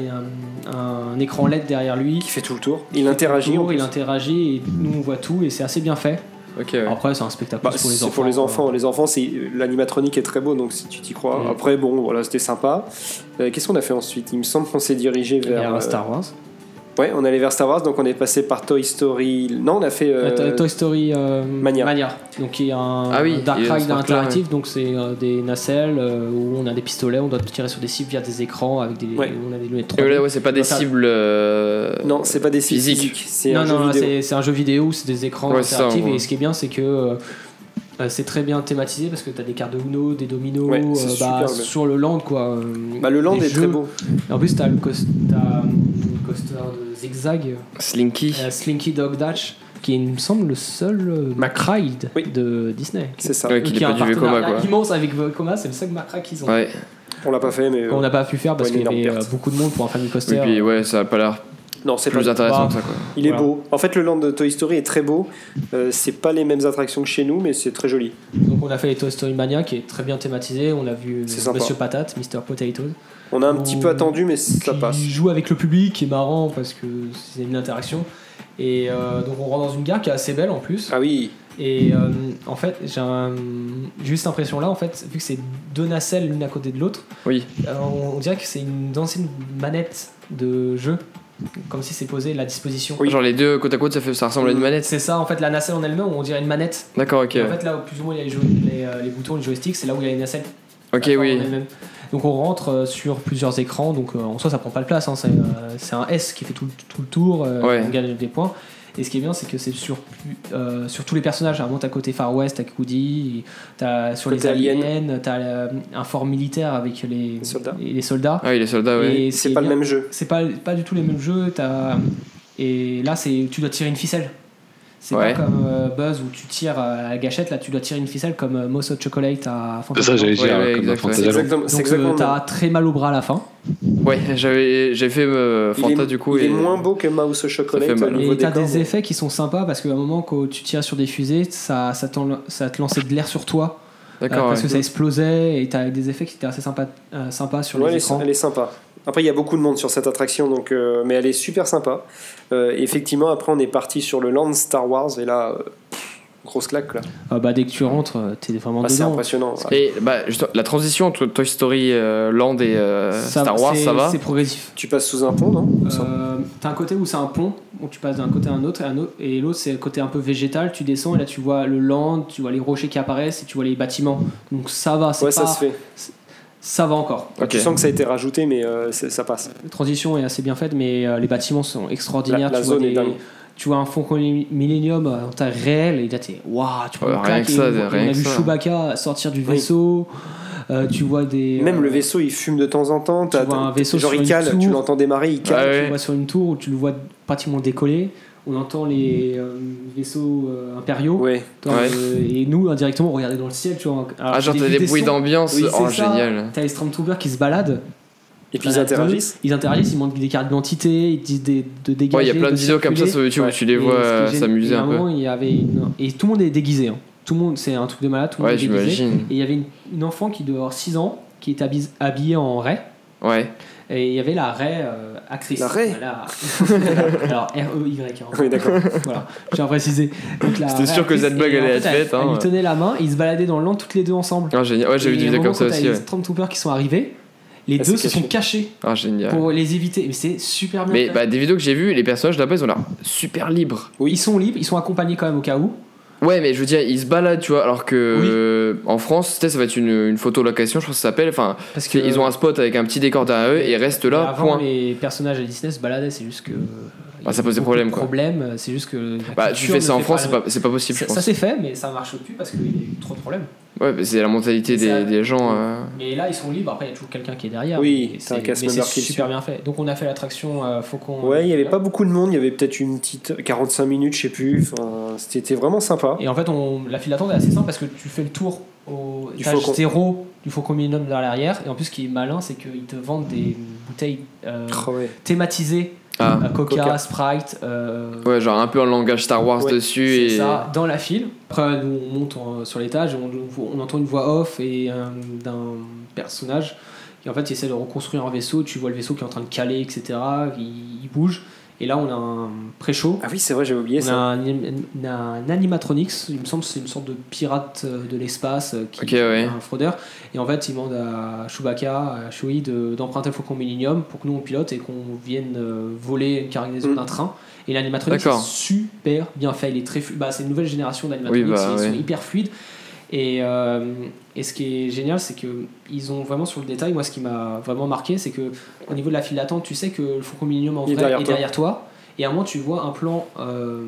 Speaker 3: un- un écran LED derrière lui.
Speaker 2: Qui fait tout le tour. Il interagit. en
Speaker 3: Autour, il
Speaker 2: plus.
Speaker 3: interagit et nous on voit tout et c'est assez bien fait.
Speaker 1: Ok, ouais.
Speaker 3: Après c'est un spectacle
Speaker 2: Bah,
Speaker 3: plus
Speaker 2: c'est pour
Speaker 3: euh,
Speaker 2: les enfants. Les enfants, c'est euh, l'animatronique est très beau, donc si tu t'y crois.
Speaker 3: Mm.
Speaker 2: Après, bon, voilà, c'était sympa. Euh, Qu'est-ce qu'on a fait ensuite Il me semble qu'on s'est dirigé
Speaker 3: Il y
Speaker 2: vers
Speaker 3: a
Speaker 2: euh,
Speaker 3: Star Wars.
Speaker 2: Ouais, on allait vers Star Wars, donc on est passé par Toy Story. Non, on a fait. euh,
Speaker 3: Euh, Toy Story euh,
Speaker 2: Mania.
Speaker 3: donc qui est un
Speaker 1: Ah oui,
Speaker 3: un dark
Speaker 1: il y a
Speaker 3: ride
Speaker 1: ce truc-là,
Speaker 3: interactif, donc c'est euh, des nacelles euh, où on a des pistolets, on doit tirer sur des cibles via des écrans avec des,
Speaker 2: Ouais.
Speaker 3: on a des lunettes 3D.
Speaker 1: Et là, ouais, c'est pas des
Speaker 3: Ça-
Speaker 1: cibles. euh,
Speaker 2: Non, c'est pas des sites
Speaker 1: Physique.
Speaker 2: physiques. C'est
Speaker 3: non,
Speaker 2: un
Speaker 3: non,
Speaker 2: jeu
Speaker 3: là,
Speaker 2: vidéo.
Speaker 3: c'est c'est un jeu vidéo, c'est des écrans
Speaker 1: Ouais, c'est ça,
Speaker 3: interactifs.
Speaker 1: ouais.
Speaker 3: Et ce qui est bien, c'est que euh, euh, c'est très bien thématisé parce que tu as des cartes de Uno, des dominos,
Speaker 2: Ouais, c'est
Speaker 3: euh,
Speaker 2: super
Speaker 3: bah,
Speaker 2: bien.
Speaker 3: sur le land quoi. euh,
Speaker 2: Bah, le land
Speaker 3: des
Speaker 2: est
Speaker 3: jeux.
Speaker 2: très beau.
Speaker 3: En plus, tu as le cos- t'as, euh, le coaster de zigzag,
Speaker 1: Slinky.
Speaker 3: euh, Slinky Dog Dash, qui est, il me semble, le seul euh, McRide
Speaker 2: Oui.
Speaker 3: de Disney.
Speaker 2: C'est ça.
Speaker 1: Ouais, qu'il
Speaker 3: Qui
Speaker 1: est
Speaker 3: a
Speaker 1: pas
Speaker 3: un
Speaker 1: du Vekoma,
Speaker 3: partenariat
Speaker 1: quoi.
Speaker 3: immense avec Vekoma, c'est le seul McRide qu'ils ont.
Speaker 1: Ouais.
Speaker 2: On l'a pas fait, mais. euh,
Speaker 3: On n'a pas pu faire parce
Speaker 2: Ouais,
Speaker 3: qu'il y
Speaker 2: une
Speaker 3: avait
Speaker 2: énorme
Speaker 3: euh,
Speaker 2: perte.
Speaker 3: beaucoup de monde pour un fan du
Speaker 1: Et
Speaker 3: coaster. euh,
Speaker 1: puis, ouais, ça a pas l'air
Speaker 2: Non, c'est pas.
Speaker 1: plus intéressant
Speaker 3: Bah,
Speaker 1: que ça, quoi.
Speaker 2: Il est
Speaker 3: Voilà.
Speaker 2: beau. En fait, le land de Toy Story est très beau. Euh, c'est pas les mêmes attractions que chez nous, mais c'est très joli.
Speaker 3: Donc on a fait les Toy Story Mania qui est très bien thématisé. On a vu
Speaker 2: C'est
Speaker 3: euh,
Speaker 2: sympa.
Speaker 3: Monsieur Patate, Mr. Potato.
Speaker 2: On a un petit
Speaker 3: Ouh.
Speaker 2: peu attendu, mais ça
Speaker 3: qui
Speaker 2: passe.
Speaker 3: joue avec le public, qui est marrant parce que c'est une interaction. Et euh, donc on rentre dans une gare qui est assez belle en plus.
Speaker 2: Ah oui.
Speaker 3: Et euh, en fait, j'ai un- j'ai eu cette impression là, en fait, vu que c'est deux nacelles l'une à côté de l'autre,
Speaker 1: Oui.
Speaker 3: euh, on on dirait que c'est une ancienne manette de jeu, comme si c'est posé à la disposition.
Speaker 1: Genre, les deux côte à côte, ça, fait, ça ressemble à
Speaker 2: Mm.
Speaker 1: une manette.
Speaker 3: C'est ça, en fait, la nacelle en elle-même, on dirait une manette.
Speaker 1: D'accord, ok.
Speaker 3: Et En fait, là, où plus ou moins, il y a les, jou- les, euh, les boutons, les joysticks, c'est là où il y a les nacelles.
Speaker 1: Ok,
Speaker 3: Enfin,
Speaker 1: oui.
Speaker 3: on est même- Donc on rentre euh, sur plusieurs écrans, donc euh, en soi ça prend pas de place, hein, c'est euh, c'est un S qui fait tout, le- tout le tour, euh,
Speaker 1: Ouais.
Speaker 3: on gagne des points. Et ce qui est bien, c'est que c'est sur, plus- euh, sur tous les personnages. À un moment, t'as côté Far West, t'as Coody, t'as sur les
Speaker 2: Côté alien.
Speaker 3: aliens, t'as euh, un fort militaire avec les,
Speaker 2: soldats.
Speaker 3: et les soldats.
Speaker 1: Ah, oui, les soldats, ouais.
Speaker 3: Et ce
Speaker 2: C'est
Speaker 3: qui est
Speaker 2: pas le
Speaker 3: bien-
Speaker 2: même jeu.
Speaker 3: C'est pas, pas du tout les mêmes jeux. As... Et là, c'est tu dois tirer une ficelle. C'est
Speaker 1: Ouais.
Speaker 3: pas comme euh, Buzz où tu tires euh, à la gâchette, là tu dois tirer une ficelle comme euh, Moss of Chocolate à
Speaker 4: C'est
Speaker 3: Fantasy.
Speaker 4: ça, j'allais
Speaker 1: Ouais,
Speaker 4: dire,
Speaker 1: ouais,
Speaker 4: comme
Speaker 1: exact,
Speaker 4: dans
Speaker 1: ouais.
Speaker 2: C'est
Speaker 4: Fantasia.
Speaker 2: exactement. c'est
Speaker 3: Donc
Speaker 2: exactement
Speaker 3: euh,
Speaker 2: le
Speaker 3: t'as
Speaker 2: même.
Speaker 3: très mal au bras à la fin.
Speaker 1: Ouais, j'avais, j'ai fait euh,
Speaker 2: Il est-
Speaker 1: Fanta, du coup.
Speaker 2: Il
Speaker 1: et-
Speaker 2: est moins beau que Mouse au
Speaker 1: fait
Speaker 2: chocolat. euh,
Speaker 1: mal.
Speaker 3: Et t'as des
Speaker 2: effets.
Speaker 3: effets qui sont sympas parce qu'à un moment quand tu tires sur des fusées, ça, ça, t'en- ça te lançait de l'air sur toi euh,
Speaker 1: D'accord,
Speaker 3: parce
Speaker 1: ouais.
Speaker 3: que ça explosait et t'as des effets qui étaient assez sympas euh, sympas sur
Speaker 2: Ouais,
Speaker 3: les
Speaker 2: elle, est,
Speaker 3: écrans.
Speaker 2: elle est sympa. Après, il y a beaucoup de monde sur cette attraction, donc, euh, mais elle est super sympa. Euh, effectivement, après, on est parti sur le land Star Wars, et là, euh, grosse claque là.
Speaker 3: Ah bah, dès que tu rentres, euh, t'es vraiment
Speaker 2: Ah, c'est
Speaker 3: dedans.
Speaker 2: impressionnant.
Speaker 1: Et bah, justement, la transition entre Toy Story euh, Land et euh,
Speaker 3: Ça-
Speaker 1: Star Wars,
Speaker 3: c'est-
Speaker 1: ça va
Speaker 3: C'est progressif.
Speaker 2: Tu passes sous un pont, non Il me semble.
Speaker 3: Euh, T'as un côté où c'est un pont, donc tu passes d'un côté à un autre, et, un autre- et l'autre c'est le côté un peu végétal. Tu descends et là tu vois le land, tu vois les rochers qui apparaissent et tu vois les bâtiments. Donc ça va, c'est
Speaker 2: Ouais, ça
Speaker 3: pas-
Speaker 2: se fait.
Speaker 3: ça va encore.
Speaker 2: Enfin, Tu
Speaker 1: Ok.
Speaker 2: sens que ça a été rajouté, mais euh, c'est- ça passe.
Speaker 3: La transition est assez bien faite, mais euh, les bâtiments sont extraordinaires.
Speaker 2: La- la
Speaker 3: tu, vois
Speaker 2: zone est
Speaker 3: des-
Speaker 2: dingue.
Speaker 3: tu vois un Faucon Millennium euh, en taille réelle, et là t'es waouh, tu prends
Speaker 1: Ouais,
Speaker 3: une
Speaker 1: rien
Speaker 3: claque
Speaker 1: que
Speaker 3: et
Speaker 1: ça,
Speaker 3: on voit-
Speaker 1: rien
Speaker 3: on a
Speaker 1: que
Speaker 3: vu
Speaker 1: ça.
Speaker 3: Chewbacca sortir du vaisseau. Euh, tu vois des.
Speaker 2: Même
Speaker 3: euh,
Speaker 2: le vaisseau, il fume de temps en temps. T'as-
Speaker 3: vois un
Speaker 2: t'as-
Speaker 3: vaisseau
Speaker 2: genre,
Speaker 3: sur
Speaker 2: il
Speaker 3: une
Speaker 2: cale,
Speaker 3: tour.
Speaker 2: tu l'entends démarrer, il cale.
Speaker 1: Ah ouais.
Speaker 3: Tu le vois sur une tour où tu le vois pratiquement décoller. On entend les euh, vaisseaux euh, impériaux.
Speaker 2: Ouais.
Speaker 3: Attends,
Speaker 1: Ouais.
Speaker 3: euh, et nous, indirectement, on regardait dans le ciel. Tu vois, alors
Speaker 1: Ah, genre,
Speaker 3: j'ai
Speaker 1: t'as des bruits
Speaker 3: sons.
Speaker 1: d'ambiance.
Speaker 3: Oui, c'est
Speaker 1: oh,
Speaker 3: ça.
Speaker 1: génial.
Speaker 3: T'as les Stormtroopers qui se baladent.
Speaker 2: Et puis
Speaker 3: T'en
Speaker 2: ils
Speaker 3: as
Speaker 2: interagissent.
Speaker 3: deux, Euh, Ils interagissent, ils montrent des cartes d'identité, ils disent des, de
Speaker 1: Il
Speaker 3: dégager.
Speaker 1: y a plein de vidéos comme ça
Speaker 3: circuler.
Speaker 1: sur YouTube
Speaker 2: Ouais.
Speaker 1: où tu les
Speaker 3: Et
Speaker 1: vois
Speaker 3: ce qui est
Speaker 1: euh,
Speaker 3: génial,
Speaker 1: s'amuser
Speaker 3: à
Speaker 1: un peu.
Speaker 3: moment, il y avait une- Et tout le monde est déguisé. hein. Tout le monde, c'est un truc de malade. Tout le
Speaker 1: Ouais,
Speaker 3: monde est déguisé.
Speaker 1: j'imagine.
Speaker 3: Et il y avait une, une enfant qui devait avoir 6 ans qui était habis- habillée en raie.
Speaker 1: Ouais.
Speaker 3: Et il y avait la raie euh, actrice.
Speaker 2: La raie
Speaker 3: Voilà. Alors R-E-Y. hein.
Speaker 2: Oui, d'accord.
Speaker 3: Voilà, je tiens à préciser. Donc, la
Speaker 1: C'était sûr que
Speaker 3: réactrice,
Speaker 1: Zadbug
Speaker 3: et en
Speaker 1: allait
Speaker 3: fait,
Speaker 1: être faite, hein.
Speaker 3: Elle lui tenait la main, et ils se baladaient dans le land toutes les deux ensemble.
Speaker 1: Ah, génial. Ouais, j'ai vu
Speaker 3: Et
Speaker 1: des
Speaker 3: à un
Speaker 1: vidéos comme
Speaker 3: moment,
Speaker 1: ça
Speaker 3: quand t'as
Speaker 1: aussi.
Speaker 3: les
Speaker 1: ouais.
Speaker 3: Stormtroopers qui sont arrivés, les
Speaker 2: Ah,
Speaker 3: deux
Speaker 2: c'est
Speaker 3: se sont cachés
Speaker 1: Ah, génial.
Speaker 3: pour les éviter. Mais c'est super bien.
Speaker 1: Mais
Speaker 3: fait.
Speaker 1: bah, des vidéos que j'ai vues, les personnages là-bas, ils ont l'air super libres.
Speaker 3: Ils sont libres, ils sont accompagnés quand même au cas où.
Speaker 1: Ouais, mais je veux dire, ils se baladent, tu vois, alors que
Speaker 3: Oui.
Speaker 1: euh, en France, tu sais, ça va être une, une photo location, je crois que ça s'appelle. Enfin,
Speaker 3: Parce que
Speaker 1: ils ont un spot avec un petit décor derrière eux et ils restent
Speaker 3: mais
Speaker 1: là,
Speaker 3: avant,
Speaker 1: point.
Speaker 3: les personnages à Disney se baladaient, c'est juste que. euh,
Speaker 1: Bah, ça pose des problèmes, quoi.
Speaker 3: Problème, euh, c'est juste que. la
Speaker 1: Bah, tu fais
Speaker 3: culture ne
Speaker 1: ça en
Speaker 3: fait
Speaker 1: France, c'est
Speaker 3: la-
Speaker 1: pas, c'est pas possible, je
Speaker 3: Ça, ça
Speaker 1: pense.
Speaker 3: s'est fait, mais ça marche plus parce qu'il y a eu trop de problèmes.
Speaker 1: Ouais, mais c'est la mentalité
Speaker 3: C'est ça.
Speaker 1: des, des gens. euh.
Speaker 3: Mais là, ils sont libres. Après, il y a toujours quelqu'un qui est derrière.
Speaker 2: Oui,
Speaker 3: mais
Speaker 2: t'as un
Speaker 3: c'est-
Speaker 2: cast
Speaker 3: mais c'est
Speaker 2: member qui le
Speaker 3: super bien fait. Donc, on a fait l'attraction euh, Faucon.
Speaker 2: Ouais, il y avait pas beaucoup de monde. Il y avait peut-être une petite 45 minutes, je sais plus. Enfin, C'était vraiment sympa.
Speaker 3: Et en fait, on, la file d'attente est assez simple parce que tu fais le tour au
Speaker 2: Du
Speaker 3: étage
Speaker 2: Faucon.
Speaker 3: zéro du Faucon Millennium vers l'arrière. Et en plus, ce qui est malin, c'est qu'ils te vendent des bouteilles euh,
Speaker 2: Oh, ouais.
Speaker 3: thématisées
Speaker 1: Ah.
Speaker 3: euh, Coca,
Speaker 2: Coca.
Speaker 3: Sprite. euh,
Speaker 1: Ouais, genre un peu en langage Star Wars
Speaker 2: Ouais,
Speaker 1: dessus.
Speaker 3: c'est
Speaker 1: Et...
Speaker 3: ça, dans la file. Après, nous, on monte en- sur l'étage, on, on entend une voix off et euh, d'un personnage qui en fait essaie de reconstruire un vaisseau. Tu vois le vaisseau qui est en train de caler, etc. Il, il bouge. Et là, on a un pré-show.
Speaker 2: Ah oui, c'est vrai, j'ai oublié
Speaker 3: On a
Speaker 2: ça.
Speaker 3: un, on a un animatronics, il me semble que c'est une sorte de pirate euh, de l'espace euh, qui
Speaker 1: Ok, ouais.
Speaker 3: un fraudeur. Et en fait, il demande à Chewbacca, à Chewie de- d'emprunter le Faucon Millennium pour que nous on pilote et qu'on vienne euh, voler une cargaison
Speaker 2: Mm.
Speaker 3: d'un train. Et l'animatronics est
Speaker 1: D'accord.
Speaker 3: super bien fait, il est très flu- bah, c'est une nouvelle génération d'animatronics,
Speaker 1: Oui, bah,
Speaker 3: ils sont
Speaker 1: ouais.
Speaker 3: hyper fluides. Et, euh, et ce qui est génial, c'est que ils ont vraiment sur le détail. Moi, ce qui m'a vraiment marqué, c'est que au niveau de la file d'attente, tu sais que le Faucon Millennium en
Speaker 2: Il est
Speaker 3: vrai
Speaker 2: derrière
Speaker 3: est
Speaker 2: toi.
Speaker 3: derrière toi. Et à un moment, tu vois un plan, euh,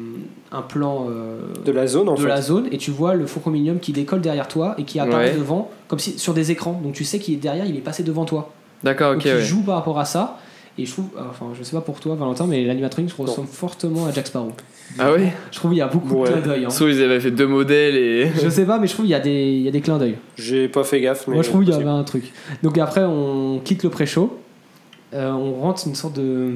Speaker 3: un plan euh,
Speaker 2: De
Speaker 3: de,
Speaker 2: la zone, en fait.
Speaker 3: la zone, et tu vois le Faucon Millennium qui décolle derrière toi et qui apparaît
Speaker 1: Ouais.
Speaker 3: devant, comme si sur des écrans. Donc tu sais qu'il est derrière, il est passé devant toi.
Speaker 1: D'accord, ok,
Speaker 3: Donc il
Speaker 1: ouais.
Speaker 3: joue par rapport à ça. Et je trouve, enfin, je sais pas pour toi, Valentin, mais l'animatronique ressemble fortement à Jack Sparrow.
Speaker 1: Ah ouais
Speaker 3: Je trouve qu'il y a beaucoup
Speaker 2: Ouais.
Speaker 3: de clins d'œil. hein.
Speaker 1: Sauf ils avaient fait deux modèles et.
Speaker 3: Je sais pas, mais je trouve qu'il y, a des- il y a des clins d'œil.
Speaker 2: J'ai pas fait gaffe. Mais
Speaker 3: Moi, je trouve qu'il y avait
Speaker 2: possible.
Speaker 3: un truc. Donc après, on quitte le pré-show. Euh, on rentre une sorte de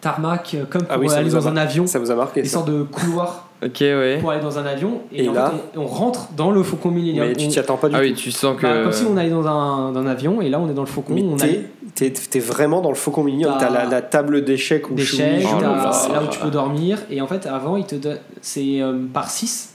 Speaker 3: tarmac, euh, comme pour
Speaker 2: Ah oui, ça
Speaker 3: aller
Speaker 2: nous a
Speaker 3: dans un avion.
Speaker 2: Ça vous a marqué
Speaker 3: Une
Speaker 2: ça.
Speaker 3: sorte de couloir
Speaker 1: Ok, ouais.
Speaker 3: pour aller dans un avion. Et,
Speaker 2: Eh. Et
Speaker 3: en
Speaker 2: là-
Speaker 3: fait, on, on rentre dans le Faucon Millennium.
Speaker 2: Mais tu
Speaker 3: On-
Speaker 2: t'y attends pas du
Speaker 1: Ah
Speaker 2: tout.
Speaker 1: oui, tu sens que.
Speaker 3: bah, Comme si on allait dans un, dans un avion et là, on est dans le Faucon.
Speaker 2: Mais
Speaker 3: on a
Speaker 2: t'es- t'es t'es vraiment dans le faucon mignon.
Speaker 3: T'as-
Speaker 2: T'as la, la table d'échecs où
Speaker 3: des
Speaker 2: Chewie
Speaker 3: chaises,
Speaker 2: joue.
Speaker 1: oh là
Speaker 3: t'as-
Speaker 1: là.
Speaker 3: là où tu peux dormir. Et en fait, avant, il te donne- c'est euh, par 6.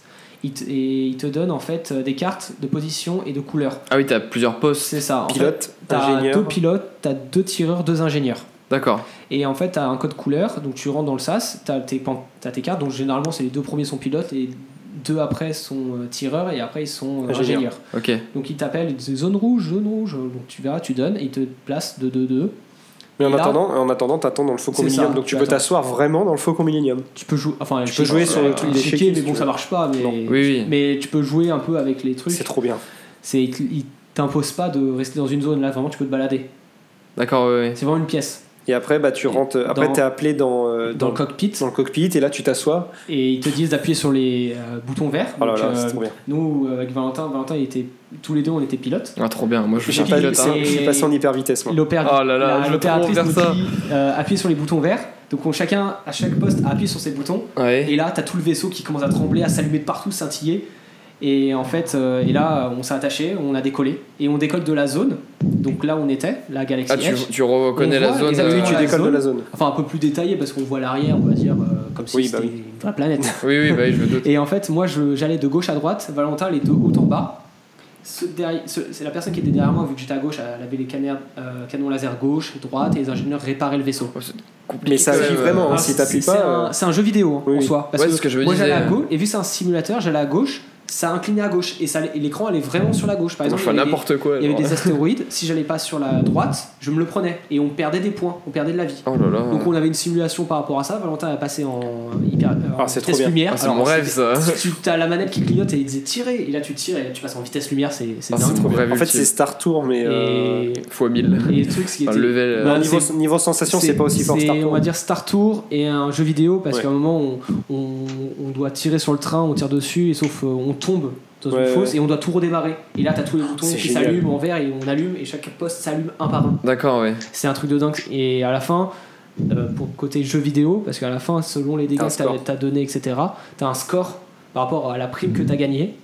Speaker 3: Il te, et il te donne en fait euh, des cartes de position et de couleur.
Speaker 1: Ah oui, t'as plusieurs postes.
Speaker 3: C'est ça. En fait,
Speaker 2: Pilote,
Speaker 3: T'as deux
Speaker 2: ingénieur.
Speaker 3: pilotes, t'as deux tireurs, deux ingénieurs.
Speaker 1: D'accord.
Speaker 3: Et en fait, t'as un code couleur, donc tu rentres dans le SAS, t'as tes, pan- t'as tes cartes, donc généralement, c'est les deux premiers sont pilotes, les deux après sont euh, tireurs, et après, ils sont euh,
Speaker 2: Ingénieurs.
Speaker 3: ingénieurs.
Speaker 1: Ok.
Speaker 3: Donc, ils t'appellent, ils disent zone rouge, zone rouge, donc tu verras, tu donnes, et ils te placent de 2-2.
Speaker 2: Mais en
Speaker 3: Et là-
Speaker 2: attendant, en attendant, t'attends dans le faucon
Speaker 3: C'est ça,
Speaker 2: millénium. Donc
Speaker 3: tu
Speaker 2: tu peux
Speaker 3: attends.
Speaker 2: t'asseoir vraiment dans le faucon millénium.
Speaker 3: Tu peux jouer, enfin,
Speaker 2: Tu peux jouer sur le truc des
Speaker 3: d'échiquier,
Speaker 2: chéquiers,
Speaker 3: euh, mais
Speaker 2: si
Speaker 3: bon,
Speaker 2: tu
Speaker 3: ça
Speaker 2: veux.
Speaker 3: marche pas, mais,
Speaker 2: Non.
Speaker 1: Oui, oui.
Speaker 3: mais tu peux jouer un peu avec les
Speaker 2: C'est
Speaker 3: trucs.
Speaker 2: trop bien.
Speaker 3: C'est, ils te- ils t'imposent pas de rester dans une zone, là, vraiment, tu peux te balader.
Speaker 1: D'accord, ouais, ouais.
Speaker 3: C'est vraiment une pièce.
Speaker 2: Et après, bah, tu rentres. Après,
Speaker 3: Dans-
Speaker 2: t'es appelé dans, euh,
Speaker 3: Dans, le cockpit,
Speaker 2: dans le cockpit et là, tu t'assois.
Speaker 3: et ils te disent d'appuyer sur les euh, boutons verts.
Speaker 2: Oh là
Speaker 3: donc,
Speaker 2: là,
Speaker 3: euh,
Speaker 2: c'est trop bien.
Speaker 3: Nous, euh, avec Valentin, Valentin, il était, tous les deux, on était pilotes.
Speaker 1: Ah, trop bien. Moi, je
Speaker 2: J'ai
Speaker 1: suis
Speaker 3: puis,
Speaker 2: pas,
Speaker 1: pilote.
Speaker 2: c'est-
Speaker 1: hein.
Speaker 3: et-
Speaker 2: je suis passé en hyper vitesse. Moi.
Speaker 3: L'opéra-
Speaker 1: Oh là là,
Speaker 3: la-
Speaker 1: je veux trop
Speaker 3: l'opératrice
Speaker 1: faire
Speaker 3: nous
Speaker 1: ça.
Speaker 3: dit euh, appuyez sur les boutons verts. Donc on, chacun, à chaque poste, appuie sur ses boutons.
Speaker 1: Ah Ouais.
Speaker 3: Et là, t'as tout le vaisseau qui commence à trembler, à s'allumer de partout, scintiller. Et en fait, euh, et là, on s'est attaché, on a décollé. Et on décolle de la zone. Donc là, où on était, la galaxie
Speaker 1: Ah, tu,
Speaker 3: Edge.
Speaker 1: tu reconnais
Speaker 3: On
Speaker 1: la
Speaker 3: voit
Speaker 1: zone.
Speaker 3: exactement
Speaker 2: Oui,
Speaker 1: euh,
Speaker 2: tu
Speaker 3: la
Speaker 2: décolles
Speaker 3: zone.
Speaker 2: de la zone.
Speaker 3: Enfin, un peu plus détaillé parce qu'on voit l'arrière, on va dire, euh, comme si
Speaker 2: Oui,
Speaker 3: c'était
Speaker 2: bah
Speaker 3: une vraie planète.
Speaker 1: Oui, oui, bah, oui, je me doute.
Speaker 3: Et en fait, moi, je- j'allais de gauche à droite. Valentin, les deux haut en bas. Ce derri- ce- C'est la personne qui était derrière moi, vu que j'étais à gauche, elle avait les canards- euh, canons laser gauche, droite, et les ingénieurs réparaient le vaisseau.
Speaker 1: Oh, c'est compliqué
Speaker 2: Mais ça
Speaker 1: quand
Speaker 2: agit
Speaker 1: même,
Speaker 2: vraiment,
Speaker 1: euh,
Speaker 2: hein, si
Speaker 3: c'est-
Speaker 2: t'appuies
Speaker 3: ah, c'est
Speaker 2: pas.
Speaker 3: un-
Speaker 2: euh,
Speaker 3: C'est un, jeu vidéo hein,
Speaker 2: oui,
Speaker 3: en
Speaker 2: oui.
Speaker 3: soi. Parce
Speaker 1: Ouais, c'est
Speaker 3: que
Speaker 1: euh, ce que je me
Speaker 3: moi, j'allais à
Speaker 1: disais.
Speaker 3: gauche, et vu que c'est un simulateur, j'allais à gauche, ça inclinait à gauche, et, ça allait- et l'écran allait vraiment sur la gauche.
Speaker 1: Moi,
Speaker 3: Par exemple,
Speaker 1: je fais
Speaker 3: il y avait-
Speaker 1: n'importe quoi.
Speaker 3: il y avait
Speaker 1: alors.
Speaker 3: des astéroïdes, si j'allais pas sur la droite, je me le prenais, et on perdait des points, on perdait de la vie.
Speaker 1: Oh là là.
Speaker 3: Donc on avait une simulation par rapport à ça. Valentin a passé en hyper euh, en
Speaker 2: Ah, c'est trop
Speaker 3: vitesse
Speaker 2: bien.
Speaker 3: lumière.
Speaker 1: Ah, c'est mon rêve, ça.
Speaker 3: Tu as la manette qui clignote et il disait tirer. Et là tu tires et là, tu passes en vitesse lumière. C'est c'est
Speaker 1: Ah, c'est
Speaker 3: dingue.
Speaker 1: trop rêve
Speaker 2: En fait,
Speaker 1: utile.
Speaker 2: c'est Star Tour, mais. euh,
Speaker 3: Et,
Speaker 1: Fois 1000.
Speaker 3: et le truc, c'est qu'il
Speaker 1: Enfin,
Speaker 3: était-
Speaker 1: level. euh,
Speaker 3: Bah,
Speaker 2: non, niveau,
Speaker 3: c'est-
Speaker 2: niveau sensation, c'est pas aussi fort que
Speaker 3: c'est,
Speaker 2: Star
Speaker 3: On
Speaker 2: Tour.
Speaker 3: va dire Star Tour et un jeu vidéo parce
Speaker 2: Ouais.
Speaker 3: qu'à un moment on, on- on doit tirer sur le train, on tire dessus et sauf euh, on tombe dans
Speaker 2: Ouais,
Speaker 3: une fosse
Speaker 2: ouais. Ah,
Speaker 3: et on doit tout redémarrer. Et là t'as tous les boutons
Speaker 2: c'est
Speaker 3: qui
Speaker 2: génial.
Speaker 3: s'allument en vert et on allume et chaque poste s'allume un par un.
Speaker 1: D'accord, ouais.
Speaker 3: C'est un truc de dingue. Et à la fin, euh, pour côté jeu vidéo, parce qu'à la fin, selon les dégâts
Speaker 2: T'as un
Speaker 3: que t'as-
Speaker 2: score.
Speaker 3: t'as donné, etc., t'as un score par rapport à la prime que t'as gagnée,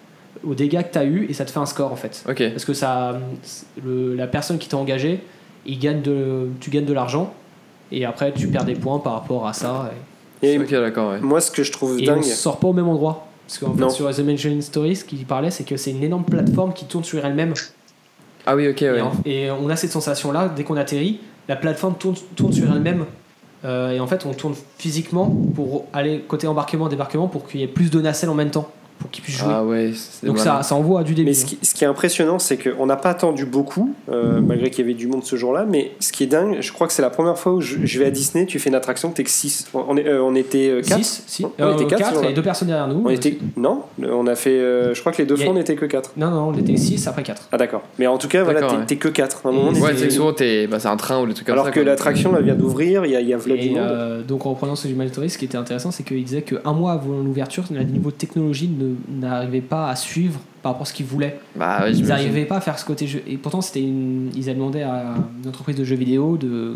Speaker 3: aux dégâts que t'as eu, et ça te fait un score en fait.
Speaker 1: Ok.
Speaker 3: Parce que ça, le- la personne qui t'a engagé, il gagne de, tu gagnes de l'argent, et après tu perds des points par rapport à ça.
Speaker 2: Et
Speaker 1: Ok, d'accord, ouais.
Speaker 2: moi, ce que je trouve
Speaker 3: Et, et on
Speaker 2: dingue.
Speaker 3: sort pas au même endroit. Parce qu'en fait,
Speaker 2: Non.
Speaker 3: sur The Mansion Story, ce qu'il parlait, c'est que c'est une énorme plateforme qui tourne sur elle-même.
Speaker 1: Ah oui, ok,
Speaker 3: Et,
Speaker 2: Eh
Speaker 1: ouais.
Speaker 3: en- et on a cette sensation-là, dès qu'on atterrit, la plateforme tourne, tourne sur elle-même. Euh, et en fait, on tourne physiquement pour aller côté embarquement, débarquement, pour qu'il y ait plus de nacelles en même temps, pour qu'ils puissent jouer.
Speaker 1: Ah ouais. c'est
Speaker 3: Donc
Speaker 1: malin.
Speaker 3: ça, ça envoie du début.
Speaker 2: Mais ce qui, ce qui est impressionnant, c'est qu'on n'a pas attendu beaucoup, euh, malgré qu'il y avait du monde ce jour-là. Mais ce qui est dingue, je crois que c'est la première fois où je, je vais à Disney, tu fais une attraction, t'es que 6. On, est- euh, on était 4.
Speaker 3: 6, si.
Speaker 2: On
Speaker 3: Euh,
Speaker 2: était quatre,
Speaker 3: quatre,
Speaker 2: ce
Speaker 3: il y
Speaker 2: jour-là.
Speaker 3: a deux personnes derrière nous.
Speaker 2: On était... Non, on a fait. euh, je crois que les deux
Speaker 3: Il y
Speaker 2: fois,
Speaker 3: a-
Speaker 2: on n'était que 4.
Speaker 3: Non, non, on était 6, après 4.
Speaker 2: Ah, d'accord. Mais en tout cas, voilà,
Speaker 1: D'accord,
Speaker 2: t'es
Speaker 1: ouais.
Speaker 2: t'es que 4. À un moment, on
Speaker 3: Et-
Speaker 2: était-
Speaker 1: Ouais, c'est souvent, t'es- bah, c'est un train ou des trucs comme ça.
Speaker 2: Alors que
Speaker 1: quoi.
Speaker 2: l'attraction, elle vient d'ouvrir, il y a, il y a v'là du
Speaker 3: Et
Speaker 2: monde.
Speaker 3: euh, donc en reprenant ce Human Tourist, ce qui était intéressant, c'est qu'il disait qu'un mois avant l'ouverture, le niveau de technologie ne- n'arrivait pas à suivre par rapport à ce qu'ils voulaient.
Speaker 1: Bah ouais,
Speaker 3: Ils
Speaker 1: j'imagine.
Speaker 3: n'arrivaient pas à faire ce côté jeu. Et pourtant, c'était une... ils avaient demandé à une entreprise de jeux vidéo de,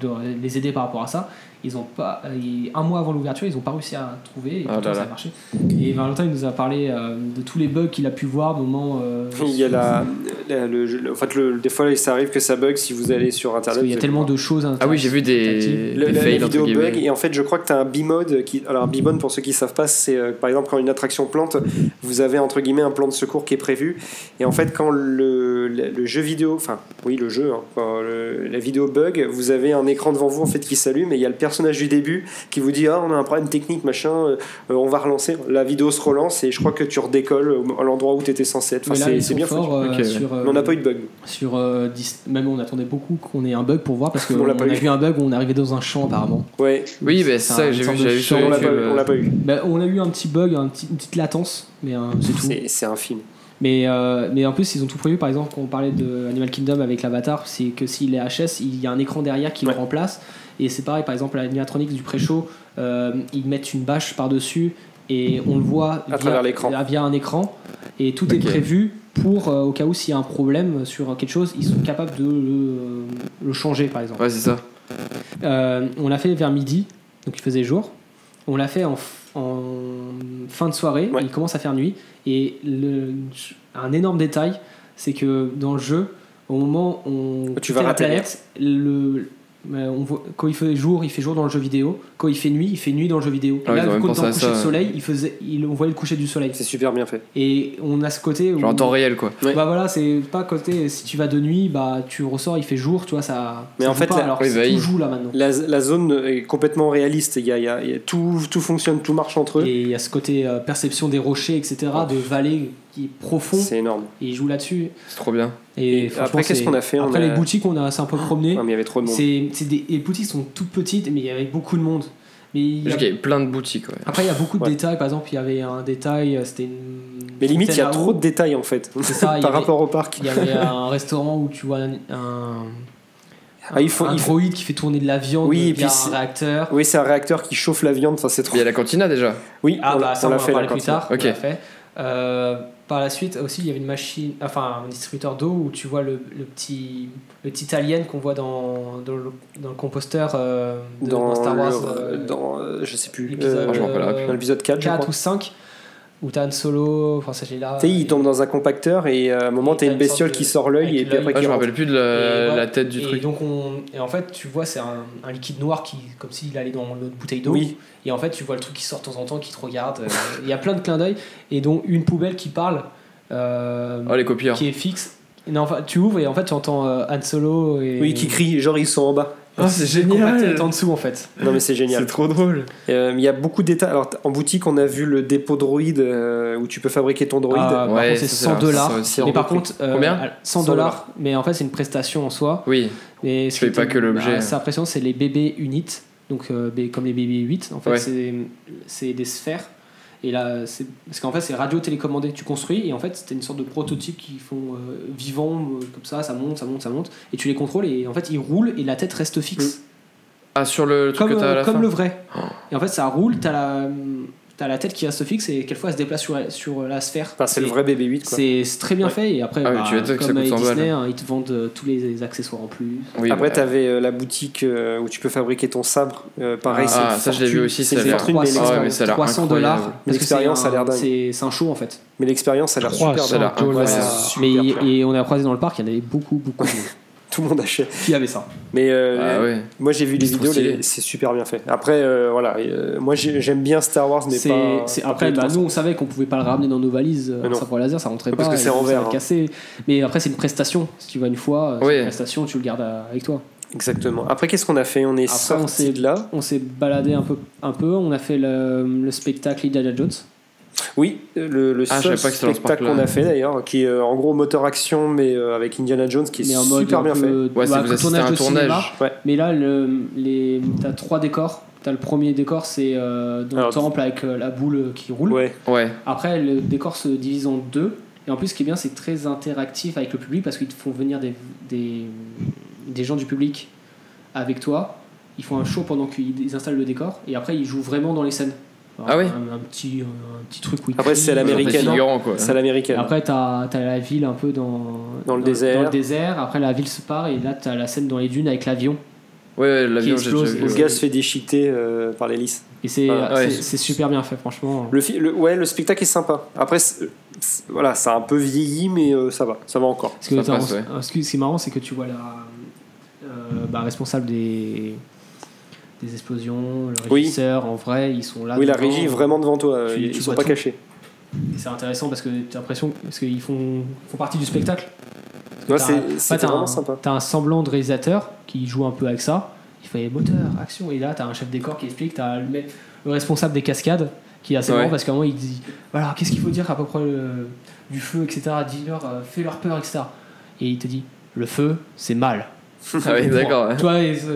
Speaker 3: de les aider par rapport à ça. Ils ont pas, et un mois avant l'ouverture, ils n'ont pas réussi à trouver. Et
Speaker 1: Ah
Speaker 3: pourtant,
Speaker 1: là
Speaker 3: ça a
Speaker 1: là.
Speaker 3: marché. Et Valentin, il nous a parlé euh, de tous les bugs qu'il a pu voir au moment. euh,
Speaker 2: Il y a la, la- le, le- en fait, le- des fois, ça arrive que ça bug si vous allez sur
Speaker 3: parce
Speaker 2: Internet.
Speaker 3: qu'il y a
Speaker 2: vous-
Speaker 3: tellement de choses.
Speaker 1: Ah oui, j'ai vu des,
Speaker 2: Le-
Speaker 3: Tactile.
Speaker 1: des
Speaker 2: la, la
Speaker 1: fails, entre
Speaker 2: vidéo bug
Speaker 1: guillemets.
Speaker 2: et en fait je crois que tu as un bimode qui alors un bimode pour ceux qui savent pas c'est euh, par exemple quand une attraction plante vous avez entre guillemets un plan de secours qui est prévu et en fait quand le, le- le jeu vidéo enfin oui le jeu hein, quand le- la vidéo bug vous avez un écran devant vous en fait qui s'allume et il y a le personnage du début qui vous dit ah on a un problème technique machin euh, euh, on va relancer la vidéo se relance et je crois que tu redécolles au- à l'endroit où tu étais censé être
Speaker 3: Mais
Speaker 2: Enfin,
Speaker 3: là,
Speaker 2: c'est-
Speaker 3: ils
Speaker 2: c'est
Speaker 3: sont
Speaker 2: bien foutu.
Speaker 3: forts euh,
Speaker 1: Ok, ouais.
Speaker 3: sur. euh,
Speaker 2: Mais on n'a pas eu de bug
Speaker 3: sur euh, Dis- même on attendait beaucoup qu'on ait un bug pour voir parce qu'on
Speaker 2: On l'a
Speaker 3: a
Speaker 2: pas eu.
Speaker 3: vu un bug où on arrivait dans un champ apparemment.
Speaker 2: ouais
Speaker 1: Oui, bah, c'est
Speaker 3: C'est
Speaker 1: ça,
Speaker 3: un
Speaker 1: j'ai vu,
Speaker 3: sorte de
Speaker 1: j'avais vu sur
Speaker 3: champ,
Speaker 2: on l'a
Speaker 1: YouTube,
Speaker 2: pas, eu- on
Speaker 1: euh,
Speaker 2: l'a pas eu
Speaker 3: Bah, on a eu un petit bug, un petit- une petite latence, mais euh, c'est tout.
Speaker 2: c'est c'est un film
Speaker 3: Mais, euh, mais en plus, ils ont tout prévu. Par exemple, quand on parlait de Animal Kingdom avec l'avatar, c'est que s'il est HS, il y a un écran derrière qui
Speaker 2: Ouais.
Speaker 3: le remplace. Et c'est pareil, par exemple, à l'animatronics du pré-show, euh, ils mettent une bâche par-dessus et on le voit via-
Speaker 2: travers l'écran.
Speaker 3: là, via un écran. Et tout est
Speaker 1: Ok.
Speaker 3: prévu pour, euh, au cas où s'il y a un problème sur quelque chose, ils sont capables de le, euh, le changer, par exemple.
Speaker 1: Ouais, c'est ça.
Speaker 3: Euh, on l'a fait vers midi, donc il faisait jour. On l'a fait en, f- en fin de soirée,
Speaker 2: Ouais.
Speaker 3: il commence à faire nuit. Et le, un énorme détail, c'est que dans le jeu, au moment où
Speaker 1: Ah,
Speaker 3: on
Speaker 2: Tu
Speaker 3: quittait
Speaker 2: vas
Speaker 3: la
Speaker 2: rater
Speaker 3: planète, le, euh, on voit, quand il fait jour, il fait jour dans le jeu vidéo. Quand il fait nuit, il fait nuit dans le jeu vidéo.
Speaker 1: Ah oui,
Speaker 3: Là,
Speaker 1: ils ont
Speaker 3: vu
Speaker 1: même
Speaker 3: qu'on était
Speaker 1: pensé
Speaker 3: en
Speaker 1: à
Speaker 3: coucher de
Speaker 1: ça.
Speaker 3: soleil, il faisait, il, on voyait le coucher du soleil.
Speaker 2: c'est super bien fait
Speaker 3: Et on a ce côté où...
Speaker 1: Genre en temps réel, quoi.
Speaker 2: Ouais.
Speaker 3: Bah voilà, c'est pas côté si tu vas de nuit, bah tu ressors, il fait jour, tu vois, ça.
Speaker 2: Mais
Speaker 3: ça
Speaker 2: en
Speaker 3: joue
Speaker 2: fait,
Speaker 3: pas,
Speaker 2: la-
Speaker 3: alors
Speaker 1: Oui,
Speaker 3: que
Speaker 1: bah,
Speaker 3: tout
Speaker 1: il-
Speaker 3: joue là maintenant.
Speaker 2: La, la zone est complètement réaliste. Il y a, il y a- il y a tout, tout fonctionne, tout marche entre eux.
Speaker 3: Et il y a ce côté euh, perception des rochers, etc., de vallées qui est profond,
Speaker 2: C'est énorme.
Speaker 3: et ils jouent là-dessus.
Speaker 1: C'est trop bien.
Speaker 3: Et,
Speaker 2: Et
Speaker 3: franchement,
Speaker 2: après, qu'est-ce
Speaker 3: c'est-
Speaker 2: qu'on a fait On
Speaker 3: Après,
Speaker 2: a-
Speaker 3: les boutiques, on a s'est un peu promené.
Speaker 2: Non, Ah, mais il y avait trop de monde.
Speaker 3: C'est c'est des... et Les boutiques sont toutes petites, mais il y avait beaucoup de monde. Mais il y a-
Speaker 1: Parce qu'il y avait plein de boutiques, ouais.
Speaker 3: Après, il y a beaucoup de
Speaker 2: Ouais.
Speaker 3: détails. Par exemple, il y avait un détail, euh, c'était une.
Speaker 2: Mais limite, il y a
Speaker 3: fontaine à
Speaker 2: trop
Speaker 3: eau.
Speaker 2: de détails en fait
Speaker 3: C'est ça, il y
Speaker 2: par
Speaker 3: avait-
Speaker 2: rapport au parc.
Speaker 3: Il y avait un restaurant où tu vois un. un...
Speaker 2: Ah, il faut-
Speaker 3: un
Speaker 2: il faut-
Speaker 3: droïde qui fait tourner de la viande
Speaker 2: Oui, et
Speaker 3: via
Speaker 2: puis
Speaker 3: un
Speaker 2: c'est-
Speaker 3: réacteur.
Speaker 2: Oui, c'est un réacteur qui chauffe la viande. Ça, c'est trop.
Speaker 1: Il y a la cantina déjà.
Speaker 2: Oui,
Speaker 3: Ah
Speaker 2: on l'a-
Speaker 3: bah ça
Speaker 2: on
Speaker 3: on,
Speaker 2: l'a
Speaker 3: va
Speaker 2: fait
Speaker 3: en
Speaker 2: la
Speaker 3: parler plus tard.
Speaker 1: Ok.
Speaker 3: on l'a fait. Euh, par la suite aussi il y avait une machine, enfin un distributeur d'eau où tu vois le, le petit le petit alien qu'on voit dans, dans, le, dans le composteur euh, de, dans,
Speaker 2: dans,
Speaker 3: Star Wars.
Speaker 2: le-
Speaker 3: euh,
Speaker 2: dans, euh, je sais plus.
Speaker 3: l'épisode,
Speaker 2: euh,
Speaker 1: je m'en rappellerai
Speaker 3: euh,
Speaker 2: dans l'épisode 4, je
Speaker 3: 4
Speaker 2: crois.
Speaker 3: ou 5 Où t'as Han Solo, enfin ça j'ai là.
Speaker 2: Tu sais, il tombe dans un compacteur et euh, à un moment,
Speaker 3: Et
Speaker 2: t'as
Speaker 3: t'as
Speaker 2: une
Speaker 3: une
Speaker 2: bestiole
Speaker 3: sorte de-
Speaker 2: qui sort l'œil
Speaker 3: avec
Speaker 2: et puis
Speaker 3: l'œil.
Speaker 2: après
Speaker 3: Ouais,
Speaker 1: Ah,
Speaker 2: qui
Speaker 1: je me
Speaker 2: rentre.
Speaker 1: rappelle plus de la, la
Speaker 3: Et voilà.
Speaker 1: tête du
Speaker 3: et
Speaker 1: truc.
Speaker 3: Donc on... et en fait, tu vois, c'est un, un liquide noir qui, comme s'il allait dans l'autre bouteille d'eau.
Speaker 2: Oui.
Speaker 3: Et en fait, tu vois le truc qui sort de temps en temps, qui te regarde. euh, Il y a plein de clins d'œil. Et dont une poubelle qui parle, euh,
Speaker 1: Oh, les copieurs.
Speaker 3: qui est fixe. Non, enfin, tu ouvres et en fait, tu entends euh, Han Solo. Et...
Speaker 2: Oui, qui crie, genre ils sont en bas.
Speaker 1: Ah, c'est
Speaker 3: En fait,
Speaker 1: génial.
Speaker 3: t'es en dessous en fait.
Speaker 2: Non, mais c'est génial.
Speaker 1: C'est trop drôle.
Speaker 2: Euh, Il y a beaucoup d'états. Alors, t- en boutique, on a vu le dépôt droïde euh, où tu peux fabriquer ton droïde.
Speaker 3: Ah, par
Speaker 1: Ouais,
Speaker 3: contre, c'est
Speaker 1: ça, c'est
Speaker 3: 100
Speaker 1: un-
Speaker 3: dollars.
Speaker 1: ça aussi,
Speaker 3: Mais
Speaker 1: hors
Speaker 3: par
Speaker 1: de prix.
Speaker 3: contre, euh,
Speaker 1: Combien
Speaker 3: 100 dollars. Mais en fait, c'est une prestation en soi.
Speaker 1: Oui,
Speaker 3: Mais
Speaker 1: Tu payes pas que l'objet.
Speaker 3: bah, C'est impressionnant, c'est les bébés units, donc euh, bé- comme les bébés 8. En fait,
Speaker 1: Ouais.
Speaker 3: c'est- c'est des sphères. Et là, c'est- parce qu'en fait, c'est radio télécommandé. Tu construis et en fait, c'était une sorte de prototype qui font euh, vivant euh, comme ça, ça monte, ça monte, ça monte. Et tu les contrôles et en fait, ils roulent et la tête reste fixe,
Speaker 1: Ah, sur le truc
Speaker 3: comme,
Speaker 1: que t'as à
Speaker 3: euh,
Speaker 1: la
Speaker 3: comme
Speaker 1: fin
Speaker 3: le vrai.
Speaker 1: Oh.
Speaker 3: Et en fait, ça roule. T'as la t'as la tête qui reste fixe et quelquefois elle se déplace sur, sur la sphère.
Speaker 2: Enfin, c'est le
Speaker 3: Et-
Speaker 2: vrai BB-8. quoi.
Speaker 3: c'est c'est très bien
Speaker 2: Ouais.
Speaker 3: fait et après
Speaker 1: Ah oui,
Speaker 3: bah,
Speaker 1: tu m'étonnes que ça coûte
Speaker 3: comme avec
Speaker 1: 100 balles.
Speaker 3: Disney hein, ils te vendent euh, tous les, les accessoires en plus
Speaker 1: Oui,
Speaker 2: Après,
Speaker 1: bah,
Speaker 2: tu avais la boutique euh, où tu peux fabriquer ton sabre. Euh, pareil,
Speaker 1: Ah,
Speaker 2: c'est une
Speaker 1: ça, je l'ai vu
Speaker 2: fortune.
Speaker 1: aussi,
Speaker 2: C'est
Speaker 1: ça a
Speaker 2: une
Speaker 1: l'air-
Speaker 2: fortune, mais
Speaker 3: 300,
Speaker 1: Ah ouais,
Speaker 2: l'expérience-
Speaker 1: mais ça a l'air
Speaker 3: 300
Speaker 1: incroyable.
Speaker 3: dollars parce que c'est
Speaker 2: L'expérience a l'air
Speaker 3: un-
Speaker 2: dingue.
Speaker 3: c'est c'est un show en fait
Speaker 2: mais l'expérience, ça a l'air
Speaker 4: Trois,
Speaker 2: super
Speaker 4: ça a
Speaker 2: bien.
Speaker 4: l'air incroyable.
Speaker 2: Ouais,
Speaker 3: Voilà.
Speaker 2: c'est super
Speaker 3: mais
Speaker 2: bien.
Speaker 3: et on a croisé dans le parc il y en avait beaucoup beaucoup de monde
Speaker 2: Tout le monde achète.
Speaker 3: qui avait ça
Speaker 2: Mais euh,
Speaker 1: Ah ouais.
Speaker 2: moi, j'ai vu les
Speaker 1: C'est trop
Speaker 2: vidéos,
Speaker 1: stylé.
Speaker 2: les- c'est super bien fait. Après, euh, voilà, euh, moi j'ai- j'aime bien Star Wars, mais
Speaker 3: C'est-
Speaker 2: pas.
Speaker 3: c'est-
Speaker 2: pas
Speaker 3: après
Speaker 2: les
Speaker 3: bah,
Speaker 2: trois.
Speaker 3: nous on savait qu'on pouvait pas le ramener dans nos valises euh,
Speaker 2: Mais non.
Speaker 3: ça pour laser ça rentrait
Speaker 2: Parce
Speaker 3: pas
Speaker 2: que
Speaker 3: et
Speaker 2: c'est en
Speaker 3: ça
Speaker 2: verre,
Speaker 3: va
Speaker 2: hein.
Speaker 3: casser mais après c'est une prestation si tu vas une fois euh, c'est
Speaker 1: Oui.
Speaker 3: une prestation tu le gardes à- avec toi
Speaker 2: Exactement. Après, qu'est-ce qu'on a fait On est
Speaker 3: Après, on
Speaker 2: sorti
Speaker 3: s'est-
Speaker 2: de là.
Speaker 3: on s'est baladé un peu un peu on a fait le, le spectacle Indiana Jones
Speaker 2: Oui, euh, le, le
Speaker 1: Ah, je
Speaker 2: seul
Speaker 1: savais pas que c'était dans ce
Speaker 2: spectacle
Speaker 1: parc-là.
Speaker 2: qu'on a fait d'ailleurs, qui est euh, en gros moteur action, mais euh, avec Indiana Jones, qui est
Speaker 3: mais en mode
Speaker 2: super
Speaker 3: un
Speaker 2: bien
Speaker 3: peu,
Speaker 2: fait.
Speaker 1: Ouais,
Speaker 3: bah,
Speaker 1: c'est- vous assistez à un
Speaker 3: de cinéma.
Speaker 1: tournage.
Speaker 2: Ouais.
Speaker 3: Mais là, le, les, t'as trois décors. T'as le premier décor, c'est euh, dans
Speaker 2: Alors,
Speaker 3: le temple avec euh, la boule qui roule.
Speaker 2: Ouais.
Speaker 1: Ouais,
Speaker 3: Après, le décor se divise en deux. Et en plus, ce qui est bien, c'est très interactif avec le public parce qu'ils te font venir des, des, des gens du public avec toi. Ils font un show pendant qu'ils installent le décor. Et après, ils jouent vraiment dans les scènes. Alors,
Speaker 1: Ah ouais
Speaker 3: un, un petit, un, petit truc. où ils
Speaker 2: Après, c'est à
Speaker 3: crient,
Speaker 1: Genre
Speaker 3: euh,
Speaker 1: des
Speaker 2: l'américaine.
Speaker 1: figurants, quoi.
Speaker 2: C'est à l'américaine.
Speaker 3: après, t'as as la ville un peu dans,
Speaker 2: Dans le désert.
Speaker 3: le désert. Après, la ville se part et là, t'as la scène dans les dunes avec l'avion.
Speaker 1: Ouais, ouais, l'avion,
Speaker 3: qui
Speaker 1: j'ai déjà
Speaker 3: explose,
Speaker 1: vu.
Speaker 2: Où
Speaker 1: ouais.
Speaker 2: le gars se fait déchiqueter euh, par l'hélice.
Speaker 3: Et c'est
Speaker 2: Ah,
Speaker 1: ouais.
Speaker 3: c'est- c'est super bien fait, franchement.
Speaker 2: Le, fi- le- ouais, le spectacle est sympa. Après, c'est- c'est- voilà, ça a un peu vieilli, mais euh, ça va, ça va encore.
Speaker 3: Parce que
Speaker 1: Ça
Speaker 3: t'as-
Speaker 1: passe, ouais.
Speaker 3: euh, ce qui ce qui est marrant, c'est que tu vois la euh, bah, responsable des, des explosions, le
Speaker 2: Oui.
Speaker 3: régisseur, en vrai, ils sont là.
Speaker 2: oui, la
Speaker 3: dedans.
Speaker 2: régie est vraiment devant toi. euh,
Speaker 3: Ah, Tu-
Speaker 2: ils
Speaker 3: tu
Speaker 2: sont
Speaker 3: vois
Speaker 2: pas
Speaker 3: tout.
Speaker 2: cachés.
Speaker 3: Et C'est intéressant parce que t'as l'impression parce qu'ils font, font partie du spectacle.
Speaker 2: Ouais,
Speaker 3: T'as-
Speaker 2: c'est-
Speaker 3: ouais,
Speaker 2: C'était
Speaker 3: t'as
Speaker 2: vraiment
Speaker 3: un-
Speaker 2: sympa.
Speaker 3: T'as un semblant de réalisateur qui joue un peu avec ça. Il fait moteur, action. Et là, t'as un chef des corps qui explique. T'as le, mec- le responsable des cascades qui est assez
Speaker 1: Ouais.
Speaker 3: marrant parce qu'à un moment, il dit voilà, qu'est-ce qu'il faut dire à peu près euh, du feu, etc. Dis-leur, euh, fais-leur peur, etc. Et il te dit le feu, c'est mal.
Speaker 1: Ah oui, d'accord. ouais.
Speaker 3: Tu vois, et ce-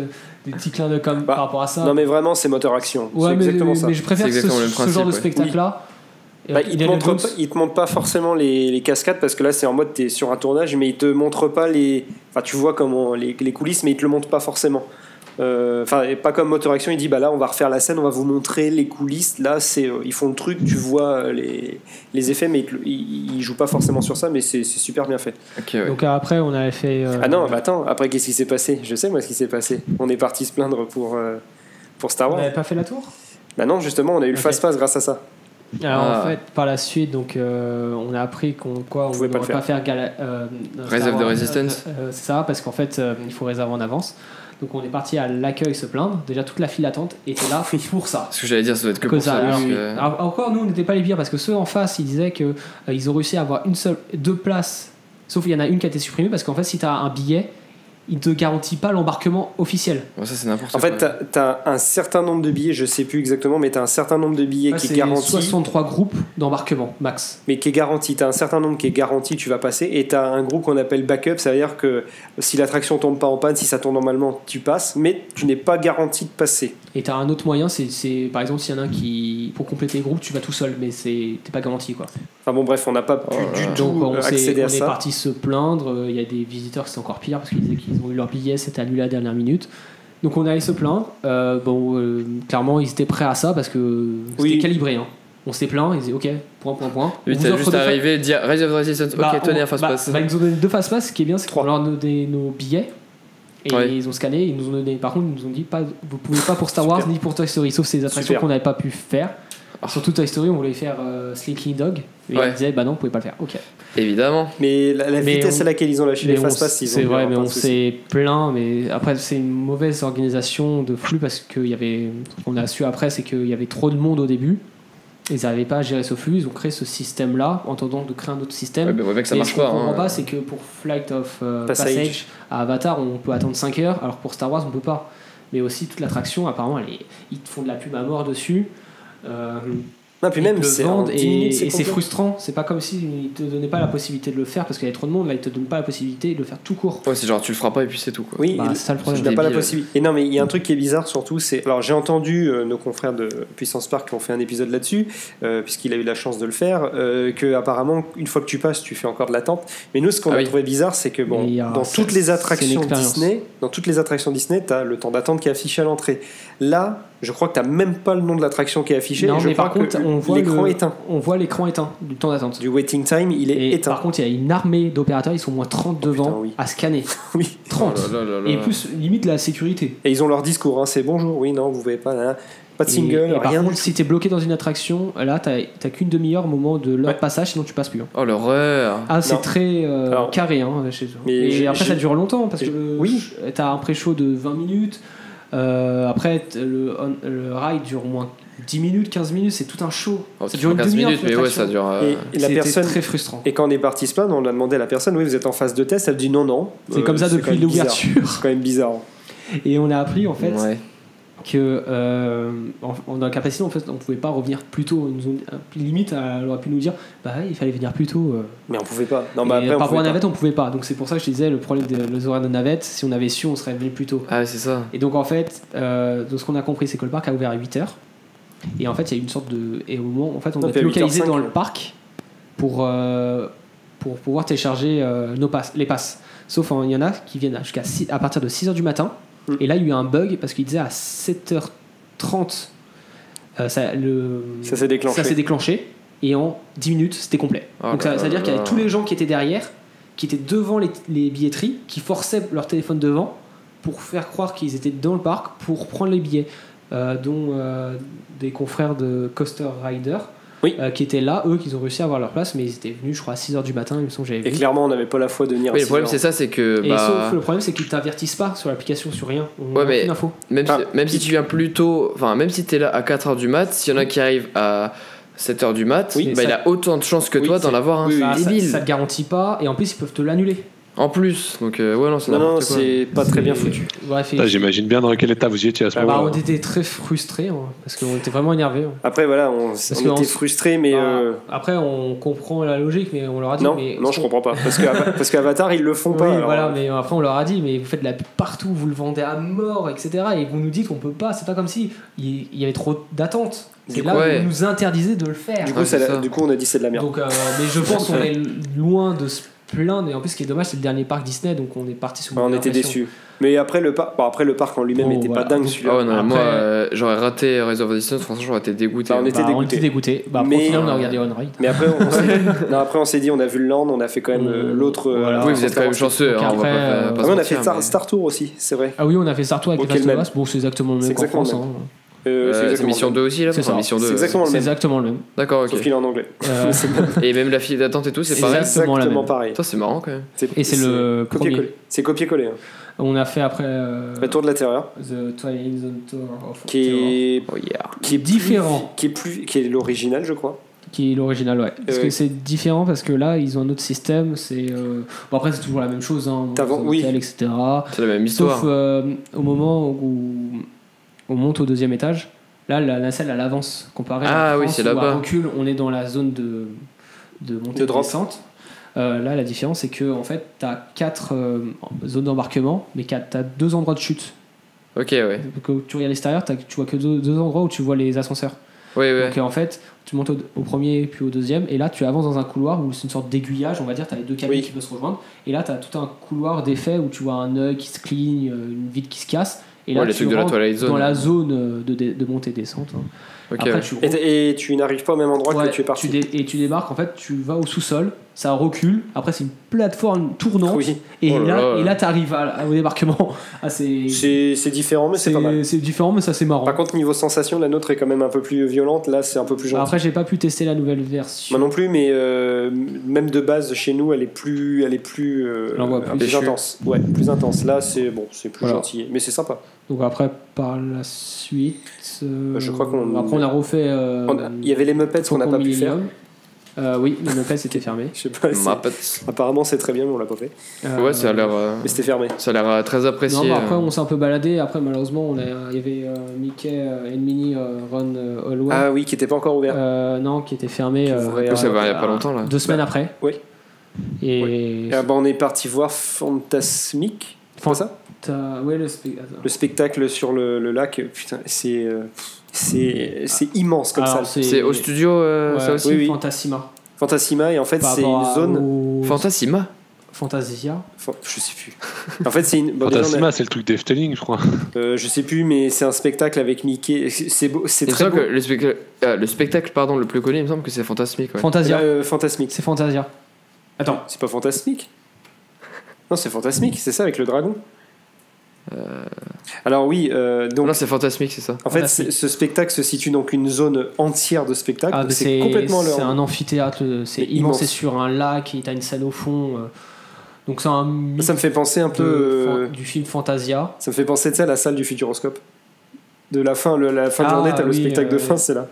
Speaker 3: des petits clins de com
Speaker 2: Bah,
Speaker 3: par rapport à ça.
Speaker 2: Non, mais vraiment, c'est moteur action.
Speaker 3: ouais,
Speaker 2: c'est
Speaker 3: mais,
Speaker 2: exactement ça.
Speaker 3: mais je préfère
Speaker 1: C'est
Speaker 3: ce,
Speaker 1: exactement le
Speaker 3: ce
Speaker 1: principe,
Speaker 3: genre de
Speaker 1: ouais.
Speaker 3: spectacle-là. Et
Speaker 2: Bah, il, te
Speaker 3: Indiana
Speaker 2: montre
Speaker 3: Jones,
Speaker 2: pas, il te montre pas forcément les, les cascades parce que là c'est en mode t'es sur un tournage mais il te montre pas les enfin tu vois comment les, les coulisses mais il te le montre pas forcément Euh, enfin et pas comme motor action il dit bah là on va refaire la scène on va vous montrer les coulisses là c'est euh, ils font le truc tu vois euh, les, les effets mais il, te le- il- il joue pas forcément sur ça mais c'est c'est super bien fait
Speaker 1: Ok, ouais.
Speaker 3: Donc après, on avait fait. euh,
Speaker 2: ah non bah attends après qu'est-ce qui s'est passé je sais moi ce qui s'est passé on est parti se plaindre pour euh, pour Star
Speaker 3: on
Speaker 2: Wars
Speaker 3: n'avait pas fait la tour
Speaker 2: bah non justement on a eu le
Speaker 3: Ok.
Speaker 2: fast pass grâce à ça
Speaker 3: Alors
Speaker 1: Ah.
Speaker 3: en fait, par la suite, donc euh, on a appris qu'on quoi, on
Speaker 2: pouvait
Speaker 3: ne
Speaker 2: pas le
Speaker 3: pourrait pas faire Gala- euh, Star
Speaker 1: Rise of the
Speaker 3: Wars,
Speaker 1: Resistance.
Speaker 3: euh, euh, c'est ça, parce qu'en fait, euh, il faut réserver en avance. Donc on est parti à l'accueil se plaindre. Déjà toute la file d'attente était là pour ça.
Speaker 1: Ce que j'allais dire, ça doit être que,
Speaker 3: Que
Speaker 1: pour
Speaker 3: ça,
Speaker 1: ça.
Speaker 3: alors, Ah.
Speaker 1: parce que-
Speaker 3: Alors, encore nous, on n'était pas les pires parce que ceux en face, ils disaient que euh, ils ont réussi à avoir une seule, deux places. Sauf qu'il y en a une qui a été supprimée parce qu'en fait, si tu as un billet, il te garantit pas l'embarquement officiel.
Speaker 1: Bon, ça, c'est n'importe
Speaker 2: En fait,
Speaker 1: quoi.
Speaker 2: t'as- t'as un certain nombre de billets, je sais plus exactement, mais t'as un certain nombre de billets
Speaker 3: Là,
Speaker 2: qui est
Speaker 3: Ah, c'est
Speaker 2: garanti,
Speaker 3: 63 groupes d'embarquement max.
Speaker 2: mais qui est garanti. T'as un certain nombre qui est garanti, tu vas passer, et t'as un groupe qu'on appelle backup, ça veut dire que si l'attraction tombe pas en panne, si ça tourne normalement, tu passes, mais tu n'es pas garanti de passer.
Speaker 3: Et t'as un autre moyen, c'est- c'est par exemple s'il y en a un qui, pour compléter le groupe, tu vas tout seul, mais c'est t'es pas garanti quoi.
Speaker 2: Enfin bon, bref, on n'a pas pu
Speaker 1: Oh là
Speaker 2: du
Speaker 1: là.
Speaker 2: tout
Speaker 3: Donc on,
Speaker 2: euh,
Speaker 3: s'est-
Speaker 2: accéder à
Speaker 3: on est
Speaker 2: ça.
Speaker 3: parti se plaindre, euh, il y a des visiteurs qui sont encore pires parce qu'ils disaient qu'ils ont eu leur billet, c'était annulé à la dernière minute. Donc on est allé se plaindre, Euh, bon euh, clairement ils étaient prêts à ça parce que c'était
Speaker 2: Oui.
Speaker 3: calibré. hein. On s'est plaint, ils disaient ok, point, point, point. On
Speaker 1: Lui,
Speaker 3: vous
Speaker 1: t'as
Speaker 3: offre
Speaker 1: juste
Speaker 3: deux fa-
Speaker 1: arrivé, dire Rise of the Resistance,
Speaker 3: Bah,
Speaker 1: ok, tenez,
Speaker 3: on-
Speaker 1: un fast
Speaker 3: bah,
Speaker 1: pass.
Speaker 3: bah, ils nous ont donné deux fast pass, ce qui est bien c'est qu'on
Speaker 2: Trois.
Speaker 3: leur a donné nos billets. Et
Speaker 1: Ouais.
Speaker 3: ils ont scanné, ils nous ont donné. Par contre, ils nous ont dit pas, vous pouvez pas pour Star Wars
Speaker 2: Super.
Speaker 3: ni pour Toy Story, sauf ces attractions
Speaker 2: Super.
Speaker 3: qu'on n'avait pas pu faire. Surtout Toy Story, on voulait faire euh, Slinky Dog. Et
Speaker 1: Ouais.
Speaker 3: ils disaient, bah non, vous pouvez pas le faire. Ok.
Speaker 1: évidemment.
Speaker 2: Mais la, la
Speaker 3: Mais
Speaker 2: vitesse
Speaker 3: on-
Speaker 2: à laquelle ils ont lâché
Speaker 3: Mais
Speaker 2: les
Speaker 3: on
Speaker 2: fast
Speaker 3: s-
Speaker 2: pass, ils ont
Speaker 3: C'est
Speaker 2: dû
Speaker 3: vrai,
Speaker 2: avoir
Speaker 3: mais
Speaker 2: plein
Speaker 3: on
Speaker 2: de soucis.
Speaker 3: s'est plaint. Mais après, c'est une mauvaise organisation de flux parce qu'il y avait. On a su après, c'est qu'il y avait trop de monde au début. Ils n'arrivaient pas à gérer ce flux. Ils ont créé ce système-là en tentant de créer un autre système.
Speaker 1: Ouais, mais ouais, mec, ça
Speaker 3: Et
Speaker 1: marche
Speaker 3: ce qu'on
Speaker 1: pas.
Speaker 3: comprend
Speaker 1: hein.
Speaker 3: pas, c'est que pour Flight of euh,
Speaker 2: Passage.
Speaker 3: Passage. à Avatar, on peut attendre 5 heures, alors que pour Star Wars, on peut pas. Mais aussi, toute l'attraction, apparemment, elle est- ils te font de la pub à mort dessus. Euh,
Speaker 2: Non, puis
Speaker 3: ils
Speaker 2: même,
Speaker 3: te le
Speaker 2: c'est en
Speaker 3: vendent
Speaker 2: 10
Speaker 3: et,
Speaker 2: minutes,
Speaker 3: et c'est
Speaker 2: complet.
Speaker 3: frustrant. C'est pas comme s'ils te donnaient pas la possibilité de le faire parce qu'il y avait trop de monde. Là, ils te donnent pas la possibilité de le faire tout court.
Speaker 1: Ouais, c'est genre tu le feras pas et puis c'est tout quoi.
Speaker 2: Oui,
Speaker 3: Bah,
Speaker 2: et-
Speaker 3: c'est ça le
Speaker 2: Je
Speaker 3: problème.
Speaker 1: Débile.
Speaker 2: n'ai pas la possibilité. Et non, mais il y a un truc qui est bizarre surtout, c'est. Alors j'ai entendu euh, nos confrères de Puissance Park qui ont fait un épisode là-dessus, euh, puisqu'il a eu la chance de le faire, euh, que apparemment une fois que tu passes, tu fais encore de l'attente. Mais nous, ce qu'on
Speaker 1: Ah
Speaker 2: a
Speaker 1: oui.
Speaker 2: trouvé bizarre, c'est que bon,
Speaker 3: Mais il y a-
Speaker 2: dans
Speaker 3: c'est-
Speaker 2: toutes les
Speaker 3: euh, c'est une
Speaker 2: attractions
Speaker 3: expérience.
Speaker 2: Disney, dans toutes les attractions Disney, t'as le temps d'attente qui est affiché à l'entrée. Là, je crois que t'as même pas le nom de l'attraction qui est affiché.
Speaker 3: Non,
Speaker 2: et je
Speaker 3: mais
Speaker 2: crois
Speaker 3: par contre,
Speaker 2: que
Speaker 3: on voit
Speaker 2: l'écran
Speaker 3: le-
Speaker 2: éteint.
Speaker 3: On voit l'écran éteint du temps d'attente.
Speaker 2: Du waiting time, il est
Speaker 3: Et
Speaker 2: éteint. Oh,
Speaker 3: par contre, il y a une armée d'opérateurs, ils sont au moins 30 devant
Speaker 2: oui.
Speaker 3: à scanner.
Speaker 2: Oui.
Speaker 3: 30.
Speaker 1: Oh là là là là
Speaker 3: Et
Speaker 1: là.
Speaker 3: plus, limite la sécurité.
Speaker 2: Et ils ont leur discours, hein, c'est bonjour, oui, non, vous pouvez pas, hein, pas de
Speaker 3: Et-
Speaker 2: single,
Speaker 3: et par
Speaker 2: rien.
Speaker 3: contre, si t'es bloqué dans une attraction, là, t'as t'as qu'une demi-heure au moment de leur
Speaker 2: Ouais.
Speaker 3: passage, sinon tu passes plus. hein.
Speaker 1: Oh l'horreur.
Speaker 3: Ah, c'est
Speaker 2: Non.
Speaker 3: très euh,
Speaker 2: Alors,
Speaker 3: carré hein, chez eux.
Speaker 2: mais j'ai-
Speaker 3: Et après,
Speaker 2: j'ai-
Speaker 3: ça dure longtemps parce que
Speaker 2: j'ai-
Speaker 3: le-
Speaker 2: oui.
Speaker 3: t'as un pré-show de 20 minutes. euh, après, t- le, on- le ride dure au moins 10 minutes, 15 minutes. C'est tout un show.
Speaker 1: Oh,
Speaker 3: ça
Speaker 1: tu
Speaker 3: dure
Speaker 1: prends
Speaker 3: une
Speaker 1: 15
Speaker 3: demi-heure.
Speaker 1: minutes, mais ouais, ça dure. euh,
Speaker 2: Et, et la personne
Speaker 3: très frustrant.
Speaker 2: Et quand on est parti se plaindre, on a demandé à la personne, oui, vous êtes en phase de test, elle dit non, non.
Speaker 3: C'est
Speaker 2: Euh,
Speaker 3: comme ça
Speaker 2: quand
Speaker 3: depuis
Speaker 2: même bizarre.
Speaker 3: l'ouverture.
Speaker 2: C'est quand même bizarre. hein.
Speaker 3: Et on a appris en fait
Speaker 1: ouais.
Speaker 3: que euh, en, en- dans la capacité, en fait, on pouvait pas revenir plus tôt. Ils nous ont- euh, limite, elle aurait pu nous dire, bah il fallait venir plus tôt. euh,
Speaker 2: Mais on pouvait pas. Non,
Speaker 3: Et
Speaker 2: mais après, on pouvait
Speaker 3: par rapport à
Speaker 2: pas.
Speaker 3: navette, on pouvait pas. Donc c'est pour ça que je te disais le problème des les horaires de navette. Si on avait su, on serait venu plus tôt.
Speaker 1: Ah, ouais, c'est ça.
Speaker 3: Et donc en fait, euh, de ce qu'on a compris, c'est que le parc a ouvert à 8 h Et en fait, il y a une sorte de. Et au moment, en fait, on
Speaker 2: Non,
Speaker 3: a
Speaker 2: puis à
Speaker 3: été localisé
Speaker 2: 8h05,
Speaker 3: dans le
Speaker 2: ouais.
Speaker 3: parc pour, euh, pour pouvoir télécharger euh, nos passes, les passes. Sauf hein, il y en a qui viennent jusqu'à six- à partir de 6 h du matin.
Speaker 2: Mm.
Speaker 3: Et là, il y a eu un bug parce qu'il disait à 7h30, euh, ça, le,
Speaker 2: Ça s'est déclenché.
Speaker 3: ça s'est déclenché. Et en 10 minutes, c'était complet.
Speaker 1: Oh
Speaker 3: Donc
Speaker 1: là
Speaker 3: ça, ça veut
Speaker 1: là
Speaker 3: dire qu'il y avait
Speaker 1: là.
Speaker 3: tous les gens qui étaient derrière, qui étaient devant les, les billetteries, qui forçaient leur téléphone devant pour faire croire qu'ils étaient dans le parc pour prendre les billets, euh, dont euh, des confrères de Coaster Rider.
Speaker 2: Oui.
Speaker 3: euh, qui étaient là, eux, qu'ils ont réussi à avoir leur place, mais ils étaient venus, je crois, à 6h du matin, il me semble que j'avais
Speaker 2: Et
Speaker 3: vu.
Speaker 2: clairement, on n'avait pas la foi de venir hein. à
Speaker 1: Oui, le
Speaker 2: 6
Speaker 1: problème
Speaker 2: heures.
Speaker 1: c'est ça, c'est que
Speaker 3: Et
Speaker 1: bah,
Speaker 3: sauf le problème, c'est qu'ils t'avertissent pas sur l'application, sur rien. On
Speaker 1: Ouais,
Speaker 3: n'a
Speaker 1: mais-
Speaker 3: aucune info.
Speaker 1: même, si,
Speaker 2: Ah.
Speaker 1: même si tu viens plus tôt, enfin même si t'es là à 4h du mat, s'il y en a qui arrivent à 7h du mat,
Speaker 3: Oui,
Speaker 1: bah,
Speaker 3: ça-
Speaker 1: il a autant de chances que
Speaker 2: Oui,
Speaker 1: toi
Speaker 2: c'est-
Speaker 1: d'en avoir un.
Speaker 2: oui,
Speaker 3: Bah,
Speaker 1: c'est
Speaker 3: ça,
Speaker 1: débile.
Speaker 3: ça te garantit pas, et en plus, ils peuvent te l'annuler.
Speaker 1: En plus, donc euh, ouais, non, c'est
Speaker 2: Non, non,
Speaker 1: n'importe quoi.
Speaker 2: c'est pas très bien
Speaker 3: C'est-
Speaker 2: foutu.
Speaker 3: Bref, et-
Speaker 4: Ah, J'imagine bien dans quel état vous y étiez à ce
Speaker 3: bah,
Speaker 4: moment-là.
Speaker 3: on était très frustrés, hein, parce qu'on était vraiment énervés. hein.
Speaker 2: Après, voilà, on, on
Speaker 3: que
Speaker 2: était
Speaker 3: on-
Speaker 2: frustrés, mais.
Speaker 3: Bah,
Speaker 2: euh,
Speaker 3: Après, on comprend la logique, mais on leur a dit.
Speaker 2: Non,
Speaker 3: mais
Speaker 2: non, je comprends pas. Parce qu'Ava- parce qu'Avatar, ils le font
Speaker 3: Oui,
Speaker 2: pas. alors, euh,
Speaker 3: voilà, mais après, on leur a dit, mais vous faites de la pub partout, vous le vendez à mort, etc. Et vous nous dites qu'on peut pas. C'est pas comme si il il y avait trop d'attentes.
Speaker 1: Du
Speaker 3: C'est
Speaker 1: coup,
Speaker 3: là
Speaker 1: ouais.
Speaker 3: vous nous interdisez de le faire.
Speaker 2: Du
Speaker 1: Ah,
Speaker 2: coup,
Speaker 1: c'est
Speaker 2: ça l'a-
Speaker 1: ça.
Speaker 2: du coup, on a dit c'est de la merde.
Speaker 3: Donc, euh, mais je pense qu'on est loin de se plaindre. Et en plus, ce qui est dommage, c'est le dernier parc Disney, donc on est parti sur.
Speaker 2: Bah, on
Speaker 3: une
Speaker 2: était
Speaker 3: impression.
Speaker 2: déçus. Mais après, le, par- bah, après, le parc en lui-même
Speaker 3: Oh,
Speaker 2: était
Speaker 3: voilà.
Speaker 2: pas dingue
Speaker 1: Ah
Speaker 2: celui-là.
Speaker 1: ouais, non, mais moi
Speaker 3: Après-
Speaker 1: euh, j'aurais raté Reservoir Distance, franchement j'aurais été dégoûté.
Speaker 2: Bah, on
Speaker 1: hein.
Speaker 2: était
Speaker 3: Bah, on
Speaker 2: dégoûtés.
Speaker 3: était dégoûtés. Bah,
Speaker 2: Mais- euh,
Speaker 3: mais... on a regardé On Ride.
Speaker 2: Mais après, on s'est- non, après, on s'est dit, on a vu le land, on a fait quand même euh,
Speaker 3: Mm.
Speaker 2: l'autre. euh,
Speaker 3: Voilà.
Speaker 1: Oui, vous êtes quand même chanceux,
Speaker 3: Donc
Speaker 1: hein, on va
Speaker 3: après,
Speaker 1: pas-
Speaker 3: euh,
Speaker 1: pas
Speaker 2: Ah,
Speaker 1: se
Speaker 2: mais on a
Speaker 1: mentir,
Speaker 2: fait Star,
Speaker 1: mais-
Speaker 2: Star Tour aussi, c'est vrai.
Speaker 3: Ah oui, on a fait Star Tour avec
Speaker 2: Auquel
Speaker 3: les
Speaker 2: même.
Speaker 3: Fast Bon, c'est exactement le
Speaker 2: C'est
Speaker 3: même qu'en
Speaker 2: exactement
Speaker 3: France.
Speaker 2: le
Speaker 3: hein.
Speaker 2: Euh,
Speaker 1: Euh, c'est
Speaker 2: exactement
Speaker 1: mission
Speaker 2: le
Speaker 1: 2 aussi là
Speaker 3: C'est
Speaker 1: enfin,
Speaker 3: ça.
Speaker 1: mission
Speaker 2: même.
Speaker 1: 2.
Speaker 2: C'est exactement le
Speaker 3: C'est
Speaker 2: même.
Speaker 3: exactement le même.
Speaker 1: D'accord,
Speaker 2: Sauf
Speaker 1: ok.
Speaker 2: qu'il est en anglais.
Speaker 3: Euh,
Speaker 1: Et même la file d'attente et tout, c'est pareil.
Speaker 3: Exactement la
Speaker 2: Exactement
Speaker 3: même.
Speaker 2: pareil.
Speaker 1: Ça c'est marrant quand même.
Speaker 3: Et c'est le
Speaker 2: copier-coller.
Speaker 3: premier.
Speaker 2: C'est copier-coller. hein.
Speaker 3: On a fait après euh,
Speaker 2: La Tour de la Terreur,
Speaker 3: The Twilight Zone Tour of Terror,
Speaker 2: qui est,
Speaker 1: Oh yeah.
Speaker 2: qui est plus-
Speaker 3: Différent.
Speaker 2: qui est plus, qui est l'original, je crois.
Speaker 3: qui est l'original, ouais. Parce
Speaker 2: Euh,
Speaker 3: que c'est différent parce que là ils ont un autre système. C'est euh, bon après c'est toujours la même chose, hein.
Speaker 2: T'as-
Speaker 3: dans un
Speaker 2: oui.
Speaker 3: hôtel, etc.
Speaker 1: C'est la même histoire.
Speaker 3: Sauf euh, au moment où on monte au deuxième étage, là la nacelle elle avance comparé à
Speaker 1: Ah
Speaker 3: la
Speaker 1: oui,
Speaker 3: France
Speaker 1: c'est
Speaker 3: où à
Speaker 1: là-bas.
Speaker 3: recul, on est dans la zone de de montée
Speaker 2: De
Speaker 3: de
Speaker 2: drop.
Speaker 3: descente. Euh, là, la différence, c'est que en fait, t'as quatre euh, zones d'embarquement, mais quatre- t'as deux endroits de chute. euh,
Speaker 1: Ok, ouais.
Speaker 3: que tu regardes l'extérieur, t'as- tu vois que deux, deux endroits où tu vois les ascenseurs.
Speaker 1: Ouais, ouais.
Speaker 3: Donc euh, en fait, tu montes au, au premier puis au deuxième, et là tu avances dans un couloir où c'est une sorte d'aiguillage, on va dire, t'as les deux cabines
Speaker 2: Oui.
Speaker 3: qui peuvent se rejoindre, et là t'as tout un couloir d'effets où tu vois un œil qui se cligne, euh, une vitre qui se casse, et là
Speaker 1: Ouais, les
Speaker 3: tu
Speaker 1: trucs de la
Speaker 3: rentres
Speaker 1: Twilight Zone.
Speaker 3: dans la zone euh, de, dé- de montée et descente. hein.
Speaker 1: Ok,
Speaker 3: Après
Speaker 1: ouais.
Speaker 3: tu,
Speaker 2: Et, et tu n'arrives pas au même endroit
Speaker 3: Ouais,
Speaker 2: que tu es parti.
Speaker 3: tu dé- et tu débarques, en fait tu vas au sous-sol, ça recule. Après, c'est une plateforme tournante.
Speaker 2: Oui.
Speaker 3: Et,
Speaker 1: Oh là
Speaker 3: là,
Speaker 1: là.
Speaker 3: et là, t'arrives à- au débarquement. Ah, c'est
Speaker 2: C'est c'est différent, mais c'est pas mal.
Speaker 3: c'est- c'est différent, mais ça, c'est marrant.
Speaker 2: Par contre, niveau sensation, la nôtre est quand même un peu plus violente. Là, c'est un peu plus gentil.
Speaker 3: Après, j'ai pas pu tester la nouvelle version.
Speaker 2: Moi non plus, mais euh, même de base chez nous, elle est plus, elle est plus, euh,
Speaker 3: Elle en voit plus.
Speaker 2: un peu
Speaker 1: Déchue.
Speaker 2: intense. Ouais, plus intense. Là, c'est bon, c'est plus
Speaker 3: Voilà.
Speaker 2: gentil, mais c'est sympa.
Speaker 3: Donc après, par la suite, euh,
Speaker 2: Je crois qu'on-
Speaker 3: après on a refait. euh,
Speaker 2: On a- Il y avait les Muppets qu'on n'a
Speaker 3: Faucon
Speaker 2: pas pu faire.
Speaker 3: Millennium. Euh, oui, le Muppets était fermé.
Speaker 2: Je sais pas. c'est-
Speaker 1: Muppets.
Speaker 2: Apparemment, c'est très bien, mais on l'a pas fait.
Speaker 3: Euh,
Speaker 1: Ouais, ça a l'air, euh,
Speaker 2: Mais c'était fermé.
Speaker 1: ça a l'air euh, très
Speaker 3: Non,
Speaker 1: apprécié.
Speaker 3: bah, après
Speaker 1: euh.
Speaker 3: on s'est un peu baladé. Après malheureusement, on a- il y avait euh, Mickey euh, and Minnie euh, Ron euh, Hallway.
Speaker 2: Ah oui, qui était pas encore ouvert.
Speaker 3: Euh, non, qui était fermé.
Speaker 2: Qui
Speaker 3: euh,
Speaker 2: ouvrait,
Speaker 1: En plus, ça
Speaker 3: euh,
Speaker 1: va, il y a
Speaker 3: euh,
Speaker 1: pas longtemps, là.
Speaker 3: Deux semaines après.
Speaker 2: oui.
Speaker 3: Et
Speaker 2: Ah bah, on est parti voir Fantasmic.
Speaker 3: Fan-
Speaker 2: C'est ça
Speaker 3: t'as- ouais, le spect- attends.
Speaker 2: Le spectacle sur le, le lac. Putain, c'est euh, c'est c'est immense comme
Speaker 3: Alors,
Speaker 2: ça.
Speaker 1: C'est au studio, euh,
Speaker 3: ouais,
Speaker 1: ça aussi
Speaker 2: Oui, oui.
Speaker 3: Fantasima.
Speaker 2: Fantasima et en fait
Speaker 3: Par
Speaker 2: c'est
Speaker 3: rapport
Speaker 2: une
Speaker 3: à-
Speaker 2: zone.
Speaker 3: au-
Speaker 1: Fantasima
Speaker 3: Fantasia.
Speaker 2: Fan- Je sais plus. En fait c'est une. bon, déjà, on a-
Speaker 4: Fantasma, c'est le truc d'Efteling, je crois.
Speaker 2: Euh, je sais plus, mais c'est un spectacle avec Mickey. C'est c'est beau, c'est
Speaker 1: Il me
Speaker 2: très
Speaker 1: semble
Speaker 2: beau.
Speaker 1: que le, spectacle- euh, le spectacle pardon, le plus connu, il me semble que c'est Fantasmique. Ouais.
Speaker 3: Fantasia.
Speaker 2: Là, euh, fantasmique.
Speaker 3: C'est Fantasia. Attends.
Speaker 2: C'est pas fantasmique Non, c'est fantasmique. C'est ça avec le dragon.
Speaker 3: Euh.
Speaker 2: Alors oui, euh, donc
Speaker 1: non, c'est Fantasmique, c'est ça.
Speaker 2: en fait,
Speaker 3: Fantasmique.
Speaker 2: c'est- ce spectacle se situe donc une zone entière de spectacle.
Speaker 3: Ah,
Speaker 2: donc
Speaker 3: mais
Speaker 2: c'est complètement
Speaker 3: c'est
Speaker 2: leur.
Speaker 3: un amphithéâtre, euh, c'est
Speaker 2: Mais
Speaker 3: immense,
Speaker 2: immense.
Speaker 3: c'est sur un lac, et t'as une salle au fond. euh, Donc c'est un mix
Speaker 2: Ça me fait penser un
Speaker 3: de
Speaker 2: peu. euh,
Speaker 3: fan- du film Fantasia.
Speaker 2: Ça me fait penser tu sais, à la salle du Futuroscope. De la fin, le- la fin de
Speaker 3: Ah,
Speaker 2: journée, t'as le
Speaker 3: oui,
Speaker 2: spectacle
Speaker 3: euh,
Speaker 2: de fin, c'est là.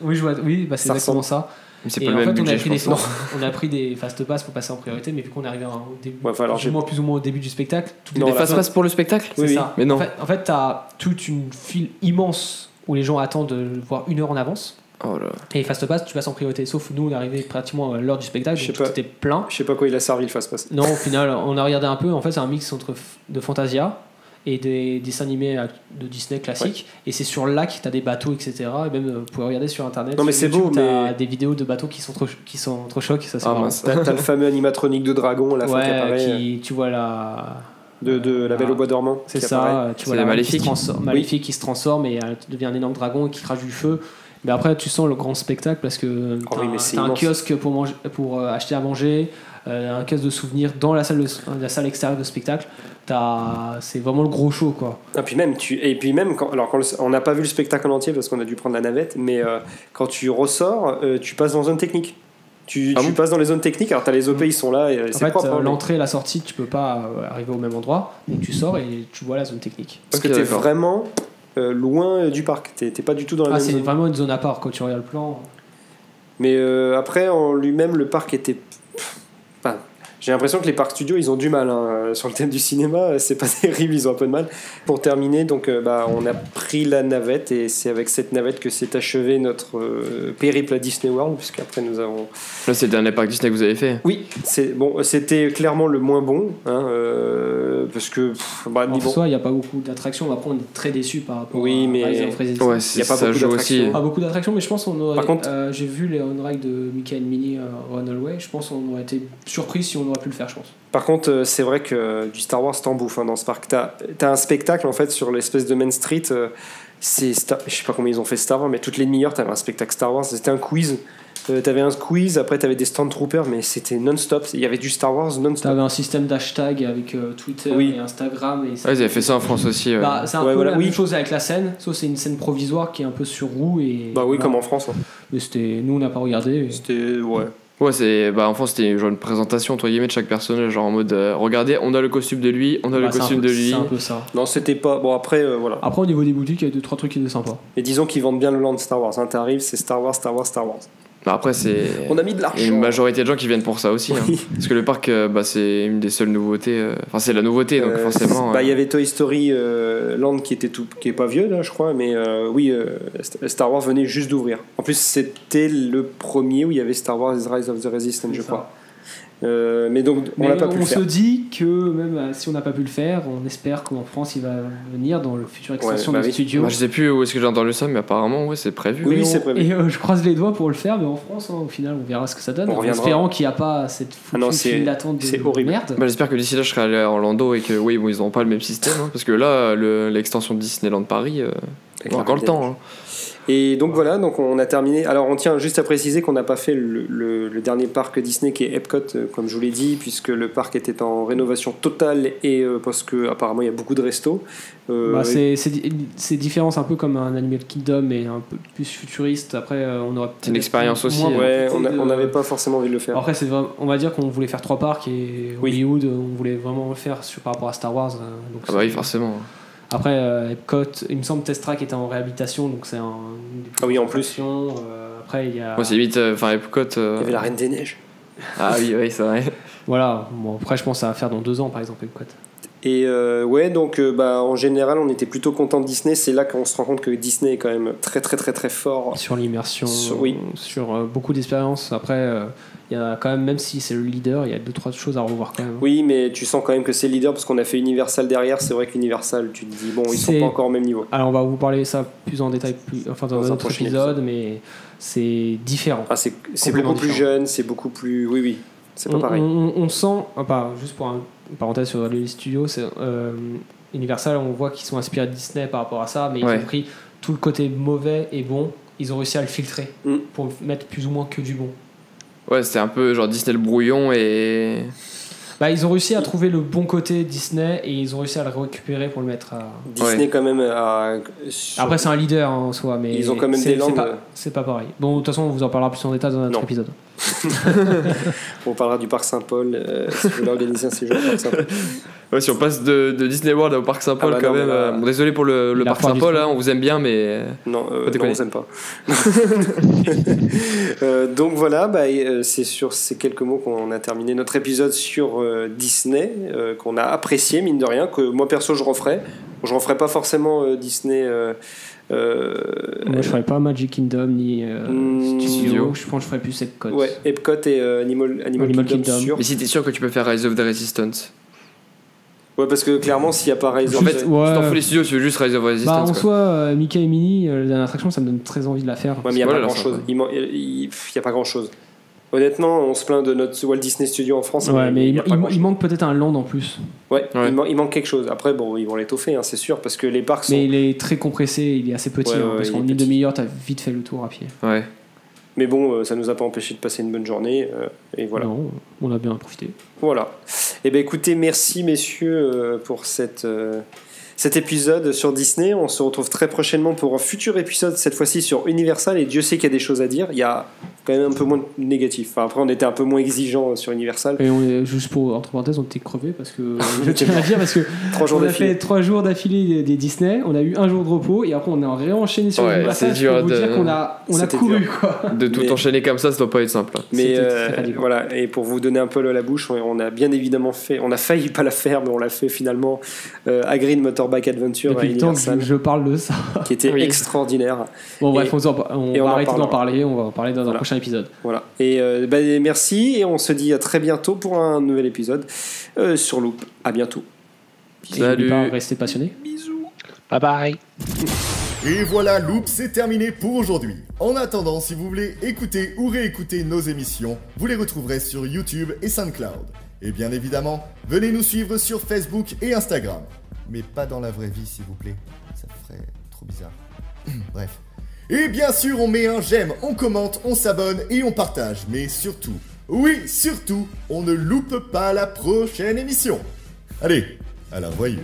Speaker 3: Oui, je vois, oui, bah, c'est
Speaker 2: Ça
Speaker 3: exactement ça.
Speaker 1: Mais c'est
Speaker 3: Et
Speaker 1: pas le
Speaker 3: en
Speaker 1: même
Speaker 3: fait, on a,
Speaker 1: budget,
Speaker 3: pris
Speaker 1: je
Speaker 3: des,
Speaker 1: pense.
Speaker 3: on a pris des fast pass pour passer en priorité, mais vu qu'on est arrivé au début,
Speaker 2: Ouais, enfin, alors,
Speaker 3: plus
Speaker 2: j'ai-
Speaker 3: ou moins- plus ou moins au début du spectacle, tout
Speaker 2: Non,
Speaker 1: Des
Speaker 2: la fin-
Speaker 1: fast-pass pour le spectacle
Speaker 3: c'est
Speaker 2: oui, oui.
Speaker 3: ça.
Speaker 1: Mais non.
Speaker 3: En fait, en fait, t'as toute une file immense où les gens attendent de voir une heure en avance.
Speaker 1: Oh là.
Speaker 3: Et fast pass, tu passes en priorité. Sauf nous, on est arrivé pratiquement à l'heure du spectacle,
Speaker 2: Je
Speaker 3: donc
Speaker 2: sais
Speaker 3: tout
Speaker 2: pas.
Speaker 3: était plein.
Speaker 2: Je sais pas quoi il a servi le fast-pass.
Speaker 3: Non, au final, on a regardé un peu. En fait, c'est un mix entre f- de Fantasia et des dessins animés à- de Disney classiques. Et c'est sur le lac, t'as des bateaux, etc. Et même, euh, vous pouvez regarder sur internet.
Speaker 2: Non, mais
Speaker 3: sur
Speaker 2: c'est
Speaker 3: YouTube,
Speaker 2: beau,
Speaker 3: t'as
Speaker 2: mais-
Speaker 3: des vidéos de bateaux qui sont trop, qui sont trop chocs. Ça, c'est
Speaker 1: Ah
Speaker 3: marrant.
Speaker 1: mince.
Speaker 2: T'as t'as le fameux animatronique de dragon, la fin qui
Speaker 3: Ouais,
Speaker 2: apparaît, euh,
Speaker 3: qui, tu vois la.
Speaker 2: de, de La Belle au Bois dormant.
Speaker 3: C'est
Speaker 2: qui
Speaker 3: ça,
Speaker 2: apparaît.
Speaker 3: euh, tu
Speaker 1: C'est
Speaker 3: vois
Speaker 1: les
Speaker 3: la
Speaker 1: Maléfiques.
Speaker 3: qui se transforme, Maléfique qui se transforme et elle devient un énorme dragon et qui crache du feu. Mais après, tu sens le grand spectacle parce que euh,
Speaker 2: Oh
Speaker 3: t'as
Speaker 2: oui,
Speaker 3: un-
Speaker 2: mais c'est
Speaker 3: t'as un
Speaker 2: immense.
Speaker 3: kiosque pour, manger, pour euh, acheter à manger, euh, un kiosque de souvenirs dans la salle, de, la salle extérieure de spectacle. T'as- C'est vraiment le gros show quoi.
Speaker 2: Ah, puis même, tu, et puis même, quand, alors quand le- on n'a pas vu le spectacle en entier parce qu'on a dû prendre la navette, mais euh, quand tu ressors, euh, tu passes dans zone technique. Tu,
Speaker 1: Ah
Speaker 2: tu
Speaker 1: bon
Speaker 2: passes dans les zones techniques, alors t'as les OP, ils sont là, et, euh,
Speaker 3: En
Speaker 2: c'est
Speaker 3: fait,
Speaker 2: propre.
Speaker 3: euh,
Speaker 2: hein, mais-
Speaker 3: l'entrée et la sortie, tu peux pas euh, arriver au même endroit. Donc tu sors et tu vois la zone technique.
Speaker 2: parce
Speaker 1: Ok,
Speaker 2: que t'es
Speaker 1: d'accord.
Speaker 2: vraiment euh, loin euh, du parc, t'es t'es pas du tout dans la
Speaker 3: Ah,
Speaker 2: même
Speaker 3: c'est
Speaker 2: zone.
Speaker 3: vraiment une zone à part quand tu regardes le plan.
Speaker 2: Mais euh, après, en lui-même, le parc était. pff, enfin, j'ai l'impression que les parcs studios, ils ont du mal. hein. Euh, Sur le thème du cinéma, euh, c'est pas terrible, ils ont un peu de mal. Pour terminer, donc, euh, bah, on a pris la navette et c'est avec cette navette que s'est achevé notre euh, périple à Disney World, puisque après nous avons
Speaker 1: Là, c'est le dernier parc Disney que vous avez fait.
Speaker 2: Oui, c'est bon, c'était clairement le moins bon, hein, euh, parce que pff, bah,
Speaker 3: En
Speaker 2: dis bon,
Speaker 3: soi, il n'y a pas beaucoup d'attractions. Après, on est très déçu par rapport
Speaker 2: Oui,
Speaker 3: à
Speaker 2: mais-
Speaker 3: Rise of Resistance.
Speaker 1: Ouais,
Speaker 2: y
Speaker 1: c'est-
Speaker 2: a pas
Speaker 1: ça
Speaker 2: beaucoup
Speaker 1: joue aussi.
Speaker 2: d'attractions.
Speaker 3: Pas Ah, beaucoup d'attractions, mais je pense qu'on aurait.
Speaker 2: Par contre-
Speaker 3: euh, j'ai vu les on-ride de Michael Mini euh, Run Away. Je pense qu'on aurait été surpris si on aurait pu le faire, je pense.
Speaker 2: par contre euh, c'est vrai que euh, du Star Wars t'en bouffes hein, dans ce parc. T'as as un spectacle en fait sur l'espèce de Main Street. euh, c'est Star- je sais pas combien ils ont fait Star Wars, mais toutes les demi-heures t'avais un spectacle Star Wars. C'était un quiz. Euh, t'avais un quiz, après t'avais des Stormtroopers, mais c'était non-stop. Il y avait du Star Wars non-stop.
Speaker 3: T'avais un système d'hashtag avec euh, Twitter
Speaker 2: Oui. euh,
Speaker 3: et Instagram. Et ça-
Speaker 1: Ouais, ils avaient fait ça en France aussi. ouais.
Speaker 3: Bah, c'est un
Speaker 2: Ouais,
Speaker 3: peu
Speaker 2: voilà,
Speaker 3: la
Speaker 2: oui.
Speaker 3: même chose avec la scène, sauf c'est une scène provisoire qui est un peu sur roue. Et,
Speaker 2: Bah oui,
Speaker 3: voilà.
Speaker 2: comme en France. hein.
Speaker 3: Mais c'était. Nous, on n'a pas regardé. mais-
Speaker 2: C'était ouais.
Speaker 1: Ouais, c'est bah en France c'était genre une présentation entre guillemets de chaque personnage, genre en mode euh, regardez, on a le costume de lui, on a
Speaker 3: Bah,
Speaker 1: le
Speaker 3: c'est un
Speaker 1: costume
Speaker 3: peu-
Speaker 1: de lui.
Speaker 3: C'est un peu ça.
Speaker 2: Non, c'était pas. Bon après euh, voilà.
Speaker 3: Après, au niveau des boutiques, il y a deux, trois trucs qui étaient sympas.
Speaker 2: Et disons qu'ils vendent bien le land Star Wars. Hein. T'arrives, c'est Star Wars, Star Wars, Star Wars.
Speaker 1: Bah, après c'est
Speaker 2: On a mis
Speaker 1: il y
Speaker 2: de
Speaker 1: a une
Speaker 2: l'argent.
Speaker 1: majorité de gens qui viennent pour ça aussi, hein.
Speaker 2: Oui.
Speaker 1: parce que le parc euh, bah c'est une des seules nouveautés. euh, Enfin c'est la nouveauté donc
Speaker 2: Euh,
Speaker 1: forcément.
Speaker 2: bah,
Speaker 1: euh,
Speaker 2: il y avait Toy Story euh, Land qui était tout, qui est pas vieux là, je crois, mais euh, oui, euh, St- Star Wars venait juste d'ouvrir. En plus, c'était le premier où il y avait Star Wars Rise of the Resistance, je
Speaker 3: C'est ça.
Speaker 2: crois. Euh, mais donc, on
Speaker 3: Mais
Speaker 2: l'a pas pu le
Speaker 3: se
Speaker 2: faire.
Speaker 3: dit que même euh, si on n'a pas pu le faire, on espère qu'en France, il va venir dans le futur extension
Speaker 2: bah
Speaker 3: de
Speaker 2: oui.
Speaker 3: studio.
Speaker 1: bah, je sais plus où est-ce que j'ai entendu ça, mais apparemment ouais c'est prévu.
Speaker 2: Oui,
Speaker 3: Mais
Speaker 2: c'est
Speaker 3: on-
Speaker 2: prévu.
Speaker 3: Et euh, je croise les doigts pour le faire, mais en France, hein, au final, on verra ce que ça donne.
Speaker 2: On
Speaker 3: en
Speaker 2: reviendra.
Speaker 3: espérant qu'il n'y a pas cette
Speaker 2: Ah non,
Speaker 3: foutue
Speaker 2: c'est-
Speaker 3: file d'attente de
Speaker 2: c'est horrible.
Speaker 3: merde.
Speaker 1: Bah, j'espère que d'ici là je serai allé à Orlando et que oui bon, ils n'auront pas le même système, hein, parce que là le- l'extension de Disneyland Paris, euh, on a encore le temps. hein.
Speaker 2: Et donc voilà, donc on a terminé. Alors on tient juste à préciser qu'on n'a pas fait le, le- le dernier parc Disney qui est Epcot, euh, comme je vous l'ai dit, puisque le parc était en rénovation totale et euh, parce que apparemment il y a beaucoup de restos. Euh,
Speaker 3: Bah, c'est- c'est di- c'est différent, c'est un peu comme un Animal Kingdom, mais un peu plus futuriste. Après, euh, on aurait
Speaker 1: C'est une expérience aussi,
Speaker 3: moins
Speaker 1: euh.
Speaker 2: ouais,
Speaker 3: profité
Speaker 2: on a-
Speaker 3: de-
Speaker 2: on n'avait pas forcément envie de le faire.
Speaker 3: Après, c'est vraiment- on va dire qu'on voulait faire trois parcs et
Speaker 2: Oui.
Speaker 3: Hollywood, euh, on voulait vraiment le faire sur, par rapport à Star Wars. euh, donc
Speaker 1: Ah bah oui,
Speaker 3: c'est-
Speaker 1: forcément.
Speaker 3: Après, euh, Epcot, il me semble Test Track était en réhabilitation, donc c'est un. une des plus
Speaker 2: Ah oui, en
Speaker 3: grosses attractions, euh, après, il y a.
Speaker 1: Moi, c'est vite. euh, Enfin, Epcot. euh,
Speaker 2: Ah. Il y avait la Reine des Neiges.
Speaker 1: Ah oui, oui, c'est vrai.
Speaker 3: Voilà, bon, après, je pense que ça va faire dans deux ans, par exemple, Epcot.
Speaker 2: Et euh, ouais, donc euh, bah, en général, on était plutôt content de Disney. C'est là qu'on se rend compte que Disney est quand même très très très très fort.
Speaker 3: Sur l'immersion,
Speaker 2: Sur- oui.
Speaker 3: sur euh, beaucoup d'expériences. Après, euh, il y a quand même, même si c'est le leader, il y a deux, trois choses à revoir quand même. hein.
Speaker 2: Oui, mais tu sens quand même que c'est le leader parce qu'on a fait Universal derrière. C'est vrai qu'Universal, tu te dis, bon, ils sont
Speaker 3: C'est-
Speaker 2: pas encore au même niveau.
Speaker 3: Alors, on va vous parler ça plus en détail, plus, enfin, dans,
Speaker 2: Dans
Speaker 3: un
Speaker 2: un
Speaker 3: autre
Speaker 2: prochain
Speaker 3: épisode, mais c'est différent.
Speaker 2: Ah, c'est c'est
Speaker 3: Complètement
Speaker 2: beaucoup plus
Speaker 3: différent. Mm,
Speaker 2: jeune, c'est beaucoup plus. Oui, oui, c'est pas
Speaker 3: on,
Speaker 2: pareil.
Speaker 3: on- on sent, ah, bah, juste pour un- une parenthèse sur les studios, c'est, euh, Universal, on voit qu'ils sont inspirés de Disney par rapport à ça, mais ils
Speaker 1: Ouais.
Speaker 3: ont pris tout le côté mauvais et bon, ils ont réussi à le filtrer
Speaker 2: Mm.
Speaker 3: pour mettre plus ou moins que du bon.
Speaker 1: Ouais, c'était un peu genre Disney le brouillon et.
Speaker 3: Bah, ils ont réussi à trouver le bon côté Disney et ils ont réussi à le récupérer pour le mettre à.
Speaker 2: Disney, quand même, a. sur-
Speaker 3: Après, c'est un leader hein, en soi, mais.
Speaker 2: Ils ont quand même
Speaker 3: c'est-
Speaker 2: des
Speaker 3: c'est
Speaker 2: langues. euh.
Speaker 3: pas- C'est pas, pareil. Bon, de toute façon, on vous en parlera plus en détail dans un autre
Speaker 2: Non.
Speaker 3: épisode.
Speaker 2: On parlera du Parc Saint-Paul. euh, si vous voulez organiser un séjour au Parc Saint-Paul.
Speaker 1: Ouais, si on passe de, de Disney World au parc Saint-Paul,
Speaker 2: Ah bah
Speaker 1: quand
Speaker 2: non,
Speaker 1: même.
Speaker 2: mais là-
Speaker 1: euh, bon, désolé pour le, le
Speaker 3: La
Speaker 1: parc
Speaker 3: foire du
Speaker 1: Saint-Paul,
Speaker 3: fruit.
Speaker 1: hein, on vous aime bien, mais.
Speaker 2: Non, euh,
Speaker 1: Faut
Speaker 2: non
Speaker 1: déconner.
Speaker 2: on s'aime pas. Euh, donc voilà, bah, et, euh, c'est sur ces quelques mots qu'on a terminé notre épisode sur euh, Disney, euh, qu'on a apprécié, mine de rien, que moi perso je referais. Je referais pas forcément euh, Disney. euh, euh,
Speaker 3: Moi, je ferais pas Magic Kingdom ni euh,
Speaker 2: Mm.
Speaker 3: Studio.
Speaker 1: Studio.
Speaker 3: Je pense que je ferais plus Epcot.
Speaker 2: ouais, Epcot et euh, Animal, Animal,
Speaker 3: Animal
Speaker 2: Kingdom,
Speaker 3: Kingdom.
Speaker 2: sûr.
Speaker 1: Mais si t'es sûr que tu peux faire Rise of the Resistance.
Speaker 2: Ouais, parce que clairement, s'il y a pas Rise
Speaker 1: En
Speaker 2: of
Speaker 1: fait,
Speaker 2: the-
Speaker 3: ouais.
Speaker 1: tu t'en fous les studios, tu veux juste Rise of the
Speaker 3: Bah,
Speaker 1: Resistance.
Speaker 3: en
Speaker 1: quoi.
Speaker 3: soi, euh, Mickey et Minnie, euh, la dernière attraction, ça me donne très envie de la faire.
Speaker 2: Ouais, mais il n'y a,
Speaker 1: Voilà,
Speaker 2: pas
Speaker 1: la
Speaker 2: grand-chose.
Speaker 1: sympa.
Speaker 2: Il man- il- il- pff, y a pas grand chose. Honnêtement, on se plaint de notre Walt Disney Studio en France.
Speaker 3: Ouais, mais
Speaker 2: il
Speaker 3: il,
Speaker 2: y a pas
Speaker 3: il-
Speaker 2: grand-chose.
Speaker 3: il manque peut-être un land en plus.
Speaker 2: Ouais,
Speaker 1: Ouais.
Speaker 2: Il, man- il manque quelque chose. Après, bon, ils vont l'étoffer, hein, c'est sûr, parce que les parcs sont.
Speaker 3: Mais
Speaker 2: Mais,
Speaker 3: il est très compressé, il est assez petit.
Speaker 2: Ouais,
Speaker 3: hein,
Speaker 2: ouais,
Speaker 3: parce
Speaker 2: il
Speaker 3: qu'en
Speaker 2: est
Speaker 3: une
Speaker 2: petit.
Speaker 3: demi-heure, t'as vite fait le tour à pied.
Speaker 1: Ouais.
Speaker 2: bon, euh, ça nous a pas empêché de passer une bonne journée. euh, et voilà.
Speaker 3: Non, on a bien profité.
Speaker 2: Voilà. Eh bien, écoutez, merci, messieurs, euh, pour cette. euh, Cet épisode sur Disney, on se retrouve très prochainement pour un futur épisode, cette fois-ci sur Universal, et Dieu sait qu'il y a des choses à dire, il y a quand même un peu moins de négatif. Enfin, après, on était un peu moins exigeant sur Universal.
Speaker 3: Et on est, juste pour, entre parenthèses, on était crevés parce que. je tiens à dire, parce que.
Speaker 2: Trois jours
Speaker 3: on a
Speaker 2: d'affilée.
Speaker 3: fait trois jours d'affilée des, des Disney, on a eu un jour de repos, et après on a réenchaîné sur
Speaker 1: Ouais,
Speaker 3: le passage
Speaker 1: c'est dur
Speaker 3: pour vous
Speaker 1: de-
Speaker 3: dire qu'on a, on a
Speaker 2: C'était
Speaker 3: couru,
Speaker 2: dur.
Speaker 3: quoi.
Speaker 1: De tout
Speaker 2: Mais-
Speaker 1: enchaîner comme ça, ça doit pas être simple. hein.
Speaker 2: Mais
Speaker 3: C'était
Speaker 2: euh,
Speaker 3: très fatigant.
Speaker 2: voilà, et pour vous donner un peu l'eau à la bouche, on- on a bien évidemment fait, on a failli pas la faire, mais on l'a fait finalement euh, à Green Motorbike Adventure à
Speaker 3: Depuis le temps que je,
Speaker 2: Universal,
Speaker 3: je parle de ça.
Speaker 2: qui était
Speaker 1: Oui.
Speaker 2: extraordinaire.
Speaker 3: Bon, bref,
Speaker 2: Et-
Speaker 3: on, s'en- on
Speaker 2: et on
Speaker 3: va
Speaker 2: en
Speaker 3: arrêter d'en
Speaker 2: parlera.
Speaker 3: parler, on va en parler dans un
Speaker 2: Voilà.
Speaker 3: prochain épisode.
Speaker 2: Voilà. Et euh, bah, et merci, et on se dit à très bientôt pour un nouvel épisode euh, sur Loop. À bientôt.
Speaker 3: Et n'oubliez
Speaker 1: Salut.
Speaker 3: pas, restez passionnés.
Speaker 4: Bye bye.
Speaker 5: Et voilà, Loop, c'est terminé pour aujourd'hui. En attendant, si vous voulez écouter ou réécouter nos émissions, vous les retrouverez sur YouTube et SoundCloud. Et bien évidemment, venez nous suivre sur Facebook et Instagram. Mais pas dans la vraie vie, s'il vous plaît. Ça ferait trop bizarre. Bref. Et bien sûr, on met un j'aime, on commente, on s'abonne et on partage. Mais surtout, oui, surtout, on ne loupe pas la prochaine émission. Allez, à la voyure.